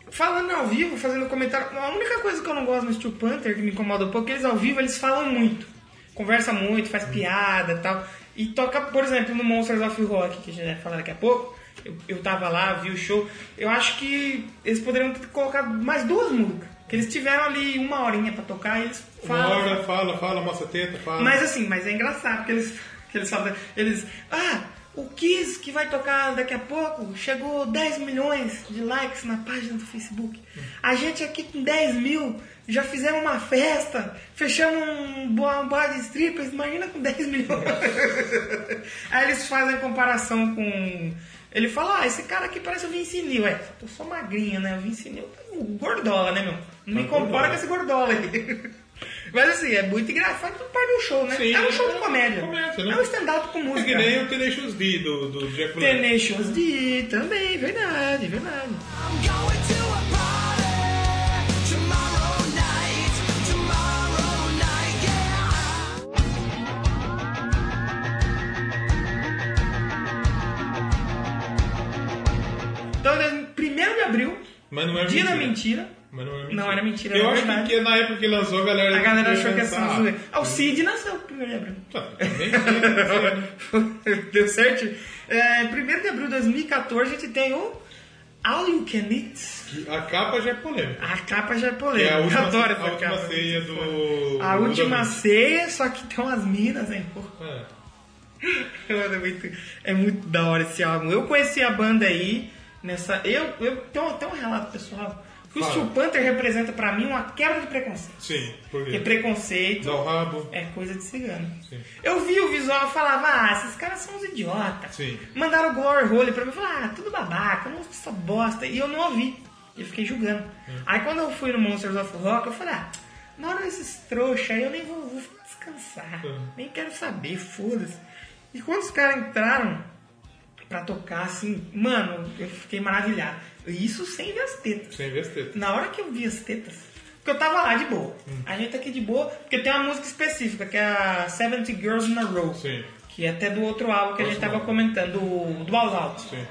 Falando ao vivo, fazendo comentário, a única coisa que eu não gosto no Steel Panther, que me incomoda um pouco, é que eles ao vivo eles falam muito. Conversa muito, faz piada e tal. E toca, por exemplo, no Monsters of Rock, que a gente vai falar daqui a pouco. Eu, eu tava lá, vi o show. Eu acho que eles poderiam ter colocado mais duas músicas. Que eles tiveram ali uma horinha pra tocar e eles
Fala,
falam.
fala, fala, mostra a teta, fala.
Mas assim, mas é engraçado, porque eles, que eles falam. Eles. Ah, o Kiss que vai tocar daqui a pouco chegou 10 milhões de likes na página do Facebook. A gente aqui com 10 mil já fizemos uma festa, fechamos um boa- um bar de strippers, imagina com 10 milhões. Aí eles fazem comparação com. Ele fala, ah, esse cara aqui parece o Vince Neil. Ué, tô só magrinha, né? O Vince Neil tá um gordola, né, meu? Não
Uhum.
me compara com esse gordola aí. Mas assim, é muito engraçado, tudo parte de um show, né?
Sim,
é um show de
é
comédia.
comédia, né?
É um stand-up com
É
música.
que nem o Tenacious D do, do Jack Black.
Tenacious D também, verdade, verdade.
I'm going to a party tomorrow night, tomorrow night, yeah.
Então, 1 de abril,
Mas não era
dia da
mentira.
mentira.
Mas não era mentira.
Não era mentira,
Eu
era
acho
verdade.
que na época que lançou, a galera.
A galera achou que
pensar,
essa zoeira. Ah, o Cid nasceu 1 de abril.
"Ah, tá, também tinha, né?"
Deu certo? É, 1 de abril de 2014 a gente tem o All You Can Eat.
A capa já é polêmica.
A capa já é
É
polêmica.
a última,
eu adoro
a
essa
última
capa.
ceia do.
A
do
última
Davi.
ceia, só que tem umas minas, hein? Porra.
É.
Mano, é muito, é muito da hora esse álbum. Eu conheci a banda aí nessa. Eu, eu tenho até um relato pessoal. Que o
Fala.
Steel Panther representa pra mim uma quebra de preconceito.
Sim, por
Porque
quê?
preconceito
Dá o rabo.
é coisa de cigano.
Sim.
Eu vi o visual e falava, ah, esses caras são uns idiotas.
Sim.
Mandaram o Glory Hole pra mim e falaram, ah, tudo babaca, não essa bosta. E eu não ouvi. Eu fiquei julgando. Aí quando eu fui no Monsters of Rock, eu falei, ah, na hora desses trouxas aí eu nem vou, vou descansar.
Hum.
Nem quero saber, foda-se. E quando os caras entraram pra tocar, assim, mano, eu fiquei maravilhado. Isso sem ver as tetas.
Sem vestir.
Na hora que eu vi as tetas, porque eu tava lá de boa.
Hum.
A gente tá aqui de boa, porque tem uma música específica, que é a 70 Girls in a Row.
Sim.
Que é até do outro álbum que a gente
Próximo
tava comentando, do, do Balls Out.
Sim.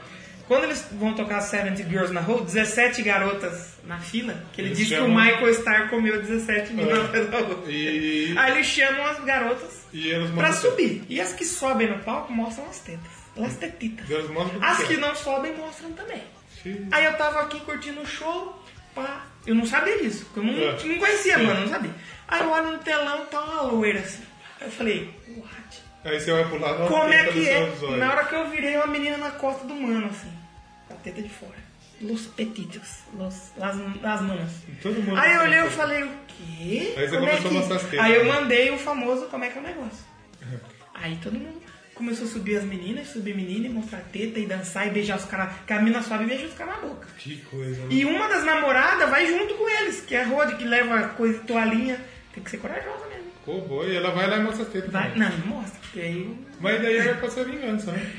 Quando eles vão tocar 70 Girls in a Row, 17 garotas na fila, que ele
Eles
diz que o
chamam-
Michael Starr comeu 17 mil
Ah.
na rua.
E-
Aí eles chamam as garotas
E elas
pra
mostram-
subir. E as que sobem no palco mostram as tetas. Pelas tetitas.
Deus mostra o
As
é.
que não sobem mostram também.
Sim.
Aí eu tava aqui curtindo o show, pá. Eu não sabia disso, porque eu não,
É.
não conhecia,
Sim.
mano, não sabia. Aí eu olho no telão, tá uma loira assim. Aí eu falei, what?
Aí você olha pro lado, olha
Como
quem
é
tá
que
no seu
é?
episódio.
Na hora que eu virei uma menina na costa do mano, assim. Com a teta de fora. Los petitos. Los, las, las manas.
Todo mundo
Aí eu
tá
olhei e
assim.
falei, o quê?
Aí você
Como é
começou a
que-
mostrar as tetas,
Aí eu
né?
mandei o famoso como é que é o negócio. Aí todo mundo começou a subir as meninas, subir menina e mostrar a teta e dançar e beijar os caras. Que a mina sobe e beija os caras na boca.
Que coisa. né?
E uma das namoradas vai junto com eles, que é a Rode, que leva coisa, toalhinha. Tem que ser corajosa mesmo.
Cowboy, ela vai lá e mostra as tetas.
Vai,
também.
não, não mostra, porque aí
Mas daí era pra ser vingança, né?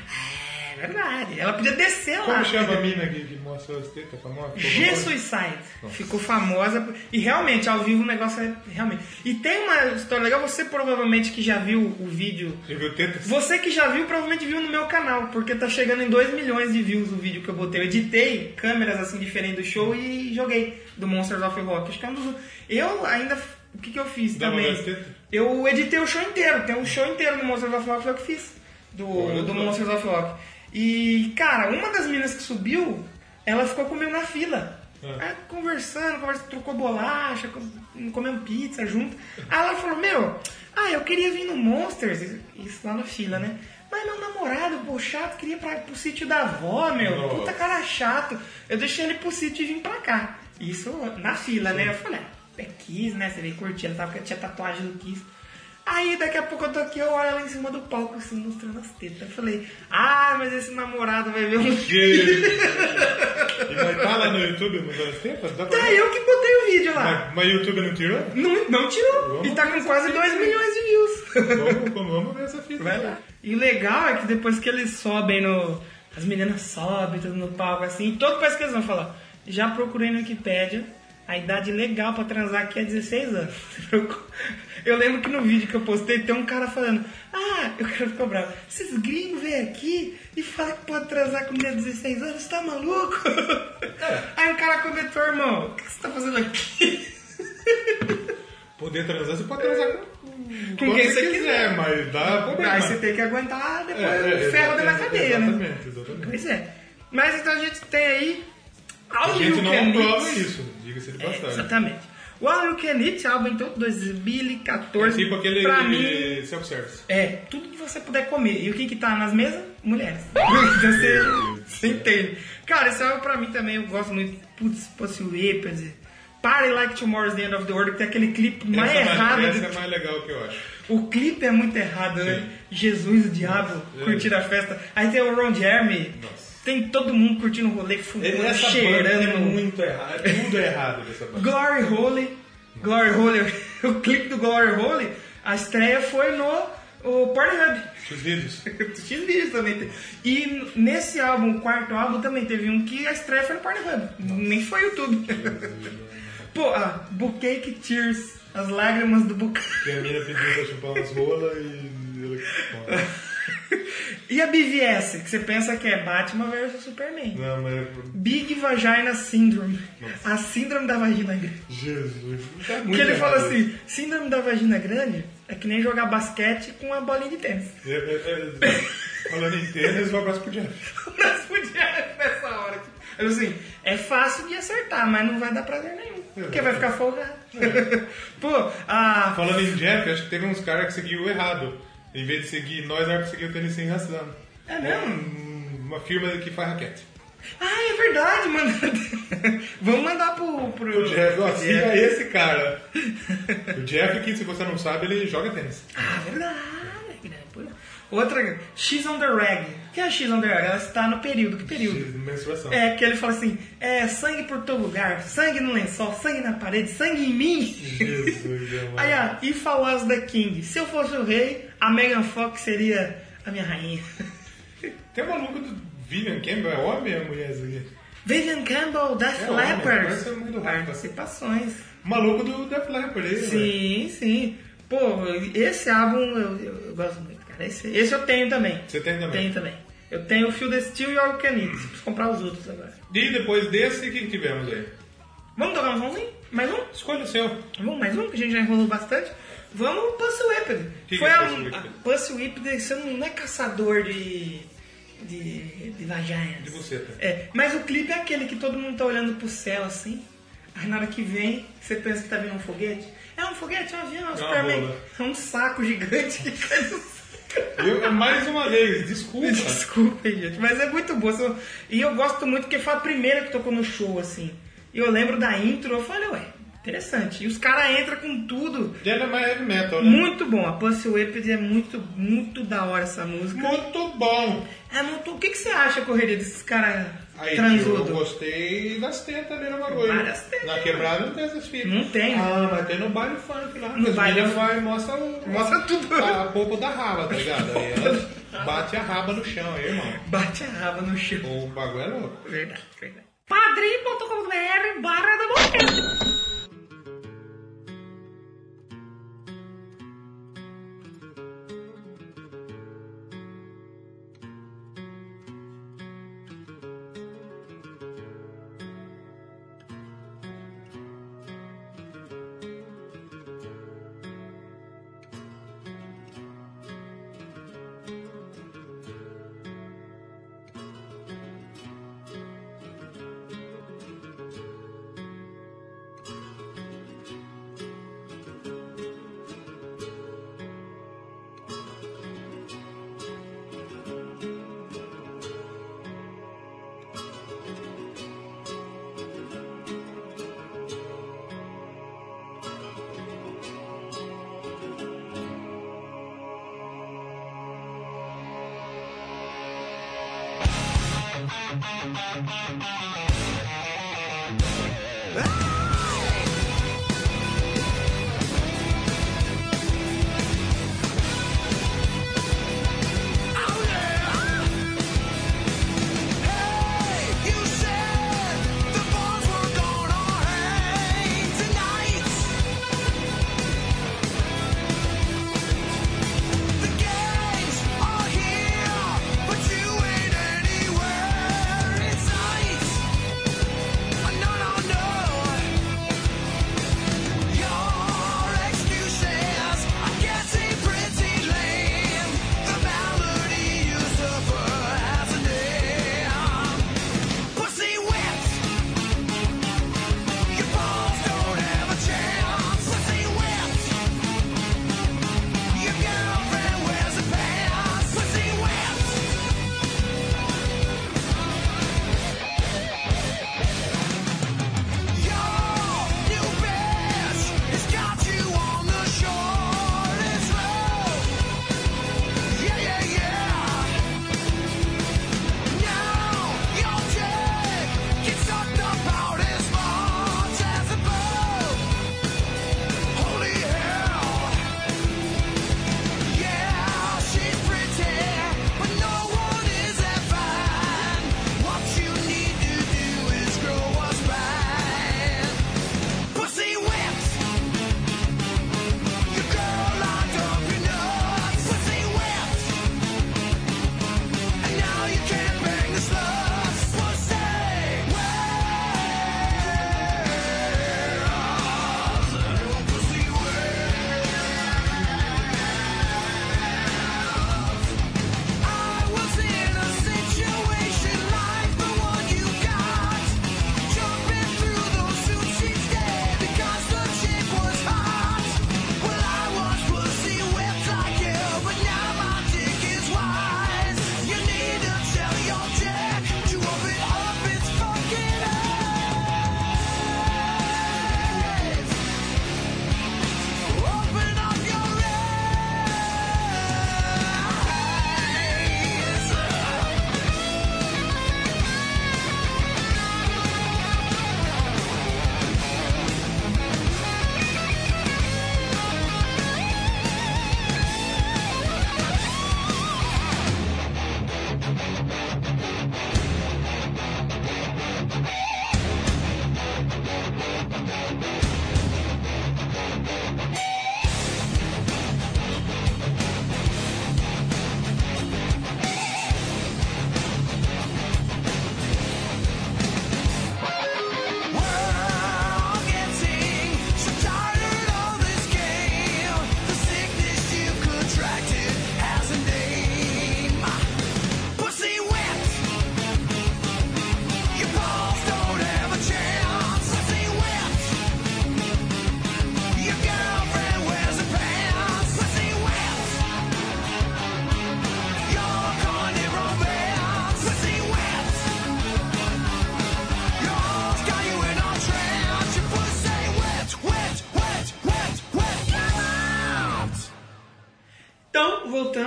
É verdade. Ela podia descer lá.
Como chama a mina que, que mostra as tetas? Famosa?
Jesus Side. Ficou famosa. por- E realmente, ao vivo o negócio é. Realmente. E tem uma história legal, você provavelmente que já viu o vídeo.
Já viu tetas?
Você que já viu, provavelmente viu no meu canal, porque tá chegando em 2 milhões de views o vídeo que eu botei. Eu editei câmeras assim diferentes do show e joguei do Monsters of Rock. Acho que é um dos. Eu ainda. O que, que eu fiz
Dá uma
também?
gasteta?
Eu editei o show inteiro, tem um show inteiro do Monsters of Rock foi eu que fiz. Do,
Olha tá
do
só.
Monsters of Rock. E, cara, uma das meninas que subiu, ela ficou comigo na fila.
Ah.
Aí, conversando, conversando, trocou bolacha, com- comendo pizza junto. Aí ela falou, meu, ah, eu queria vir no Monsters, isso lá na fila, né? Mas meu namorado, pô, chato, queria ir pra, pro sítio da avó, meu.
Nossa.
Puta cara chato. Eu deixei ele pro sítio e vim pra cá. Isso na fila, né? Eu falei, ah, é Kiss, né? Você veio curtir, ela tava com tinha tatuagem do Kiss. Aí daqui a pouco eu tô aqui, eu olho ela em cima do palco, assim, mostrando as tetas. Eu falei, ah, mas esse namorado vai ver um
Que... e vai tá lá no YouTube mostrando as tetas? Dá pra
Tá,
ver?
eu que botei o vídeo lá.
Mas, mas o YouTube não tirou?
Não, não tirou.
Vamos
E tá com quase 2 milhões de views.
Vamos, vamos, vamos ver essa fita.
Vai lá. E o legal é que depois que eles sobem no. As meninas sobem, tudo no palco assim. Todo país que eles vão falar. Já procurei no Wikipedia. A idade legal pra transar aqui é 16 anos. Eu lembro que no vídeo que eu postei tem um cara falando: Ah, eu quero ficar bravo. Esses gringos vêm aqui e falam que pode transar com mulher de 16 anos, você tá maluco? Aí o cara comentou: Irmão, o que você tá fazendo aqui?
Poder transar, você pode transar com, com
quem você quiser.
mas dá problema.
Aí Ah, você né? tem que aguentar
É,
depois
é,
o ferro
exatamente,
dentro da cadeia, né?
Exatamente, exatamente.
Pois é. Mas então a gente tem aí.
A
All
gente
You
não
Can
aprova
Eat.
isso, diga-se de
É,
passagem.
exatamente. O All You Can Eat, álbum então 2014.
tipo aquele
Pra mim,
self-service.
é tudo que você puder comer. E o que que tá nas mesas? Mulheres. então você, você entende. Cara, esse álbum pra mim também eu gosto muito. Putz, Pussy Whippers. Party Like Tomorrow's the End of the World, que tem aquele clipe mais
essa
errado
mais, essa
do
é mais legal que eu acho.
o clipe é muito errado, né? Jesus, o diabo,
é.
curtir a festa. Aí tem o Ron Jeremy.
Nossa.
Tem todo mundo curtindo o rolê, fumando,
Essa
cheirando.
banda é muito errada. Tudo é errado dessa banda.
Glory Holy. Glory Holy. O clipe do Glory Holy, a estreia foi no o Pornhub.
Os vídeos.
X vídeos também. tem. E nesse álbum, o quarto álbum, também teve um que a estreia foi no Pornhub. Nem foi YouTube. Pô, ah, Bouquet Tears. As lágrimas do bucaque.
Que a mina pediu pra chupar umas rolas e... ela-
E a BVS, que você pensa que é Batman versus Superman.
Não, mas... é
Big Vagina Syndrome. A síndrome da vagina grande.
Jesus. Tá muito
Porque ele fala
errado.
assim, síndrome da vagina grande é que nem jogar basquete com uma bolinha de tênis.
É, é, é, Falando em tênis, um abraço pro Jeff.
Nós podíamos nessa hora. Ele falou assim, é fácil de acertar, mas não vai dar prazer nenhum. Porque vai ficar folgado. Pô, a...
Falando em Jeff, acho que teve uns caras que seguiu errado. Em vez de seguir nós, era pra seguir o tênis sem razão.
É mesmo?
Hum, Uma firma que faz raquete.
Ah, é verdade, mano. Vamos mandar pro... pro...
O Jeff, ó,
pro
siga esse cara. O Jeff, que se você não sabe, ele joga tênis.
Ah, verdade. né? Pô. Outra, X on the rag. O que é X on the rag? Ela está no período. Que período?
Menstruação.
É, que ele fala assim, é sangue por todo lugar, sangue no lençol, sangue na parede, sangue em mim.
Jesus, amado.
Aí, ó, If I was the king, se eu fosse o rei, a Megan Fox seria a minha rainha.
Tem um maluco do Vivian Campbell, é homem ou é mulherzinha?
Vivian Campbell, Death
É, olha, parece muito
Leppard.
rápido.
Participações.
O Maluco do Def Leppard, ele, né?
Sim, sim. Pô, esse álbum eu, eu- eu gosto muito, cara. Esse, esse eu tenho também.
Você tem também?
Tenho também. Eu tenho o Fio the Steel e o All You Can Eat. Preciso comprar os outros agora.
E depois desse, o que que tivemos aí?
Vamos tocar um somzinho? Mais um?
Escolha o seu.
Vamos, mais um, que a gente já enrolou bastante. Vamos Pussy Whipped.
Que
Foi
que é
a,
Pussy Whipped?
a Pussy Whipped, você não, não é caçador de... de, de vagina.
De buceta.
É, mas o clipe é aquele que todo mundo tá olhando pro céu assim. Aí na hora que vem, você pensa que tá vindo um foguete. É um foguete, é um avião, é um
uma
Superman.
bola.
É um saco gigante que um cai no céu.
Eu, É mais uma vez, desculpa.
Desculpa, gente, mas é muito boa. São- E eu gosto muito porque foi a primeira que tocou no show, assim. E eu lembro da intro, eu falei, ué, interessante. E os caras entram com tudo.
E ela é mais heavy metal, né?
Muito bom. A Pussy Whipped é muito, muito da hora essa música.
Muito bom.
É, não tô- O que, que você acha, correria, desses caras
Aí eu
transudos?
gostei das tetas ali na bagulho.
Várias tetas.
Na quebrada não tem essas fitas.
Não tem.
Ah, mas tem no baile funk lá.
No
As
baile
meninas
funk.
vai e mostra, o-
Mostra tudo.
A polpa da raba, tá ligado? Aí elas batem a raba no chão aí, irmão.
Bate a raba no chão.
O bagulho é louco.
Verdade, verdade.
Padrim.com.br barra da boquete.
Oh, No, no, no.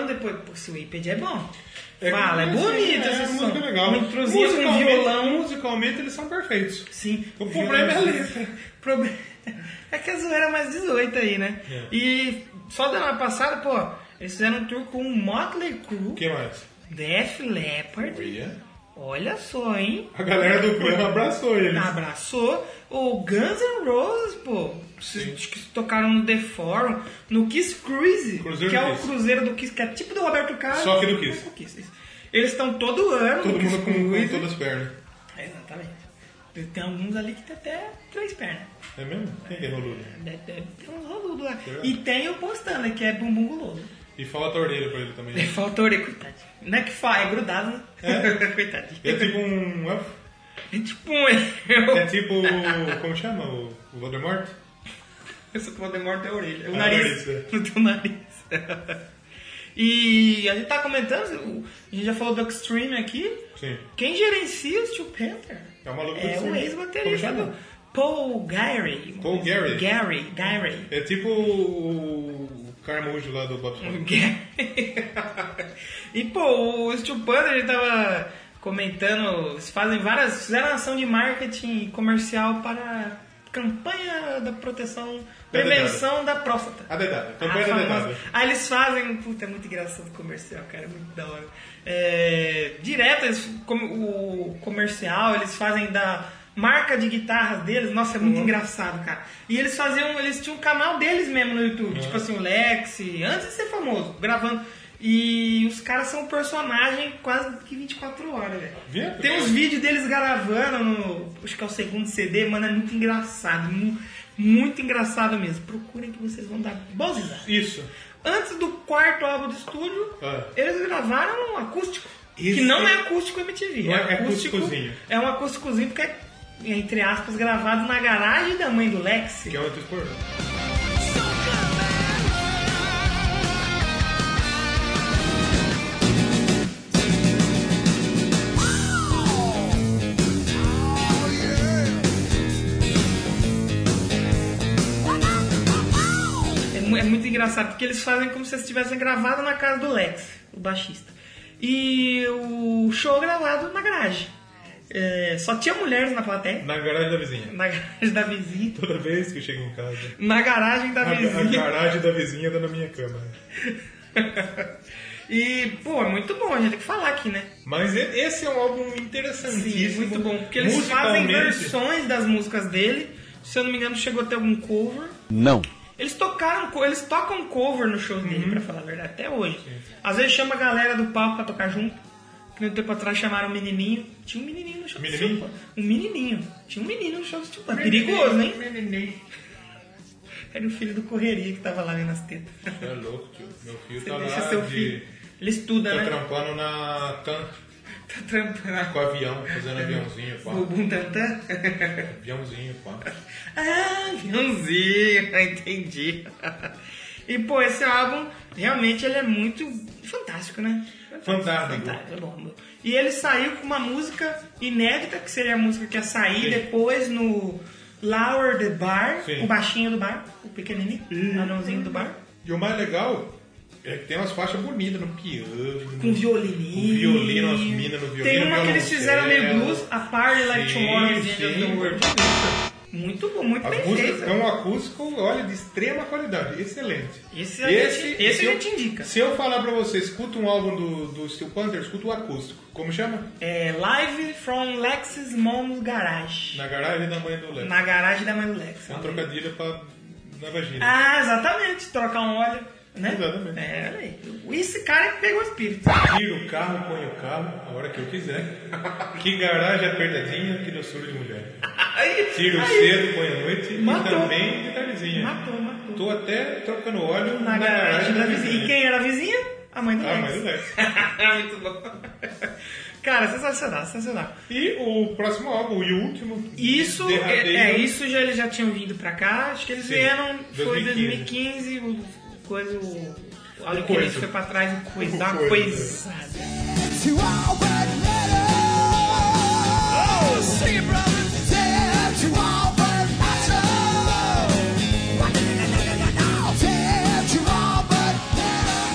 Então, pô, esse Wicked é bom.
É
Fala, é
que-
bonito
é,
essa
é
som.
música legal.
Uma introzinha com
Musicalmente-
violão.
Musicalmente eles são perfeitos.
Sim.
O problema é a letra.
O problema- É que a zoeira é mais 18 aí, né?
É.
E só da ano passado, pô, eles fizeram um tour com o Motley Crue,
O que mais?
Def Leppard. Olha só, hein?
A galera do programa abraçou eles.
Abraçou o Guns N' Roses, pô. Se- Acho que tocaram no The Forum, no Kiss Cruise,
Cruzeiro
que é
do
o
Kiss.
cruzeiro do Kiss, que é tipo do Roberto Carlos.
Só que do
mas
Kiss.
com isso. Eles estão todo ano no
Todo
Kiss
mundo com, com
Cruise.
todas as pernas.
É, Exatamente. Tem alguns ali que tem até três pernas.
É mesmo? Quem que é roludo?
Deve- deve ter uns roludos lá.
Será?
um né? E tem o Postana, que é bumbum guloso.
E falta a orelha pra ele também.
Ele falta orelha, coitadinho. Não é que fala, é grudado, né? coitadinho.
É. É tipo um elfo.
É tipo um eu.
É tipo. Como chama? O, o Voldemort?
Eu sou que o Voldemort é a orelha. O
Ah,
nariz.
nariz, é.
No teu nariz. e a gente tá comentando, o- a gente já falou do Extreme aqui.
Sim.
Quem gerencia o Steel Panther?
É o maluco do
É o
Extreme.
ex-baterista
Como
do
chama?
Paul Gary.
Paul Gary.
Gary, Gary.
É tipo o, o Carmujo lá do Bob Esponja.
e pô, o Steel Panther ele tava comentando, eles fazem várias, fizeram ação de marketing comercial para campanha da proteção,
Da
prevenção da próstata.
A dedada.
Ah,
Campanha da
famosa.
dedada.
Aí eles fazem, puta, é muito engraçado o comercial, cara, é muito da hora. É, direto, eles- como- o comercial, eles fazem da marca de guitarras deles, nossa, é muito engraçado, cara. E eles faziam, eles tinham um canal deles mesmo no YouTube, tipo assim, o Lex, antes de ser famoso, gravando. E os caras são um personagem quase que 24 horas, velho.
Viu?
Tem uns vídeos deles gravando no. Acho que é o segundo CD, mano, é muito engraçado. mu- Muito engraçado mesmo. Procurem que vocês vão dar boas risadas.
Isso.
Antes do quarto álbum de estúdio,
Ah.
eles gravaram um acústico.
Isso.
Que não é acústico MTV.
Não é- é acústicozinho.
É um acústicozinho porque é, entre aspas, gravado na garagem da mãe do Lex.
Que é outro expor. um
É, mu- é muito engraçado, porque eles fazem como se eles tivessem gravado na casa do Lex, o baixista. E o show é gravado na garagem. É, só tinha mulheres na plateia,
Na garagem da vizinha.
na garagem da vizinha.
Toda vez que eu chego em casa.
Na garagem da
A, a
vizinha.
garagem da vizinha dá na minha cama.
E, pô, é muito bom, a gente tem que falar aqui, né?
Mas e- esse é um álbum interessantíssimo.
Sim, muito bom. Porque eles fazem
Musicalmente,
versões das músicas dele. Se eu não me engano, chegou a ter algum cover.
Não.
Eles tocaram, co- eles tocam cover no show dele,
Uhum.
pra falar a verdade, até hoje. Às vezes chama a galera do palco pra tocar junto. Que nem um tempo atrás chamaram o menininho. Tinha um menininho no show
Menininho?
do Steel Pan. Um menininho. Tinha um menino no show do Steel Pan. Perigoso, hein? Menininho. Era o filho do Correria que tava lá vendo as tetas.
Você É louco, tio. Meu filho
Você
tá
deixa
lá
seu
de...
filho. Ele estuda,
Tá
né?
trampando na TAM
Tá trampando.
com avião, fazendo aviãozinho, pá.
Bubum tantã.
Aviãozinho, pá.
Ah, aviãozinho, entendi. E, pô, esse álbum, realmente, ele é muito fantástico, né?
Fantástico.
Fantástico, é bom. E ele saiu com uma música inédita, que seria a música que ia sair
Sim.
depois no Lower the Bar,
Sim. Hum.
o baixinho do bar, o pequenininho, o anãozinho do bar,
E o mais legal é que tem umas faixas bonitas no piano.
com violininho.
Hum. Com violino, as minas no violino.
Tem uma que eles
violoncelo.
fizeram meio blues, a Party Like
Sim,
Tomorrow is the End of
sim.
the World. Muito bom, muito
As
bem
músicas
feito.
é um acústico, olha, de extrema qualidade, excelente.
Esse a gente- esse
se
a
eu-
gente indica.
Se eu falar pra você, escuta um álbum do, do Steel Panther, escuta o acústico. Como chama?
É Live from Lex's Mom's Garage.
Na garagem da mãe do Lex.
Na garagem da mãe do Lex.
É um trocadilho pra... na vagina.
Ah, exatamente. Trocar um óleo, né?
Exatamente.
É, olha aí. Esse cara que pegou o espírito.
Tiro o carro, ponho o carro, a hora que eu quiser. que garagem apertadinha, que doçura de mulher.
Aí,
Tiro
aí,
cedo, ponho à noite
Matou.
e também de tardezinha.
Matou, matou.
Tô até trocando óleo
Na garagem da vizinha. E quem era a vizinha? A mãe do
Ah,
Lex.
mas o Lex.
Muito bom. Cara, sensacional, sensacional.
E o próximo álbum, e o último.
Isso, é,
derradeiro,
é, isso já eles já tinham vindo pra cá. Acho que eles
Sim,
vieram, foi
2015.
2015, o o coisa, o, o Alho
coisa.
Querido foi pra trás, o coisa,
O
dá uma
coisa.
coisada.
To all but metal. Say it, brother. Dead to all but metal. Dead to all but metal.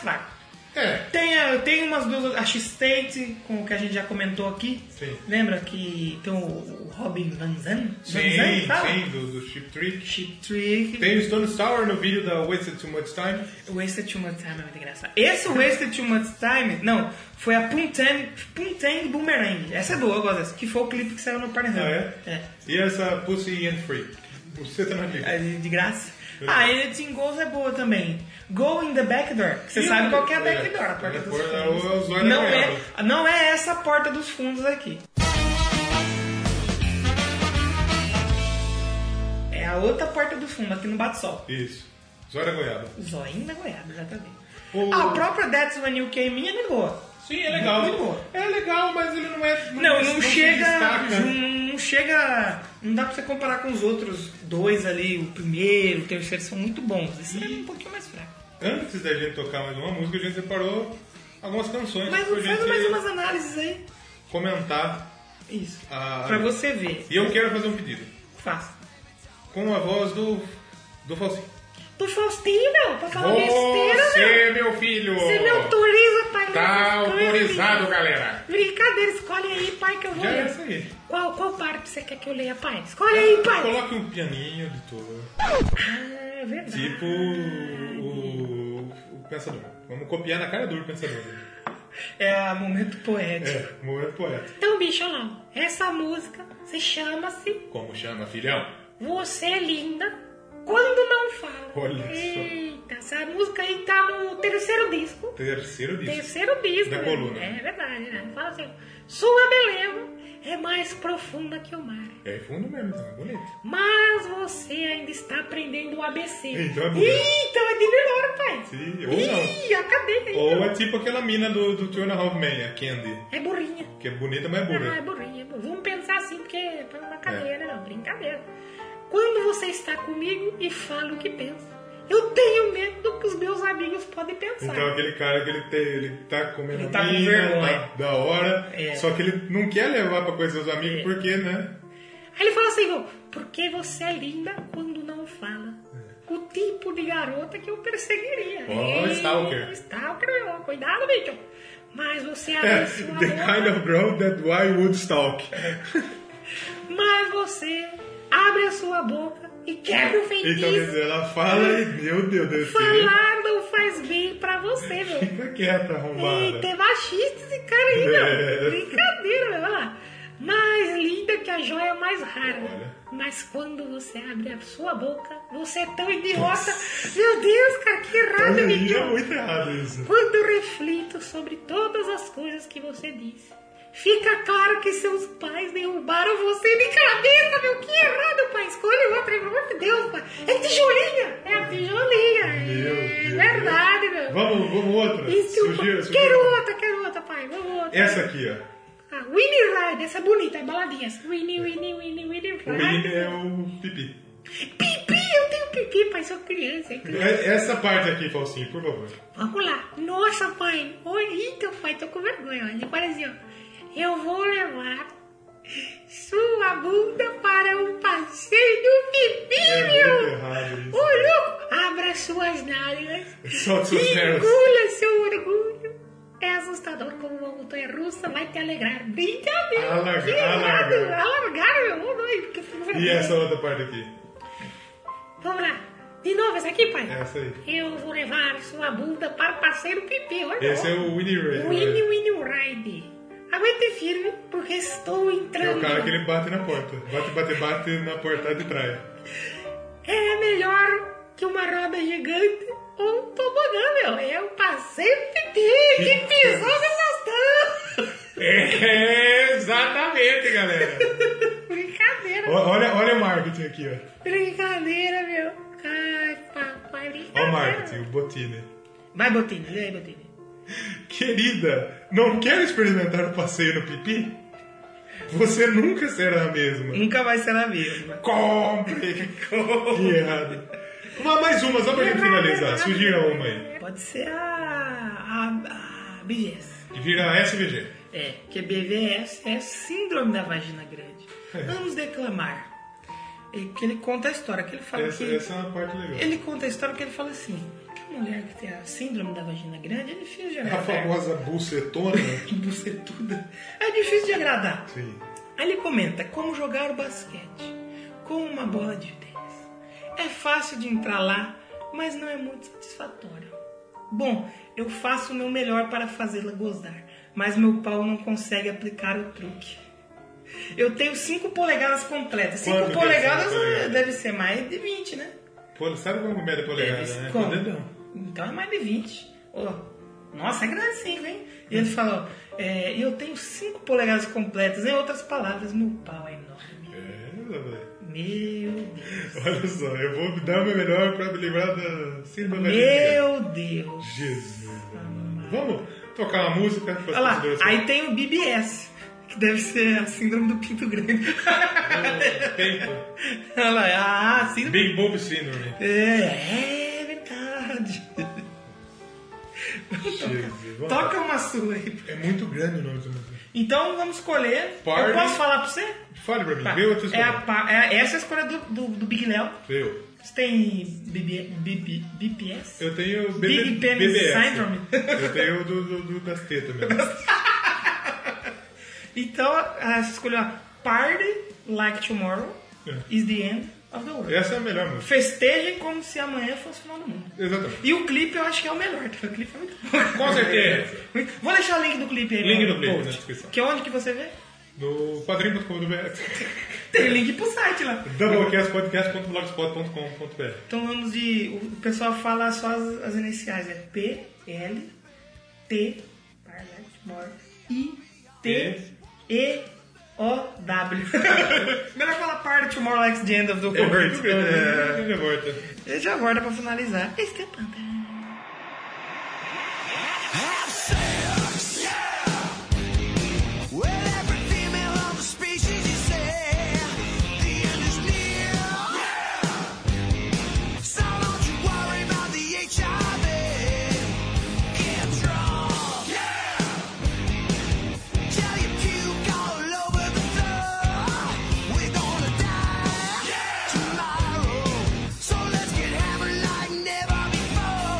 então, é
É.
eu tenho umas duas. A X-State, com o que a gente já comentou aqui.
Sim.
Lembra que tem o- o Robin Van Zandt? Van Zandt,
Sim,
fala?
sim, do, do Chip Trick.
Cheap Trick.
Tem o Stone Sour no vídeo da Wasted Too Much Time.
Wasted Too Much Time é muito engraçado. Esse Wasted Too Much Time, não, foi a Puntang, Puntang Boomerang. Essa é boa, eu gosto dessa. Que foi o clipe que saiu no Parnell.
Ah, é? E essa Pussy and Free. Você tá na
É,
vida.
de- de graça.
Uhum.
Ah, e Teen Goals é boa também. Go in the Backdoor. que Você
Ih,
sabe qual que é a
é,
backdoor, a porta
é,
dos
porta-
fundos.
é o- é o zóio
não,
amarelo.
é, não é essa a porta dos fundos aqui. É a outra porta do fundo, aqui no Bate-Sol.
É.
Isso. Zora Goiaba.
Zoinho da Goiaba, exatamente.
O-
Ah, a própria That's When You Came In é muito boa.
Sim, é legal.
Muito boa.
É legal, mas ele não é.
Não, não,
se
chega.
destaca.
Não, não chega. Não dá pra você comparar com os outros dois ali, o primeiro, o terceiro, são muito bons. Esse é um pouquinho mais fraco.
Antes da gente tocar mais uma música, a gente separou algumas canções
Mas
pra
faz
gente
mais umas análises aí.
comentar.
Isso.
Ah,
pra você ver.
E eu quero fazer um pedido.
Faça.
Com a voz do. do Falsinho.
Pro Faustinho, meu,
Tá
pra falar besteira, meu.
Você, meu filho!
Você me autoriza, pai.
Tá
essas coisas,
autorizado,
menino?
galera!
Brincadeira, escolhe aí, pai, que eu vou
Já é
ler.
isso aí.
Qual, qual parte você quer que eu leia, pai? Escolhe aí, pai.
Coloque um pianinho, editor.
É verdade.
Tipo o, o Pensador. Vamos copiar na cara dura o Pensador.
É a momento poético.
É, momento poeta.
Então, bicho, olha lá. Essa música se chama-se
Como chama, filhão?
Você é Linda Quando Não Fala.
Olha só.
Eita, essa música aí tá no terceiro disco.
Terceiro disco.
Terceiro disco.
Da
né?
coluna.
É verdade, né? Fala assim, sua beleza é mais profunda que o mar.
É fundo mesmo, então é bonito.
Mas você ainda está aprendendo o ABC.
Então é bonito.
Ih, então é de melhor, pai.
Sim, ou não.
Ih, acabei. aí,
Ou
então.
é tipo aquela mina do, do Two and a Half Men, a Candy.
É burrinha.
Que é bonita, mas é
Ah, é
burra.
burrinha. Vamos pensar assim, porque foi
É.
uma cadeira, não. Brincadeira. Quando você está comigo e fala o que pensa, eu tenho medo do que os meus amigos podem pensar.
Então aquele cara que ele, tem, ele tá comendo
Ele tá com
mina,
vergonha.
tá da hora.
É.
Só que ele não quer levar pra coisa dos
É.
amigos, porque, né?
Aí ele fala assim, ó, porque você é linda quando não fala. O tipo de garota que eu perseguiria.
É. Ó,
Ei,
stalker.
Stalker, meu. Cuidado, bicho. Mas você é
É,
abençoadora.
the kind of girl that I would stalk.
Mas você abre a sua boca e quebra o feitiço.
Então, quer dizer, ela fala e, meu Deus do céu.
Falar não faz bem pra você, meu.
Fica quieta, arrombada.
Eita, é machista esse cara aí, meu.
É.
Brincadeira, meu. Olha lá. Mais linda que a joia mais rara.
Olha.
Mas quando você abre a sua boca, você é tão idiota. Meu Deus, cara, que errado,
Olha aí, é
menino.
muito errado isso.
Quando eu reflito sobre todas as coisas que você disse, fica claro que seus pais derrubaram você de cabeça, meu. Que errado, pai. Escolha outra, pelo amor de Deus, pai. É tijolinha. É a tijolinha.
Meu
é
Deus.
verdade, meu.
Vamos, vamos outra.
Isso,
Sugira, sugira.
Quero outra, quero outra, pai. Vamos outra.
Essa aqui, ó.
Ah, Winnie Ride, essa é bonita, é baladinha. essa. Winnie, Winnie, Winnie, Winnie
O
Ride.
menino é o pipi.
Pipi, eu tenho pipi, pai, sou criança. hein, criança.
É- Essa parte aqui, Falsinho, por favor.
Vamos lá. Nossa, pai. Oi, então, pai, tô com vergonha. ó. Ele fala assim, ó. Eu vou levar sua bunda para um passeio do pipi,
É muito errado
meu.
isso.
Ô, louco. Abra suas nádegas.
Solta suas pernas.
Engula seu orgulho. É assustador como uma montanha russa vai te alegrar. Brincadeira.
Alargar,
Que errado.
alargar.
Alargar, meu. Ô, não, porque eu fico com
E
vergonha.
essa outra parte aqui.
Vamos lá. De novo essa aqui, pai?
Essa aí.
Eu vou levar sua bunda para o parceiro pipi. Olha.
Esse é o Winnie Ray.
Winnie
né?
Winnie Ride. Aguente firme, porque estou
um
Que é
entrando.
o cara que ele bate na porta. Bate, bate, bate na porta de praia.
É melhor que uma roda gigante ou um tobogã, meu. É um passeio pipi. Que pisou vocês estão.
É, exatamente, galera.
Brincadeira.
O- olha, olha o marketing aqui, ó.
Brincadeira, meu. Ai, papai, brincadeira.
Olha o marketing, o Botini.
Vai, Botini, lê aí, Botini.
Querida, não quer experimentar o passeio no pipi? Você nunca será a mesma.
Nunca vai ser a mesma.
Compre! que errado. Mas mais uma, só pra gente finalizar. Sugira uma aí.
Pode ser a. a. a BVS.
Que vira a SVG.
É, que BVS é Síndrome da Vagina Grande. Vamos declamar. E que ele conta a história, que ele fala
Essa,
Tá
que.
essa é uma parte legal.
Ele conta a história que ele fala assim:
mulher que tem a síndrome da vagina grande é difícil de
A
agradar.
famosa bucetona.
Bucetuda. É difícil de agradar.
Sim.
Aí ele comenta é como jogar o basquete com uma bola de tênis. É fácil de entrar lá, mas não é muito satisfatório. Bom, eu faço o meu melhor para fazê-la gozar, mas meu pau não consegue aplicar o truque. Eu tenho 5 polegadas completas. 5
Quanto que é
polegadas eh,
cinco polegadas?
deve ser mais de 20, né?
Pô, sabe como é a
Deve
polegada,
ser-
né? Com o
como?
dedão.
Então é mais de 20. Ó, nossa, é grande cinco, hein? E ele falou, é, eu tenho 5 polegadas completas. Em outras palavras, meu pau é enorme.
É, velho.
Meu Deus.
Olha só, eu vou dar o meu melhor pra me livrar da síndrome da vagina.
Meu Deus.
Jesus. mano. Vamos tocar uma música? fazer
Olha lá,
considerações?
aí tem o BBS, que deve ser a síndrome do pinto grande.
Tempo.
Olha lá, ah, síndrome...
Big Bob Síndrome.
É, é verdade. Vamos tocar.
Jesus, vamos
Toca uma sua aí.
É muito grande o nome dessa música.
Então vamos escolher.
Party.
Eu posso falar pra você?
Fale pra mim,
Tá.
vê outra
é a,
escolha.
pa- é- essa é a escolha do, do, do Big Léo.
Eu.
Você tem BB, BB, BPS?
Eu tenho BB,
Big Penis
BBS.
Syndrome.
Eu tenho do, do, do das tetas mesmo.
Então ah, você escolheu a Party Like Tomorrow
É.
is the End of the World.
Essa é a melhor música.
Festejem como se amanhã fosse o final do mundo.
Exatamente.
E o clipe eu acho que é o melhor, porque o clipe é muito bom.
Com certeza.
Vou deixar o link do clipe aí.
Link
no
do clipe
post.
na descrição.
Que é onde que você vê?
No quadrinho.com.br.
Tem link pro site lá.
Doublecastpodcast.blogspot.com.br
Então vamos de. O pessoal fala só as, as iniciais, é P, L, T, Parliament More, I, T, E, O, W. Melhor falar Party Tomorrow Likes the End of the
É muito
World.
grande. né? A gente já volta.
Eu já aguardo pra finalizar. Esse é Pantera.
Well, every female of the species is there. The end is near. So don't you worry about the HIV. Get drunk. Tell your puke all over the floor. We're gonna die tomorrow. So let's get hammered like never before.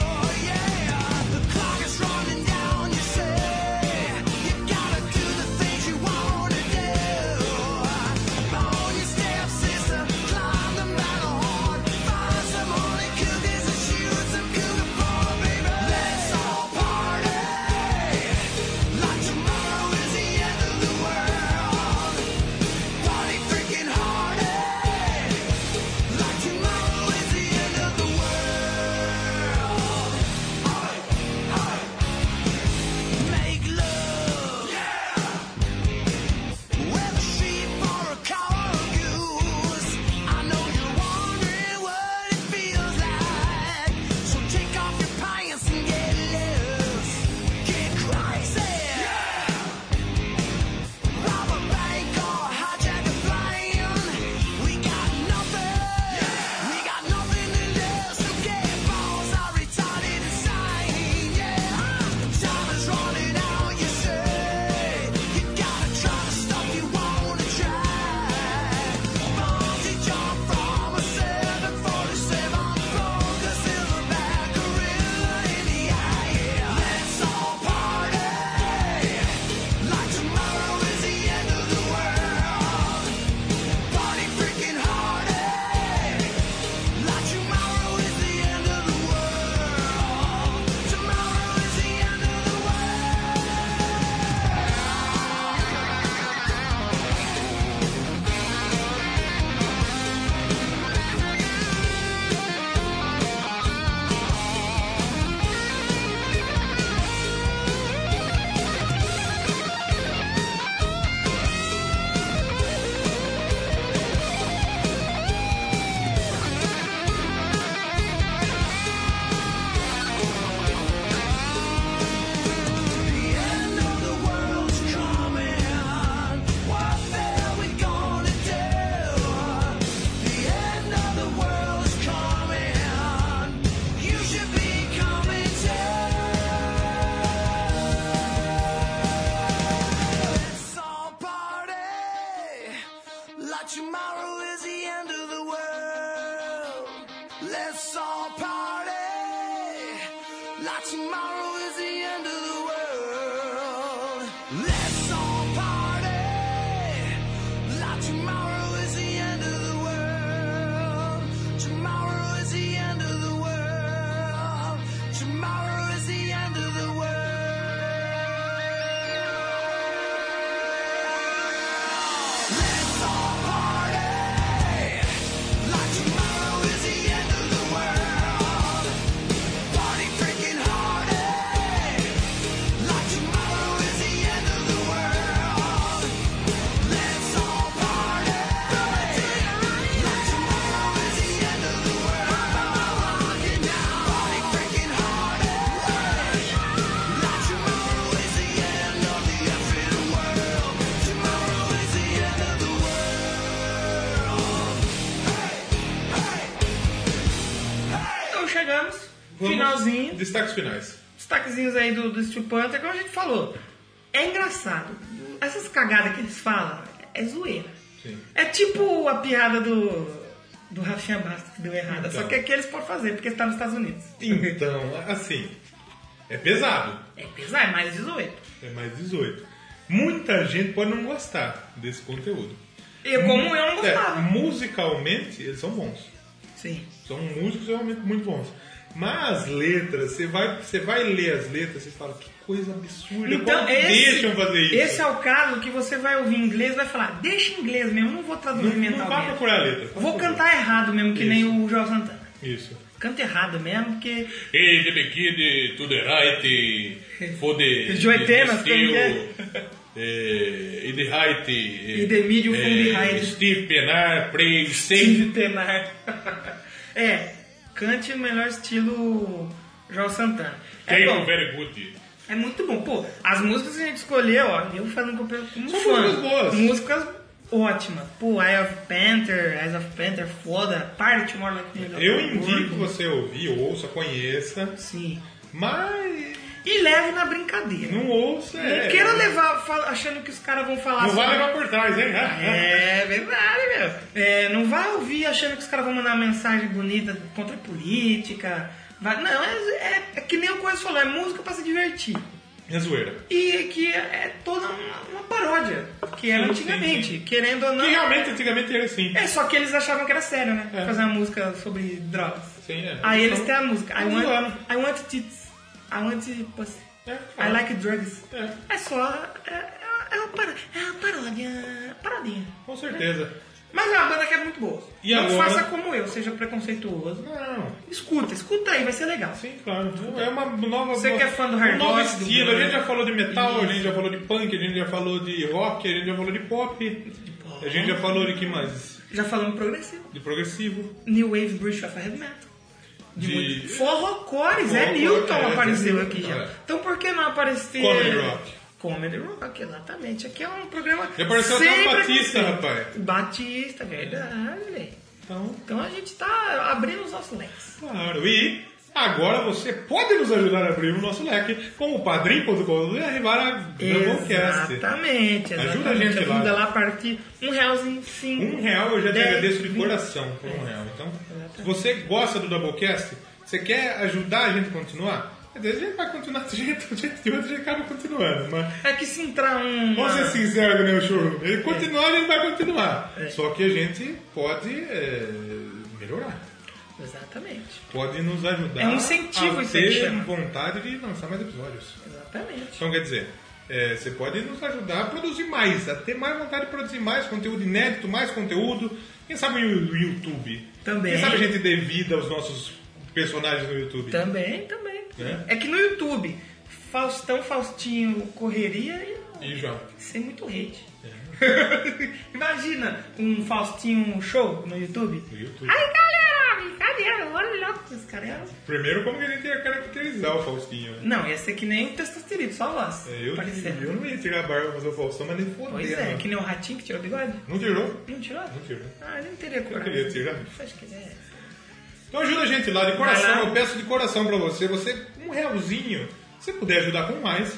Not tomorrow is the end of the world. Let's all party. Not tomorrow is the end of the world. Tomorrow is the end of the world. Tomorrow is the end of the world. Let's all party. Like tomorrow is the end of the world. Party freaking hard, Like tomorrow is the end of the world. Let's all party. Like tomorrow is the end of the world. Party freaking hard, Like tomorrow is the end of the effing world. Tomorrow is the end of the world.
Então chegamos,
Vamos-
finalzinho.
Destaques finais.
destaquezinhos aí do, do Steel Panther, como a gente falou. É engraçado. Essas cagadas que eles falam é zoeira.
Sim.
É tipo a piada do, do Rafinha Bastos que deu errada.
Então.
Só que aqui eles podem fazer, porque está nos Estados Unidos.
Então, assim, é pesado.
É pesado, é mais 18.
É mais 18. Muita gente pode não gostar desse conteúdo.
Eu, como eu, não
É,
gostava.
musicalmente, eles são bons.
Sim.
São músicos realmente muito bons. Mas as letras, você vai, você vai ler as letras e fala, que coisa absurda.
Então,
como que
esse,
deixam fazer isso?
esse é o caso que você vai ouvir em inglês e vai falar, deixa em inglês mesmo, não vou
não,
traduzir
não
mentalmente.
vá procurar a letra.
Vou cantar errado mesmo, que nem
Isso.
o João Santana.
Isso.
Canta errado mesmo, porque
Hey, the kid, to
é
the right, for the...
De
the
oitena, como que é?
steel, eh, in the right... eh,
In the middle from
eh,
behind.
Steve Penar, pray, safe.
Steve Penar. é, cante o melhor estilo João Santana. É
Thank
bom,
you very good.
é muito bom. Pô, as músicas que a gente escolheu, ó, eu falando com como
São
fã.
músicas boas.
Músicas ótimas. Pô, Eye of Panther, Eyes of Panther, foda. Party Tomorrow Like Me.
Eu indico você ouvir, ouça, conheça,
Sim.
mas
E leve na brincadeira.
não ouça.
Não
é,
queira levar fal- achando que os caras vão falar
Não
só-
vai levar por trás, hein?
É verdade, meu. É, não vai ouvir achando que os caras vão mandar uma mensagem bonita contra a política. Vai- não, é, é- é que nem o Coisa falou, é música pra se divertir.
É zoeira.
E que é toda uma, uma paródia, que era
Sim,
antigamente,
sim,
querendo ou não.
Que realmente, antigamente era assim.
É, só que eles achavam que era sério, né?
É.
Fazer uma música sobre drogas.
Sim, é.
Aí eles têm a música. I want,
zoando.
I want tits. I want pussy.
É,
I like drugs.
É.
É, só. É, é- é uma paró- é uma paródia. Parodinha.
Com certeza.
Mas é uma banda que é muito boa.
E
não
agora?
faça como eu, seja preconceituoso.
Não,
Escuta, escuta aí, vai ser legal.
sim, claro. É uma nova.
Você que é fã do hard
um novo
rock, do
estilo. A
glam.
gente já falou de metal, a
Isso.
gente já falou de punk, a gente já falou de rock, a gente já falou de pop. A gente já falou de que mais?
Já falamos progressivo.
De progressivo.
New Wave British of Heavy Metal.
De-
muito- Forrocores, Zé
Forrocores,
Newton
é,
apareceu
Zé
aqui já.
Newton, é.
Então por que não aparecer...
Comedy rock.
Comedy Rock, exatamente. Aqui é um programa...
E apareceu até o
sem
Batista,
preconceito.
rapaz.
Batista, verdade, velho.
Então,
Então a gente tá abrindo os nossos leques.
claro. E agora você pode nos ajudar a abrir o nosso leque com o padrim.com.br barra Doublecast.
Exatamente,
Ajuda a
exatamente.
gente lá.
Ajuda lá a partir um realzinho, sim.
Um real eu já te
Dez,
agradeço de
vinte.
coração por um real. Então, se você gosta do Doublecast, você quer ajudar a gente a continuar? Quer dizer, a gente vai continuar de jeito, de jeito de outro, a gente acaba continuando. Mas
É que se entrar um.
vamos ser sinceros, né, o showroom? Ele continua, ele vai continuar.
É.
Só que a gente pode é, melhorar.
Exatamente,
Pode nos ajudar
É um incentivo
a
isso aí né? que
ter
chama.
vontade de lançar mais episódios.
exatamente.
Então, quer dizer, é, você pode nos ajudar a produzir mais, a ter mais vontade de produzir mais conteúdo inédito, mais conteúdo. Quem sabe o YouTube?
Também.
Quem sabe a gente dê vida aos nossos personagens no YouTube?
Também, também.
Né?
É que no YouTube, Faustão, Faustinho, correria e
E É. já.
sem muito hate. Imagina um Faustinho show no YouTube.
No YouTube.
Aí galera, brincadeira, olha lá, os caras.
Primeiro, como que a gente ia caracterizar o Faustinho, né?
Não, ia ser que nem o testosterito, só a voz.
É, Eu,
parecendo.
eu não ia tirar a barba pra fazer o Faustão, mas nem fodendo.
Pois é, que nem o ratinho que tirou o bigode.
Não tirou?
Não tirou?
Não tirou.
Ah, ele não teria
Eu
coragem.
queria tirar.
Faz que é.
Então ajuda a gente lá,
Vai
de coração,
lá.
eu peço de coração pra você, você, um realzinho, se puder ajudar com mais,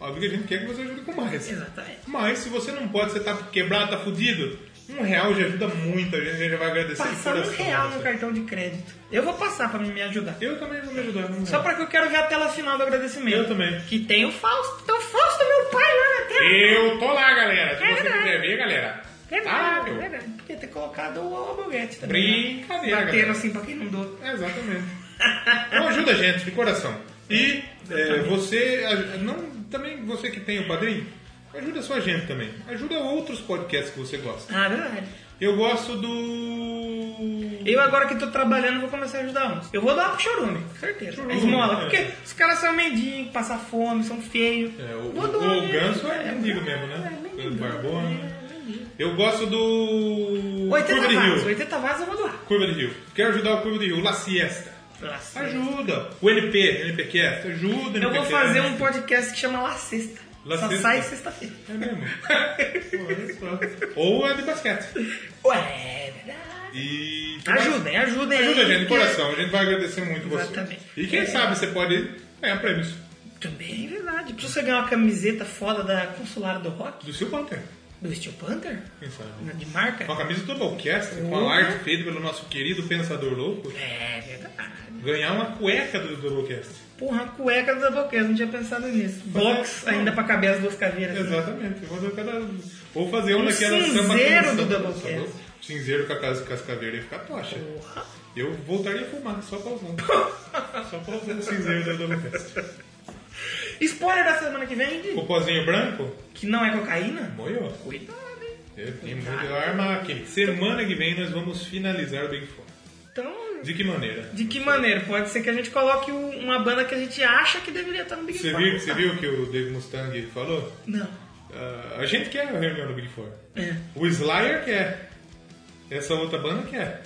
óbvio que a gente quer que você ajude com mais.
Exatamente.
Mas se você não pode, você tá quebrado, tá fudido, Um real já ajuda muito, a gente já vai agradecer de
Passar um
coração. né?
real no
você.
cartão de crédito. Eu vou passar pra me ajudar.
Eu também vou me ajudar. Não
Só pra que eu quero ver a tela final do agradecimento.
Eu também.
Que tem o Fausto. Tem o Fausto, meu pai, lá na tela.
Eu tô lá, galera. Se
É
você
verdade.
quiser ver, galera. Tá,
Verdade,
meu.
verdade. Podia ter colocado o Albuguete também. né?
Brincadeira,
Batendo
galera.
assim pra quem não doa.
É, Exatamente. Então ajuda a gente, de coração. E é, você, a- não, também você que tem o padrinho, ajuda só a gente também. Ajuda outros podcasts que você gosta.
Ah, verdade.
Eu gosto do.
Eu agora que tô trabalhando vou começar a ajudar uns. Eu vou dar pro chorume, com certeza.
Chorume,
Esmola,
é.
porque os caras são mendigos, passam fome, são feios.
É, o,
Vou dar
o-
uma-
o Ganso é mendigo mesmo, né?
É,
Pelo
mendigo.
Barbona. Eu gosto do.
80
Curva de
vasos,
Rio.
80 vasos eu vou doar.
Curva de Rio. Quero ajudar o Curva de Rio, La Siesta.
Nossa.
Ajuda. O NP, NPcast, é? ajuda.
Eu vou
NPcast.
fazer um podcast que chama La Sexta.
La
Só
Sexta?
sai sexta-feira.
É mesmo. Olha só. Ou é de basquete.
Ué, é verdade. é
E.
Ajudem, ajudem. aí,
Ajuda a gente, de
porque-
coração. A gente vai agradecer muito você.
Exatamente.
E quem sabe você pode ganhar prêmios
Também é verdade. Pra você ganhar uma camiseta foda da Consulada do Rock,
do Steel Panther.
do Steel Panther,
Quem sabe?
de marca.
Uma camisa do Doublecast, com
Uhum.
a arte feita pelo nosso querido pensador louco.
É verdade.
Ganhar uma cueca do Doublecast.
Porra, a cueca dos aboqueiros, não tinha pensado nisso.
é.
Box ainda pra caber as duas caveiras.
Exatamente. Vou fazer, cada... Vou fazer um
Um
daquelas
cinzeiro
samba canção,
do
sabe? Um
Doublecast.
Cinzeiro com a casa cascaveira ia ficar tocha. Eu voltaria a fumar, só pausando. só pausando o cinzeiro do Doublecast.
Spoiler da semana que vem,
O pozinho branco,
que não é cocaína?
moiou.
Cuidado, hein?
Eu tenho muito arma aqui. Semana que vem nós vamos finalizar o Big Four.
Então,
De que maneira?
de que maneira? Pode ser que a gente coloque um- uma banda que a gente acha que deveria estar no Big
Você
Four.
viu, você viu o que o Dave Mustang falou?
Não.
Ah, a gente quer a reunião do Big Four.
É.
O Slayer quer. Essa outra banda quer.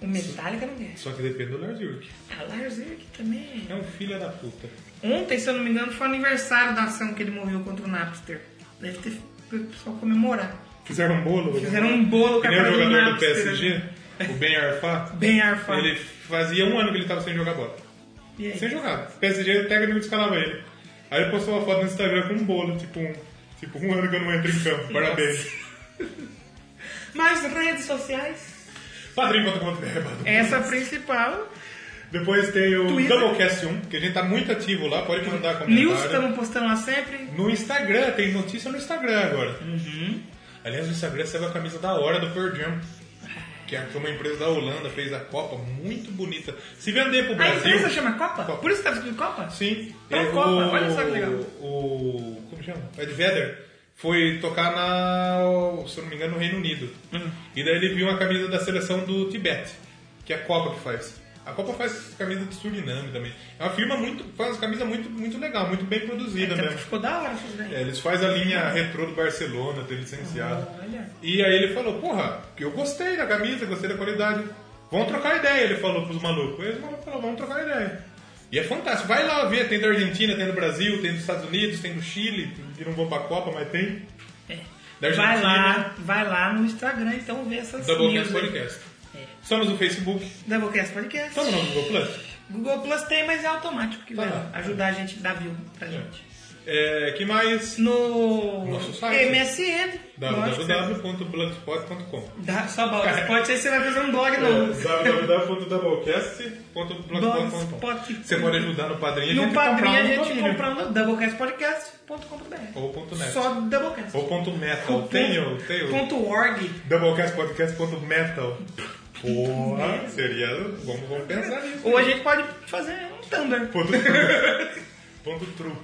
O Metallica não quer.
Só que depende do Lars Ulrich.
A Lars Ulrich também.
É um filho da puta.
Ontem, se eu não me engano, foi o aniversário da ação que ele moveu contra o Napster. Deve ter pro pessoal comemorar.
Fizeram um bolo.
Fizeram um bolo com
Que
a né? cara
nem o
do
jogador do
Napster.
PSG, o Ben Arfa.
Bem arfado.
Ele fazia um ano que ele tava sem jogar bola.
E aí?
Sem jogar. O PSG o técnico descalava ele. é Aí ele postou uma foto no Instagram com um bolo, tipo um, tipo, um ano que eu não entro em campo. Parabéns.
Mais redes sociais?
Padrim.com.br.
Essa é a principal.
Depois tem o
Twitter.
Doublecast 1, que a gente tá muito ativo lá, pode mandar comentário.
News estamos postando lá sempre.
No Instagram, tem notícia no Instagram agora.
Uhum.
Aliás, no Instagram saiu a camisa da hora do Pearl Jam. Que é uma empresa da Holanda, fez a Copa, muito bonita. Se vender pro
A
Brasil...
empresa chama Copa?
Copa.
Por isso que tá escrito Copa?
Sim.
Pra
É,
Copa,
o-
olha só que legal.
O. Como chama? Ed Vedder foi tocar na. Se eu não me engano, no Reino Unido. E daí ele viu uma camisa da seleção do Tibete, que é a Copa que faz. A Copa faz camisa de Suriname também. É uma firma muito. faz camisa muito, muito legal, muito bem produzida
Até porque
mesmo.
ficou da hora isso daí.
É, eles fazem a linha retrô do Barcelona, tem licenciado.
Olha.
E aí ele falou, porra, que eu gostei da camisa, gostei da qualidade. Vamos trocar ideia, ele falou pros malucos. Aí os malucos falaram, vamos trocar ideia. E é fantástico. Vai lá ver, tem da Argentina, tem do Brasil, tem dos Estados Unidos, tem do Chile, que não vão pra Copa, mas tem. Da Argentina.
É. Vai lá, vai lá no Instagram então ver essas
né? Doublecast
news aí.
Podcast.
É.
Tá Estamos no Facebook,
Doublecast Podcast.
estamos no Google Plus.
Google Plus tem, mas é automático que
Vai
vai
lá.
ajudar a gente, dar view pra gente.
É, que mais?
No
Nosso site.
MSN. lógico,
www.blogspot.com
dá- Só blog. Pode ser que você vai fazer um blog novo.
www.doublecast.blogspot.com Você pode ajudar no padrinho
No padrinho a
comprar um
gente
domínio.
comprando doublecastpodcast.com.br.
Ou ponto net.
Só Doublecast.
Ou ponto metal. Tem o. Tem um. o.
Ponto .org.
Doublecastpodcast.metal. Porra, seria. Vamos, vamos pensar nisso.
Ou a gente pode fazer um Tumblr.
Ponto true. Ponto true.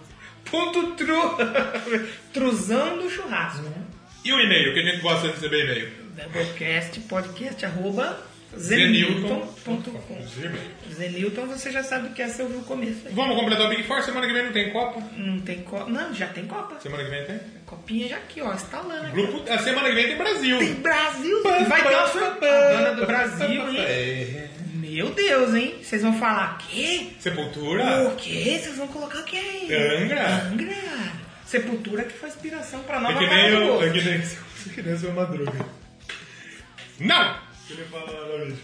Ponto tru. Truzão do churrasco.
E o e-mail, que a gente gosta de receber e-mail.
Doublecast, podcast, arroba
Zenilton.com.
zenilton.com.
Gmail.
Zenilton, você já sabe o que é, você ouviu o começo aí.
Vamos completar o Big Four, semana que vem não tem Copa.
Não tem Copa. Não, já tem Copa.
Semana que vem tem.
Copinha já aqui, ó, estalando aqui.
Grupo. A semana que vem tem Brasil.
Tem Brasil, né? vai ter uma surpresa. A banda do Brasil, hein?
É.
Meu Deus, hein? Vocês vão falar, quê?
Sepultura.
O quê? Vocês vão colocar o quê aí?
É. Angra.
Angra. Sepultura que foi inspiração pra
É
nova
que
cara
nem
do
eu.
Gol.
É que nem. É que nem o seu madruga. Não! Ele fala lá no vídeo.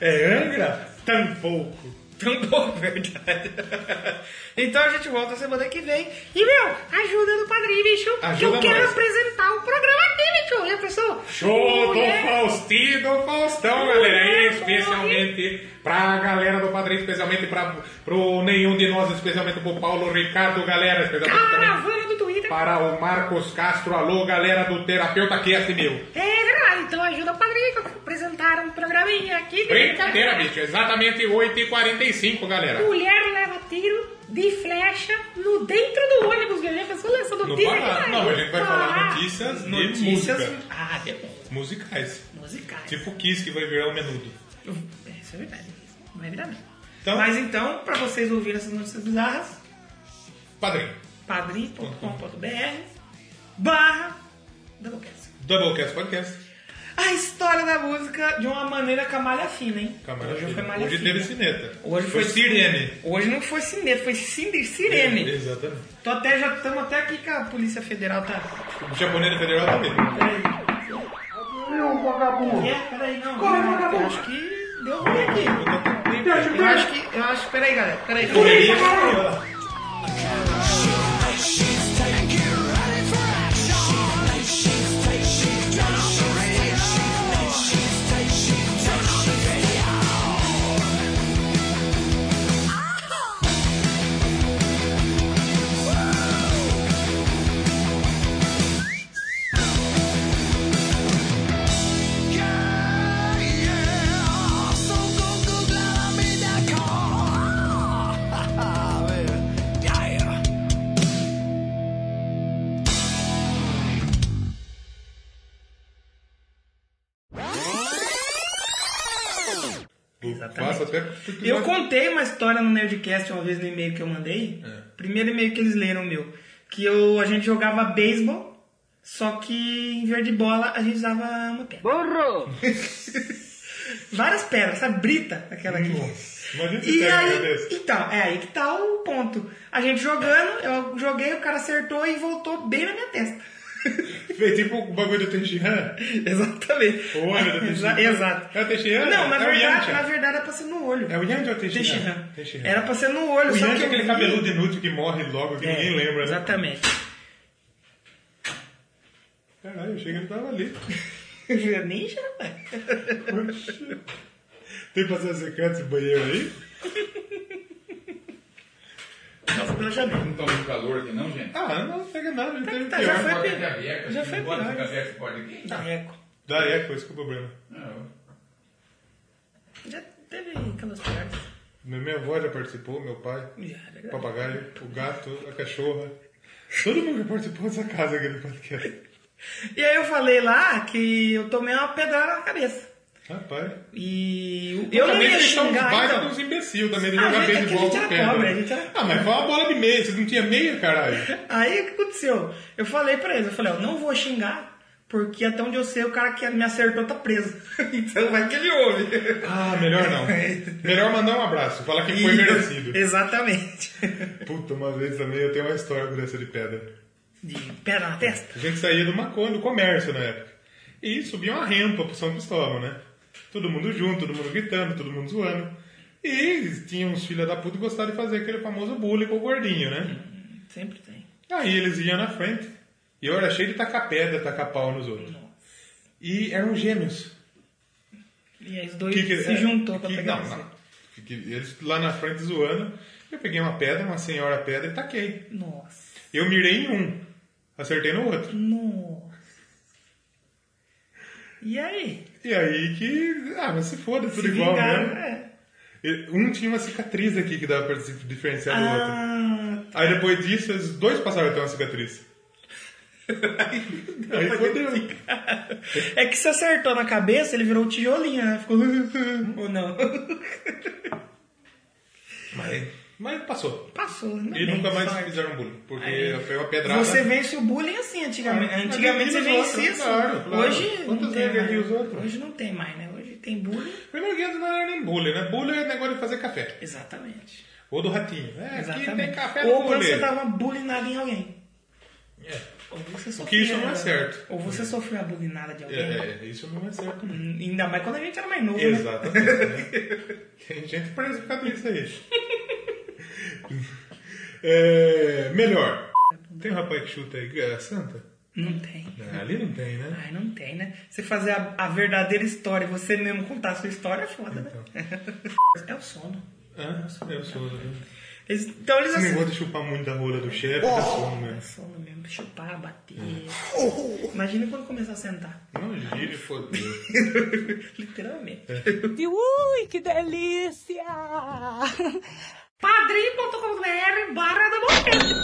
É Angra? Tampouco.
Tampouco, Então, verdade. então a gente volta semana que vem. E, meu, ajuda no padrinho, bicho. que
Ajuda
eu quero
nós.
apresentar o programa aqui, bicho. Já pensou?
Show do
Mulher-
Faustino, Faustão, galera. Especialmente pra galera do Padrinho, especialmente pra, pro Nenhum de Nós, especialmente pro Paulo Ricardo, galera. Especialmente também
Caravana do Twitter.
para o Marcos Castro. Alô, galera do Terapeuta Cast Mil.
É verdade, então ajuda o padrinho que apresentaram um programinha aqui.
tá-
Brincadeira, bicho. Exatamente 8h45, galera.
Mulher leva tiro de flecha no dentro do ônibus, viu? Já pensou nessa
Não,
notícia?
vai lá.
que
não, a gente vai
Ah,
falar notícias,
Notícias.
e música.
Ah, beleza.
musicais.
Musicais.
Tipo Kiss, que vai virar o menudo.
É, Isso é verdade. Vai virar mesmo.
Então-
Mas então, pra vocês ouvirem essas notícias bizarras,
Padrinho.
padrim.com.br barra Doublecast.
Doublecast Podcast.
A história da música de uma maneira camalha fina, hein?
Câmara
Hoje
Fina.
foi malha
Hoje
fina.
teve cineta.
Hoje foi,
foi sirene. É,
Hoje não foi cineta, foi cine- sirene.
Exatamente.
Tô até, já estamos até aqui que a Polícia Federal tá.
O japonês federal é também.
Peraí. Que é? Peraí, não. Corre, vagabundo. Acho que deu ruim aqui. Eu acho que. Eu acho. Peraí, galera. Peraí.
Correria espanhola.
Exatamente.
Passa até
Eu contei uma história no Nerdcast uma vez no e-mail que eu mandei.
É.
Primeiro e-mail que eles leram meu. Que eu, a gente jogava beisebol, só que em vez de bola a gente usava uma pedra. Várias pedras, sabe? Brita, aquela que.
Imagina se
E
pega um
aí,
desse.
então, é aí que tá o ponto. A gente jogando, eu joguei, o cara acertou e voltou bem na minha testa.
Fez tipo o bagulho do Tenshinhan.
Exatamente.
O olho do
Exa-
Teixeira.
Exato.
É o Teixeira?
Não, na,
É o
verdade,
Yantia.
na verdade é pra ser no olho.
É o Yanti ou o Teixeira?
Teixeira.
Teixeira.
Era pra ser no olho,
O
só
Yanti
que
é
eu
aquele
vi-
cabeludo inútil que morre logo, que
É,
ninguém lembra, né?
Exatamente.
Caralho, eu achei que ele tava ali.
Ninja, rapaz.
Oxi. Tem passagem secreta esse banheiro aí?
Nossa, pela janela.
Não tá muito calor aqui, não, gente?
Ah, não pega nada, não tem
tá, já
pior.
foi.
Porta aqui
pior.
aberta.
Já foi
não Bota
pior.
ficar aberto porta aqui?
Dá eco.
Dá eco, esse que é o problema.
Não.
Já teve aquelas piadas.
Minha avó já participou, meu pai.
Já, é
O
verdade.
papagaio, o gato, a cachorra. Todo mundo que participou dessa casa aqui no podcast.
E aí eu falei lá que eu tomei uma pedrada na cabeça.
Rapaz.
E eu não
Também
ia
eles são uns
xingar,
baita
então.
de uns imbecil também de
Ah, gente, é
jogar
que a
beisebol
gente
com
era
pedra.
pobre, a gente era
Ah, mas foi uma bola de meia, vocês não tinham meia, caralho.
Aí o que aconteceu? Eu falei pra eles, eu falei, ó, não vou xingar, porque até onde eu sei o cara que me acertou tá preso. então vai que ele ouve.
Ah, melhor não. Melhor mandar um abraço, falar que foi merecido.
Exatamente.
Puta, uma vez também eu tenho uma história com essa de pedra.
De pedra na testa.
A gente saía do Maconha, do comércio na época. E subia uma rampa pro São Cristóvão, né? Todo mundo junto, todo mundo gritando, todo mundo zoando. E tinha uns filha da puta que gostavam de fazer aquele famoso bullying com o gordinho, né?
Sempre tem.
Aí eles iam na frente. E eu era cheio de tacar pedra, tacar pau nos outros. E eram gêmeos.
E aí os dois
Que que-
se
é,
juntou pra
que-
pegar
não,
você.
não. Que- que Eles lá na frente zoando. Eu peguei uma pedra, uma senhora pedra e taquei.
Nossa.
Eu mirei em um, acertei no outro.
Nossa. E aí?
E aí que. Ah, mas se foda, tudo
Se
igual
vingaram,
mesmo.
é.
E- Um tinha uma cicatriz aqui que dava pra se diferenciar É do outro.
Ah,
Aí depois disso, os dois passaram a ter uma cicatriz. aí fodeu.
é que se acertou na cabeça, ele virou um tijolinho, né? Ficou. Ou não?
Mas, mas passou.
Passou, né?
E nunca mais
Sorte.
fizeram bullying, porque
Aí.
foi uma pedrada.
Você vence o bullying assim, antigamente.
Ah,
antigamente você
agredindo os
vencia
outros,
assim.
claro, claro.
Hoje. não tem
Quantas vezes agrediu
mais.
os outros?
Hoje não tem mais, né? Hoje tem bullying.
Primeiro que não era nem bullying, né? Bullying é negócio de fazer café.
Exatamente.
Ou do ratinho. É, aqui tem
Exatamente.
café
Ou
no
quando você tá-
bullying.
dava bulinada em alguém. Ou você sofria-
É. isso não é certo.
Ou você sofreu a bulinada de alguém.
É, é, isso não é certo. né?
Hum, Ainda mais quando a gente era mais novo. né?
Exatamente. né? Tem gente presa por causa disso aí. É, melhor. Tem um rapaz que chuta aí, é Santa?
Não tem.
Ah, ali não tem, né?
Ai, não tem, né? Você fazer a, a verdadeira história e você mesmo contar a sua história é foda, né?
Então.
é o sono.
Ah, eu sou. né?
Eles- então eles
Esse
assim.
negócio de chupar muito da rola do chefe, é sono
É
mesmo.
sono mesmo, chupar, bater.
Hum.
Imagina quando começar a sentar.
Não gire, fodeu.
Literalmente.
Ui, que delícia! Padrim.com.br barra da boquete.